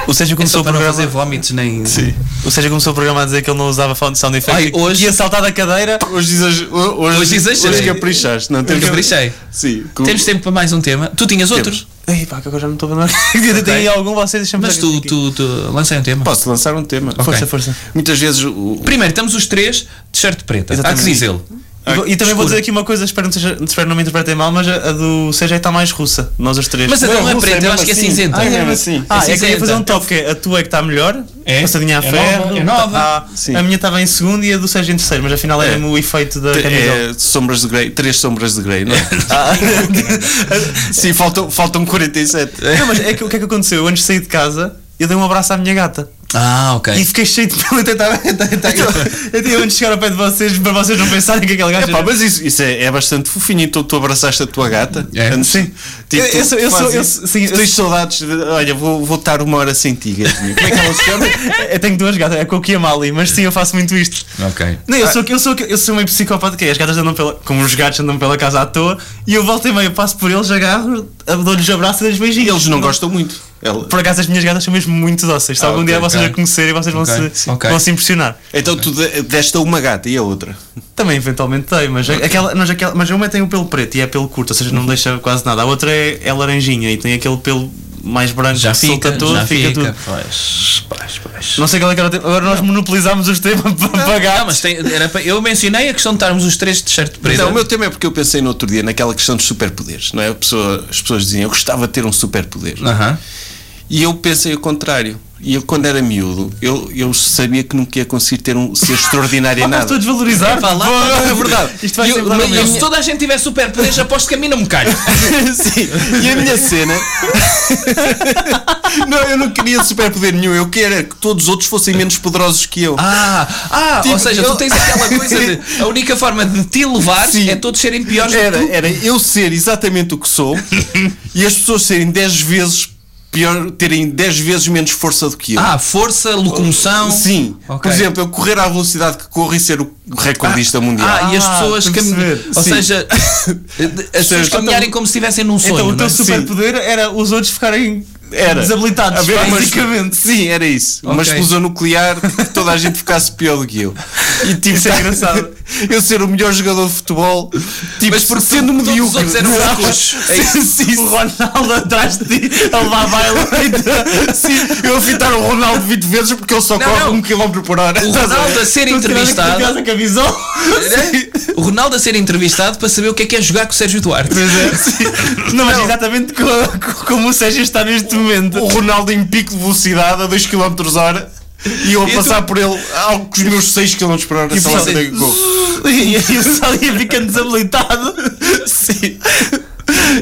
[SPEAKER 5] O Sérgio
[SPEAKER 2] É só
[SPEAKER 5] começou o
[SPEAKER 2] para não
[SPEAKER 5] programa.
[SPEAKER 2] fazer vómitos nem. Sim.
[SPEAKER 5] O Sérgio começou o programa a dizer que ele não usava fone de sound effect
[SPEAKER 2] Ai,
[SPEAKER 5] e-
[SPEAKER 2] hoje-
[SPEAKER 5] e ia saltar da cadeira.
[SPEAKER 3] Hoje exagerei. Hoje,
[SPEAKER 2] Hoje exagerei.
[SPEAKER 3] hoje caprichaste. Não,
[SPEAKER 2] Eu
[SPEAKER 3] temos-
[SPEAKER 2] caprichei.
[SPEAKER 3] Sim. com-
[SPEAKER 2] Temos tempo para mais um tema. Tu tinhas outros?
[SPEAKER 3] Temos.
[SPEAKER 5] Ei, pá, que agora já não estou a [LAUGHS] ver. Ainda Tem aí algum, vocês deixam-me
[SPEAKER 2] Mas
[SPEAKER 5] ver
[SPEAKER 2] tu,
[SPEAKER 5] aqui.
[SPEAKER 2] tu, tu lancei um tema.
[SPEAKER 3] Posso lançar um tema?
[SPEAKER 5] Força, força.
[SPEAKER 3] Muitas vezes o.
[SPEAKER 2] Primeiro, temos os três de shirt preta.
[SPEAKER 5] Exatamente. Ah,
[SPEAKER 2] Há que dizê-lo.
[SPEAKER 5] E vou- E, também
[SPEAKER 2] Escura.
[SPEAKER 5] vou dizer aqui uma coisa, espero, não seja, espero não me interpretem mal, mas a, a do CJ está mais russa, nós as três.
[SPEAKER 2] Mas a
[SPEAKER 5] Ué,
[SPEAKER 2] dele não é
[SPEAKER 5] russa,
[SPEAKER 2] preta, eu
[SPEAKER 5] mesmo
[SPEAKER 2] acho que é
[SPEAKER 5] assim.
[SPEAKER 2] cinzenta.
[SPEAKER 5] Ah,
[SPEAKER 3] É
[SPEAKER 5] é,
[SPEAKER 3] mesmo
[SPEAKER 5] mas-
[SPEAKER 3] assim.
[SPEAKER 5] Ah,
[SPEAKER 2] É
[SPEAKER 5] é que eu ia fazer um
[SPEAKER 2] cinzenta.
[SPEAKER 5] top, que é a tua é que está melhor,
[SPEAKER 2] É,
[SPEAKER 5] passadinha
[SPEAKER 2] é
[SPEAKER 5] a ferro,
[SPEAKER 2] nova, é nova.
[SPEAKER 5] tá-
[SPEAKER 3] Sim.
[SPEAKER 5] a minha estava em segundo e a do Sérgio em terceiro, mas afinal é,
[SPEAKER 3] É.
[SPEAKER 5] mesmo o efeito da
[SPEAKER 3] te-
[SPEAKER 5] camisola.
[SPEAKER 3] é, sombras de Grey, três sombras de Grey, não é? [LAUGHS] Ah, Sim, faltam, faltam 47.
[SPEAKER 5] Não, mas é que, o que é que aconteceu? Eu antes de sair de casa, eu dei um abraço à minha gata.
[SPEAKER 2] Ah, ok.
[SPEAKER 5] E fiquei cheio de pelo tentar. Eu tinha antes de chegar ao pé de vocês para vocês não pensarem que aquele gajo.
[SPEAKER 3] Epá,
[SPEAKER 5] era-
[SPEAKER 3] mas isso, isso é, é bastante fofinho. Então tu abraçaste a tua gata.
[SPEAKER 2] É.
[SPEAKER 3] Antes-
[SPEAKER 5] Sim. Eu- eu sou- eu
[SPEAKER 3] faz
[SPEAKER 5] sou- eu
[SPEAKER 3] isso.
[SPEAKER 5] sou- sim,
[SPEAKER 3] Tu
[SPEAKER 5] eu-
[SPEAKER 3] tens saudades. de- olha, vou, vou estar uma hora sem ti, gatinho. Como é que ela se chama?
[SPEAKER 5] Eu tenho duas gatas, é com o Kiamali, mas sim, eu faço muito isto.
[SPEAKER 2] Ok.
[SPEAKER 5] Não, eu
[SPEAKER 3] Ah.
[SPEAKER 5] sou, eu sou, eu sou meio psicopata que é, as gatas andam pela. Como os gatos andam pela casa à toa, e eu volto e meio, passo por eles, agarro, dou-lhes abraço e dou-lhes beijinhos.
[SPEAKER 3] Eles não gostam muito. Ela-
[SPEAKER 5] Por acaso as minhas gatas são mesmo muito dóceis. Se
[SPEAKER 3] Ah,
[SPEAKER 5] algum
[SPEAKER 3] ok,
[SPEAKER 5] dia vocês
[SPEAKER 2] ok.
[SPEAKER 5] a conhecerem, vocês
[SPEAKER 2] Ok,
[SPEAKER 5] vão, se,
[SPEAKER 2] ok.
[SPEAKER 5] vão se impressionar.
[SPEAKER 3] Então tu de- deste a uma gata e a outra.
[SPEAKER 5] Também eventualmente tem, mas, é aquela, mas, aquela, mas uma tem o pelo preto e é pelo curto, ou seja, não deixa quase nada. A outra é, é laranjinha e tem aquele pelo mais branco
[SPEAKER 2] Já
[SPEAKER 5] que
[SPEAKER 2] fica,
[SPEAKER 5] solta todo,
[SPEAKER 2] já
[SPEAKER 5] fica,
[SPEAKER 2] fica.
[SPEAKER 5] tudo.
[SPEAKER 2] Pois, pois, pois.
[SPEAKER 5] Não sei qual é que era o tema. Agora nós monopolizámos os temas para pagar.
[SPEAKER 2] Não, mas tem- era para- eu mencionei a questão de estarmos os três de shirt preta.
[SPEAKER 3] Então, o meu tema é porque eu pensei no outro dia naquela questão dos superpoderes, não é? A pessoa- as pessoas diziam, eu gostava de ter um superpoder.
[SPEAKER 2] Aham.
[SPEAKER 3] E eu pensei o contrário. E eu, quando era miúdo, eu, eu sabia que nunca ia conseguir ter um
[SPEAKER 5] [LAUGHS]
[SPEAKER 3] ser extraordinário em
[SPEAKER 5] Ah, pá,
[SPEAKER 3] nada.
[SPEAKER 5] estou a desvalorizar.
[SPEAKER 2] Vá lá,
[SPEAKER 5] Boa,
[SPEAKER 2] vá lá.
[SPEAKER 5] é verdade. Isto vai
[SPEAKER 2] Eu-
[SPEAKER 5] ser
[SPEAKER 2] mas-
[SPEAKER 5] verdade.
[SPEAKER 2] Se toda a gente tiver superpoderes, aposto que a mim não me calho. [LAUGHS]
[SPEAKER 3] Sim. E a minha cena. [LAUGHS] não, eu não queria superpoder nenhum. Eu queria que todos os outros fossem menos poderosos que eu.
[SPEAKER 2] Ah, ah ou
[SPEAKER 3] Tipo,
[SPEAKER 2] seja,
[SPEAKER 3] eu-
[SPEAKER 2] tu tens aquela coisa de [LAUGHS] a única forma de te elevar é todos serem piores do
[SPEAKER 3] era,
[SPEAKER 2] que tu.
[SPEAKER 3] era eu ser exatamente o
[SPEAKER 2] [LAUGHS]
[SPEAKER 3] que sou e as pessoas serem 10 vezes pior, terem 10 vezes menos força do que eu.
[SPEAKER 2] Ah, força, locomoção.
[SPEAKER 3] Sim,
[SPEAKER 2] Ok.
[SPEAKER 3] por exemplo, eu correr à velocidade que corro e ser o recordista mundial.
[SPEAKER 2] Ah, e as
[SPEAKER 5] Ah,
[SPEAKER 2] pessoas
[SPEAKER 5] estou a
[SPEAKER 2] caminharem.
[SPEAKER 5] perceber.
[SPEAKER 2] Ou
[SPEAKER 5] Sim.
[SPEAKER 2] seja, as pessoas caminharem como se estivessem num sonho.
[SPEAKER 5] Então o
[SPEAKER 2] não é?
[SPEAKER 5] teu superpoder era os outros ficarem
[SPEAKER 3] Era.
[SPEAKER 5] desabilitados,
[SPEAKER 3] Havia uma-
[SPEAKER 5] [LAUGHS] basicamente.
[SPEAKER 3] Sim, era isso. Uma
[SPEAKER 2] Ok.
[SPEAKER 3] explosão nuclear que toda a gente ficasse pior do que eu. E tipo,
[SPEAKER 5] Isso é engraçado.
[SPEAKER 3] [LAUGHS] Eu ser o melhor jogador de futebol, tipo,
[SPEAKER 2] Mas porque
[SPEAKER 3] sendo
[SPEAKER 2] todos os
[SPEAKER 3] medíocre.
[SPEAKER 2] outros eram
[SPEAKER 3] Não,
[SPEAKER 2] fracos.
[SPEAKER 3] É isso. [LAUGHS] sim,
[SPEAKER 5] O Ronaldo atrás de ti, a levar a baila.
[SPEAKER 3] [LAUGHS] sim. eu a fitar o Ronaldo 20 vezes porque ele só
[SPEAKER 2] Não,
[SPEAKER 3] corre
[SPEAKER 2] não.
[SPEAKER 3] 1 km por hora.
[SPEAKER 2] O Ronaldo a
[SPEAKER 3] [LAUGHS]
[SPEAKER 2] ser
[SPEAKER 5] Tu tiras aqui de
[SPEAKER 2] entrevistado.
[SPEAKER 5] casa a camisola.
[SPEAKER 2] O Ronaldo a ser entrevistado para saber o que é que é jogar com o Sérgio Duarte.
[SPEAKER 5] Não, mas exatamente co- co- como o Sérgio está neste momento.
[SPEAKER 3] O Ronaldo em pico de velocidade a 2 km hora e eu a
[SPEAKER 2] E
[SPEAKER 3] passar
[SPEAKER 2] tu-
[SPEAKER 3] por ele algo com os meus 6 km por hora. sei lá
[SPEAKER 2] vocês-
[SPEAKER 3] onde é que corro.
[SPEAKER 5] E aí o Salia fica desabilitado. Sim.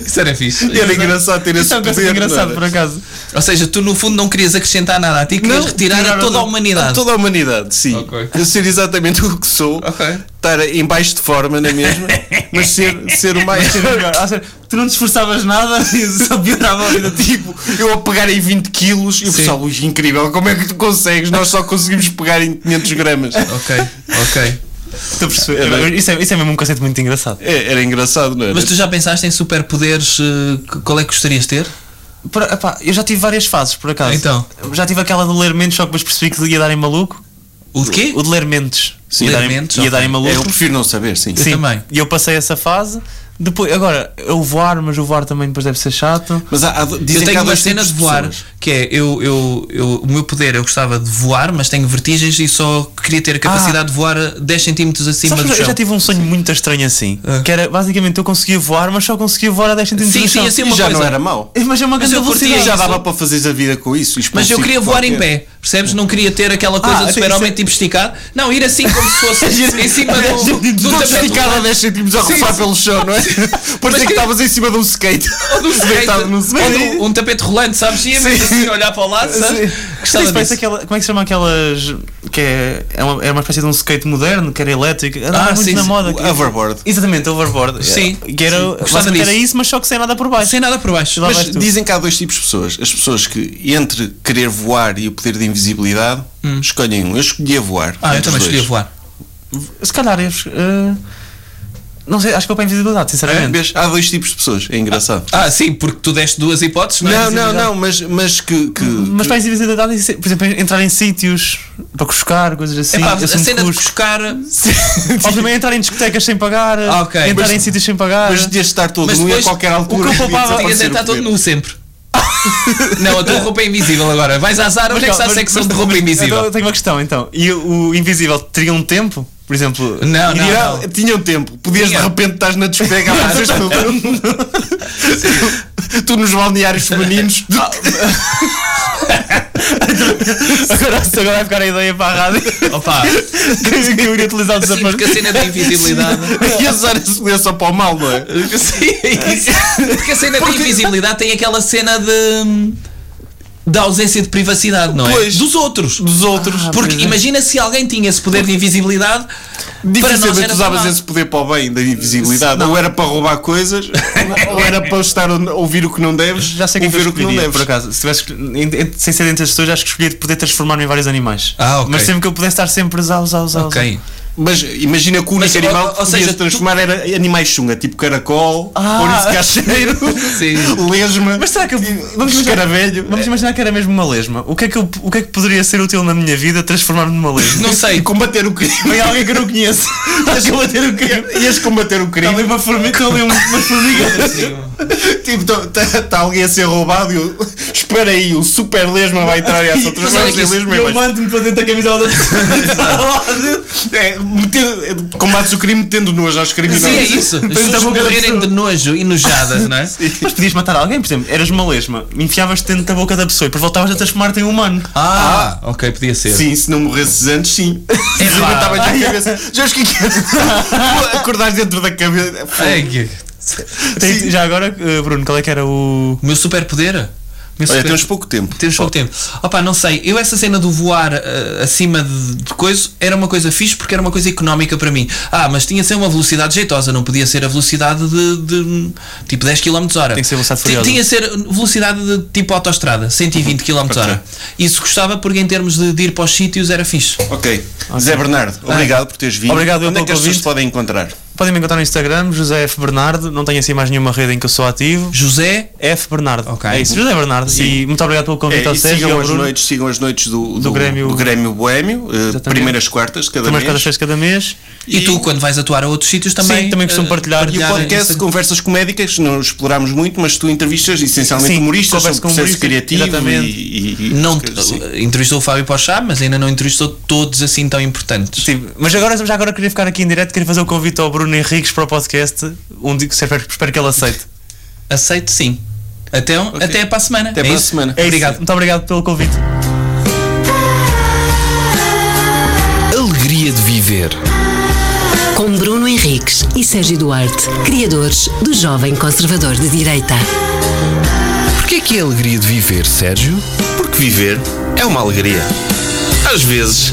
[SPEAKER 2] Isso era fixe.
[SPEAKER 3] Era engraçado ter esse
[SPEAKER 5] Isso é uma coisa
[SPEAKER 3] poder, não
[SPEAKER 5] engraçada,
[SPEAKER 3] era?
[SPEAKER 5] por acaso.
[SPEAKER 2] Ou seja, tu no fundo não querias acrescentar nada a ti, querias
[SPEAKER 3] Não,
[SPEAKER 2] retirar a
[SPEAKER 5] tirar
[SPEAKER 2] toda a
[SPEAKER 5] a-
[SPEAKER 2] humanidade.
[SPEAKER 3] A toda a humanidade, sim.
[SPEAKER 2] Ok.
[SPEAKER 3] Eu ser exatamente [LAUGHS] o que sou,
[SPEAKER 2] Ok.
[SPEAKER 3] estar em baixo de forma na mesma, mas ser, ser o mais.
[SPEAKER 5] Ser é melhor. Ou seja, tu não te esforçavas nada [LAUGHS] e só piorava a vida.
[SPEAKER 3] Tipo, [LAUGHS] eu a pegar em 20 quilos e o pessoal, "Ui, incrível, como é que tu consegues? Nós só conseguimos pegar em 500 gramas.
[SPEAKER 2] Ok, ok.
[SPEAKER 5] Estou a perceber.
[SPEAKER 3] É bem.
[SPEAKER 5] Isso é, isso é mesmo um conceito muito engraçado.
[SPEAKER 3] É, era engraçado, não era?
[SPEAKER 2] Mas tu já pensaste em superpoderes? eh, que- Qual é que gostarias de ter?
[SPEAKER 5] Por- epá, eu já tive várias fases, por acaso.
[SPEAKER 2] Então?
[SPEAKER 5] Já tive aquela de ler mentes, só que depois percebi que ia dar em maluco.
[SPEAKER 2] O de quê?
[SPEAKER 5] O de ler mentes.
[SPEAKER 2] Sim.
[SPEAKER 5] ia dar
[SPEAKER 2] Ler
[SPEAKER 5] em,
[SPEAKER 2] mentes,
[SPEAKER 5] ia dar em
[SPEAKER 2] ok. É
[SPEAKER 5] maluco.
[SPEAKER 3] eu prefiro não saber, sim.
[SPEAKER 5] Sim,
[SPEAKER 2] também.
[SPEAKER 5] E eu passei essa fase. Depois, agora, eu voar, mas o voar também depois deve ser chato.
[SPEAKER 3] Mas há, há, dizem
[SPEAKER 2] eu
[SPEAKER 3] que há
[SPEAKER 2] tenho uma
[SPEAKER 3] dois
[SPEAKER 2] cena
[SPEAKER 3] tipos
[SPEAKER 2] de voar
[SPEAKER 3] pessoas.
[SPEAKER 2] que é eu, eu, eu o meu poder eu gostava de voar mas tenho vertigens e só queria ter a capacidade de voar a 10 cm acima
[SPEAKER 5] Sabes,
[SPEAKER 2] do
[SPEAKER 5] que eu
[SPEAKER 2] chão
[SPEAKER 5] já tive um sonho muito estranho assim.
[SPEAKER 2] Ah.
[SPEAKER 5] Que era basicamente eu conseguia voar, mas só conseguia voar a 10 cm
[SPEAKER 2] Sim,
[SPEAKER 5] do
[SPEAKER 2] sim,
[SPEAKER 5] chão.
[SPEAKER 2] assim-
[SPEAKER 3] E
[SPEAKER 2] uma
[SPEAKER 3] já não
[SPEAKER 2] coisa.
[SPEAKER 3] era mau.
[SPEAKER 5] Eh, Mas é uma
[SPEAKER 2] Mas
[SPEAKER 5] grande
[SPEAKER 2] eu curtia
[SPEAKER 5] velocidade.
[SPEAKER 2] isso.
[SPEAKER 3] Já dava para fazeres a vida com isso. isto
[SPEAKER 2] mas eu
[SPEAKER 3] consigo
[SPEAKER 2] queria voar em
[SPEAKER 3] qualquer.
[SPEAKER 2] pé percebes não queria ter aquela coisa
[SPEAKER 5] Ah,
[SPEAKER 2] do
[SPEAKER 5] isso é-
[SPEAKER 2] super-homem tipo esticado não ir assim como se fosse em
[SPEAKER 5] [LAUGHS]
[SPEAKER 2] cima
[SPEAKER 5] É
[SPEAKER 2] do, do
[SPEAKER 3] Todo
[SPEAKER 2] tapete
[SPEAKER 3] esticado a 10 centímetros a rolar pelo chão, não é? Parecia que
[SPEAKER 2] que-
[SPEAKER 3] estavas em cima de um skate.
[SPEAKER 2] ou do skate,
[SPEAKER 3] Deitado num skate.
[SPEAKER 2] ou do- um tapete rolante sabes ia mesmo assim olhar para o lado sabes
[SPEAKER 5] Sim,
[SPEAKER 2] gostava
[SPEAKER 5] isso parece
[SPEAKER 2] disso
[SPEAKER 5] aquela, como é que se chama aquelas. que é, é, uma, é uma espécie de um skate moderno, que era elétrico. Andava
[SPEAKER 2] Ah,
[SPEAKER 5] muito
[SPEAKER 2] sim,
[SPEAKER 5] na
[SPEAKER 2] sim.
[SPEAKER 5] moda.
[SPEAKER 3] O
[SPEAKER 5] que-
[SPEAKER 3] Hoverboard.
[SPEAKER 5] Exatamente, overboard.
[SPEAKER 2] Sim,
[SPEAKER 5] Que era,
[SPEAKER 2] sim. Gostava
[SPEAKER 5] basicamente era
[SPEAKER 2] disso.
[SPEAKER 5] isso, mas só que sem nada por baixo.
[SPEAKER 2] sem nada por baixo
[SPEAKER 5] Lá
[SPEAKER 2] Mas-
[SPEAKER 5] vais
[SPEAKER 3] Mas
[SPEAKER 5] tu.
[SPEAKER 3] dizem que há dois tipos de pessoas. As pessoas que, entre querer voar e o poder de invisibilidade, escolhem um. Eu escolhi a voar.
[SPEAKER 2] Hum. ah eu
[SPEAKER 3] entre
[SPEAKER 2] também
[SPEAKER 3] os dois.
[SPEAKER 2] escolhi voar
[SPEAKER 5] Se calhar, eu, eh, Não sei, acho que é para a invisibilidade,
[SPEAKER 3] É,
[SPEAKER 5] sinceramente.
[SPEAKER 3] vês? Há dois tipos de pessoas, é engraçado.
[SPEAKER 2] Ah, sim, porque tu deste duas hipóteses, não é?
[SPEAKER 3] não, não, não, mas, mas que. que-
[SPEAKER 5] Mas para a invisibilidade, isso é, por exemplo, entrar em sítios para cuscar, coisas assim.
[SPEAKER 2] Epá,
[SPEAKER 5] eu
[SPEAKER 2] Ah, a
[SPEAKER 5] sou muito
[SPEAKER 2] cena [LAUGHS] de
[SPEAKER 5] cusco.
[SPEAKER 2] cuscar.
[SPEAKER 5] Ou também entrar em discotecas sem pagar,
[SPEAKER 2] Ah, ok.
[SPEAKER 5] entrar
[SPEAKER 2] Mas-
[SPEAKER 5] em sítios sem pagar.
[SPEAKER 3] Mas devias estar todo
[SPEAKER 2] Mas é
[SPEAKER 3] nu e a
[SPEAKER 2] depois,
[SPEAKER 3] qualquer altura.
[SPEAKER 5] o que eu poupava-
[SPEAKER 2] Tinhas
[SPEAKER 3] devias
[SPEAKER 2] de
[SPEAKER 3] aparecer
[SPEAKER 2] estar
[SPEAKER 3] o
[SPEAKER 2] todo
[SPEAKER 3] poder.
[SPEAKER 2] nu sempre. [LAUGHS] não, a tua roupa é invisível agora. Vais à Zara, onde é que está a
[SPEAKER 5] Mas-
[SPEAKER 2] secção
[SPEAKER 5] mas-
[SPEAKER 2] de roupa
[SPEAKER 5] mas-
[SPEAKER 2] invisível?
[SPEAKER 5] então, eu tenho uma questão então. E o invisível teria um tempo? Por exemplo.
[SPEAKER 2] Não, não,
[SPEAKER 5] iria-
[SPEAKER 2] Ah, não.
[SPEAKER 3] Não, Tinha um tempo, podias
[SPEAKER 2] Tinha.
[SPEAKER 3] de repente estás na despega a fazer tu, tu nos balneários femininos
[SPEAKER 5] Agora, agora vai ficar a ideia para a rádio
[SPEAKER 2] Opa,
[SPEAKER 5] que eu iria utilizar o
[SPEAKER 2] sim, Assim, porque
[SPEAKER 5] desaparecido.
[SPEAKER 2] é a cena da invisibilidade.
[SPEAKER 3] e as áreas se podia só para o mal, não é?
[SPEAKER 2] Sim, é isso.
[SPEAKER 3] [LAUGHS]
[SPEAKER 2] Porque a cena da invisibilidade tem aquela cena de. da ausência de privacidade, não é?
[SPEAKER 3] Pois.
[SPEAKER 2] Dos outros. Ah,
[SPEAKER 3] Dos outros. Ah, é.
[SPEAKER 2] Porque imagina se alguém tinha esse poder de invisibilidade. para nós
[SPEAKER 3] Dificilmente
[SPEAKER 2] era
[SPEAKER 3] usavas
[SPEAKER 2] banal.
[SPEAKER 3] esse poder para o bem da invisibilidade. Ou era para roubar coisas, ou era para estar a ouvir o que não deves,
[SPEAKER 5] Já sei quem que
[SPEAKER 3] ouvir
[SPEAKER 5] eu
[SPEAKER 3] o que não
[SPEAKER 5] escolheria,
[SPEAKER 3] deves.
[SPEAKER 5] por acaso. Se tivesse, escolhi- en- en- sem ser dentro das pessoas, acho que escolhia de poder transformar-me em vários animais.
[SPEAKER 2] Ah, ok.
[SPEAKER 5] Mas sempre que eu pudesse estar sempre a usar, usar, usar. usar.
[SPEAKER 2] Ok.
[SPEAKER 3] Mas imagina que o
[SPEAKER 2] Mas,
[SPEAKER 3] único
[SPEAKER 2] ou-
[SPEAKER 3] animal que
[SPEAKER 2] ou
[SPEAKER 3] podias
[SPEAKER 2] seja, tu-
[SPEAKER 3] transformar era animais chunga, tipo caracol,
[SPEAKER 5] Ah.
[SPEAKER 3] ouriço
[SPEAKER 2] [LAUGHS]
[SPEAKER 3] cacheiro,
[SPEAKER 2] Sim.
[SPEAKER 3] lesma.
[SPEAKER 5] Mas será que eu. Vamos imaginar,
[SPEAKER 3] Escaravelho.
[SPEAKER 5] vamos imaginar que era mesmo uma lesma. O que é que, eu, o que, é que poderia ser útil na minha vida transformar-me numa lesma?
[SPEAKER 2] Não sei.
[SPEAKER 3] E combater o crime.
[SPEAKER 2] [LAUGHS]
[SPEAKER 5] Vem alguém que eu não conheço.
[SPEAKER 3] Ias combater o crime. Ias combater o
[SPEAKER 5] Está ali
[SPEAKER 3] crime.
[SPEAKER 5] uma formiga. Estão ali umas formigas.
[SPEAKER 3] Está tá, alguém a ser roubado e eu. Espera aí, o super lesma vai entrar e essa outra
[SPEAKER 2] Mas olha
[SPEAKER 3] vez
[SPEAKER 2] que isso-
[SPEAKER 3] lesma
[SPEAKER 5] E
[SPEAKER 3] é
[SPEAKER 5] eu
[SPEAKER 3] mais.
[SPEAKER 5] mando-me para dentro da camisola da
[SPEAKER 3] [LAUGHS] É, meter- é, combates o crime metendo nojo aos criminosos. Então,
[SPEAKER 2] Sim, é
[SPEAKER 3] [LAUGHS]
[SPEAKER 2] isso. As pessoas morrerem de nojo e nojadas, não é?
[SPEAKER 5] Mas podias matar alguém, por exemplo, eras uma lesma, enfiavas-te dentro da boca da pessoa e depois voltavas a transformar-te
[SPEAKER 3] [LAUGHS]
[SPEAKER 5] em humano.
[SPEAKER 2] Ah, ok, podia ser.
[SPEAKER 3] Sim, se não morresses antes, sim. Se
[SPEAKER 2] É pá.
[SPEAKER 3] estava na cabeça. Já os que Acordares dentro da cabeça.
[SPEAKER 2] Ai, que-
[SPEAKER 5] Tem-
[SPEAKER 3] Sim.
[SPEAKER 5] já agora, eh, Bruno, qual é que era o.
[SPEAKER 2] O meu superpoder? O Meu
[SPEAKER 3] Olha,
[SPEAKER 2] super-
[SPEAKER 3] temos pouco tempo.
[SPEAKER 2] Temos pouco tempo. Opa, não sei. Eu, essa cena do voar eh, acima de, de coisa era uma coisa fixe porque era uma coisa económica para mim. Ah, mas tinha de ser uma velocidade jeitosa, não podia ser a velocidade de, de, tipo 10 km hora.
[SPEAKER 5] Tem que ser velocidade
[SPEAKER 2] Ti-
[SPEAKER 5] furiosa.
[SPEAKER 2] Tinha de ser velocidade de tipo autoestrada, 120 km hora. Isso gostava porque em termos de, de ir para os sítios era fixe.
[SPEAKER 3] Ok. Zé Bernardo, obrigado por teres vindo.
[SPEAKER 5] Obrigado eu
[SPEAKER 3] Onde é
[SPEAKER 5] pelo
[SPEAKER 3] que as pessoas
[SPEAKER 5] convite.
[SPEAKER 3] te podem encontrar?
[SPEAKER 5] Podem me encontrar no Instagram, José F. Bernardo, não tenho assim mais nenhuma rede em que eu sou ativo.
[SPEAKER 2] José,
[SPEAKER 5] F. Bernardo.
[SPEAKER 2] Ok.
[SPEAKER 5] É isso, José Bernardo. E muito obrigado pelo convite
[SPEAKER 3] É,
[SPEAKER 5] ao
[SPEAKER 3] e
[SPEAKER 5] Sérgio e
[SPEAKER 3] sigam
[SPEAKER 5] ao
[SPEAKER 3] as
[SPEAKER 5] Bruno.
[SPEAKER 3] noites, sigam as noites do, do,
[SPEAKER 5] Grêmio-
[SPEAKER 3] do Grêmio Boémio, eh,
[SPEAKER 5] Exatamente.
[SPEAKER 3] primeiras quartas, de cada
[SPEAKER 5] Também cada
[SPEAKER 3] mês.
[SPEAKER 5] sexta cada mês.
[SPEAKER 2] e, tu quando vais atuar a outros sítios também.
[SPEAKER 5] Sim, também costumo
[SPEAKER 2] eh,
[SPEAKER 5] partilhar.
[SPEAKER 3] E o
[SPEAKER 5] em
[SPEAKER 3] podcast
[SPEAKER 2] Instagram.
[SPEAKER 3] Conversas Comédicas, não explorámos muito, mas tu entrevistas essencialmente
[SPEAKER 5] Sim,
[SPEAKER 3] humoristas,
[SPEAKER 5] converso
[SPEAKER 3] sobre
[SPEAKER 5] com
[SPEAKER 3] processo
[SPEAKER 5] humoristas,
[SPEAKER 3] criativo
[SPEAKER 5] exatamente.
[SPEAKER 3] e, e, e
[SPEAKER 2] Não, eh,
[SPEAKER 3] coisas assim.
[SPEAKER 2] entrevistou o Fábio Pochá, mas ainda não entrevistou todos assim tão importantes.
[SPEAKER 5] Sim, mas agora, já agora queria ficar aqui em direto, queria fazer o convite ao Bruno Henriques para o podcast. Um dia que espero, espero que ele aceite.
[SPEAKER 2] Aceito sim. Até, um- até para a semana.
[SPEAKER 3] Até
[SPEAKER 2] É
[SPEAKER 3] para a
[SPEAKER 2] isso?
[SPEAKER 3] semana.
[SPEAKER 5] É isso.
[SPEAKER 2] Obrigado.
[SPEAKER 5] Muito obrigado pelo convite.
[SPEAKER 6] Alegria de viver.
[SPEAKER 4] Com Bruno Henriques e Sérgio Duarte, criadores do Jovem Conservador de Direita.
[SPEAKER 6] Porquê que é alegria de viver, Sérgio?
[SPEAKER 7] Porque viver é uma alegria. Às vezes.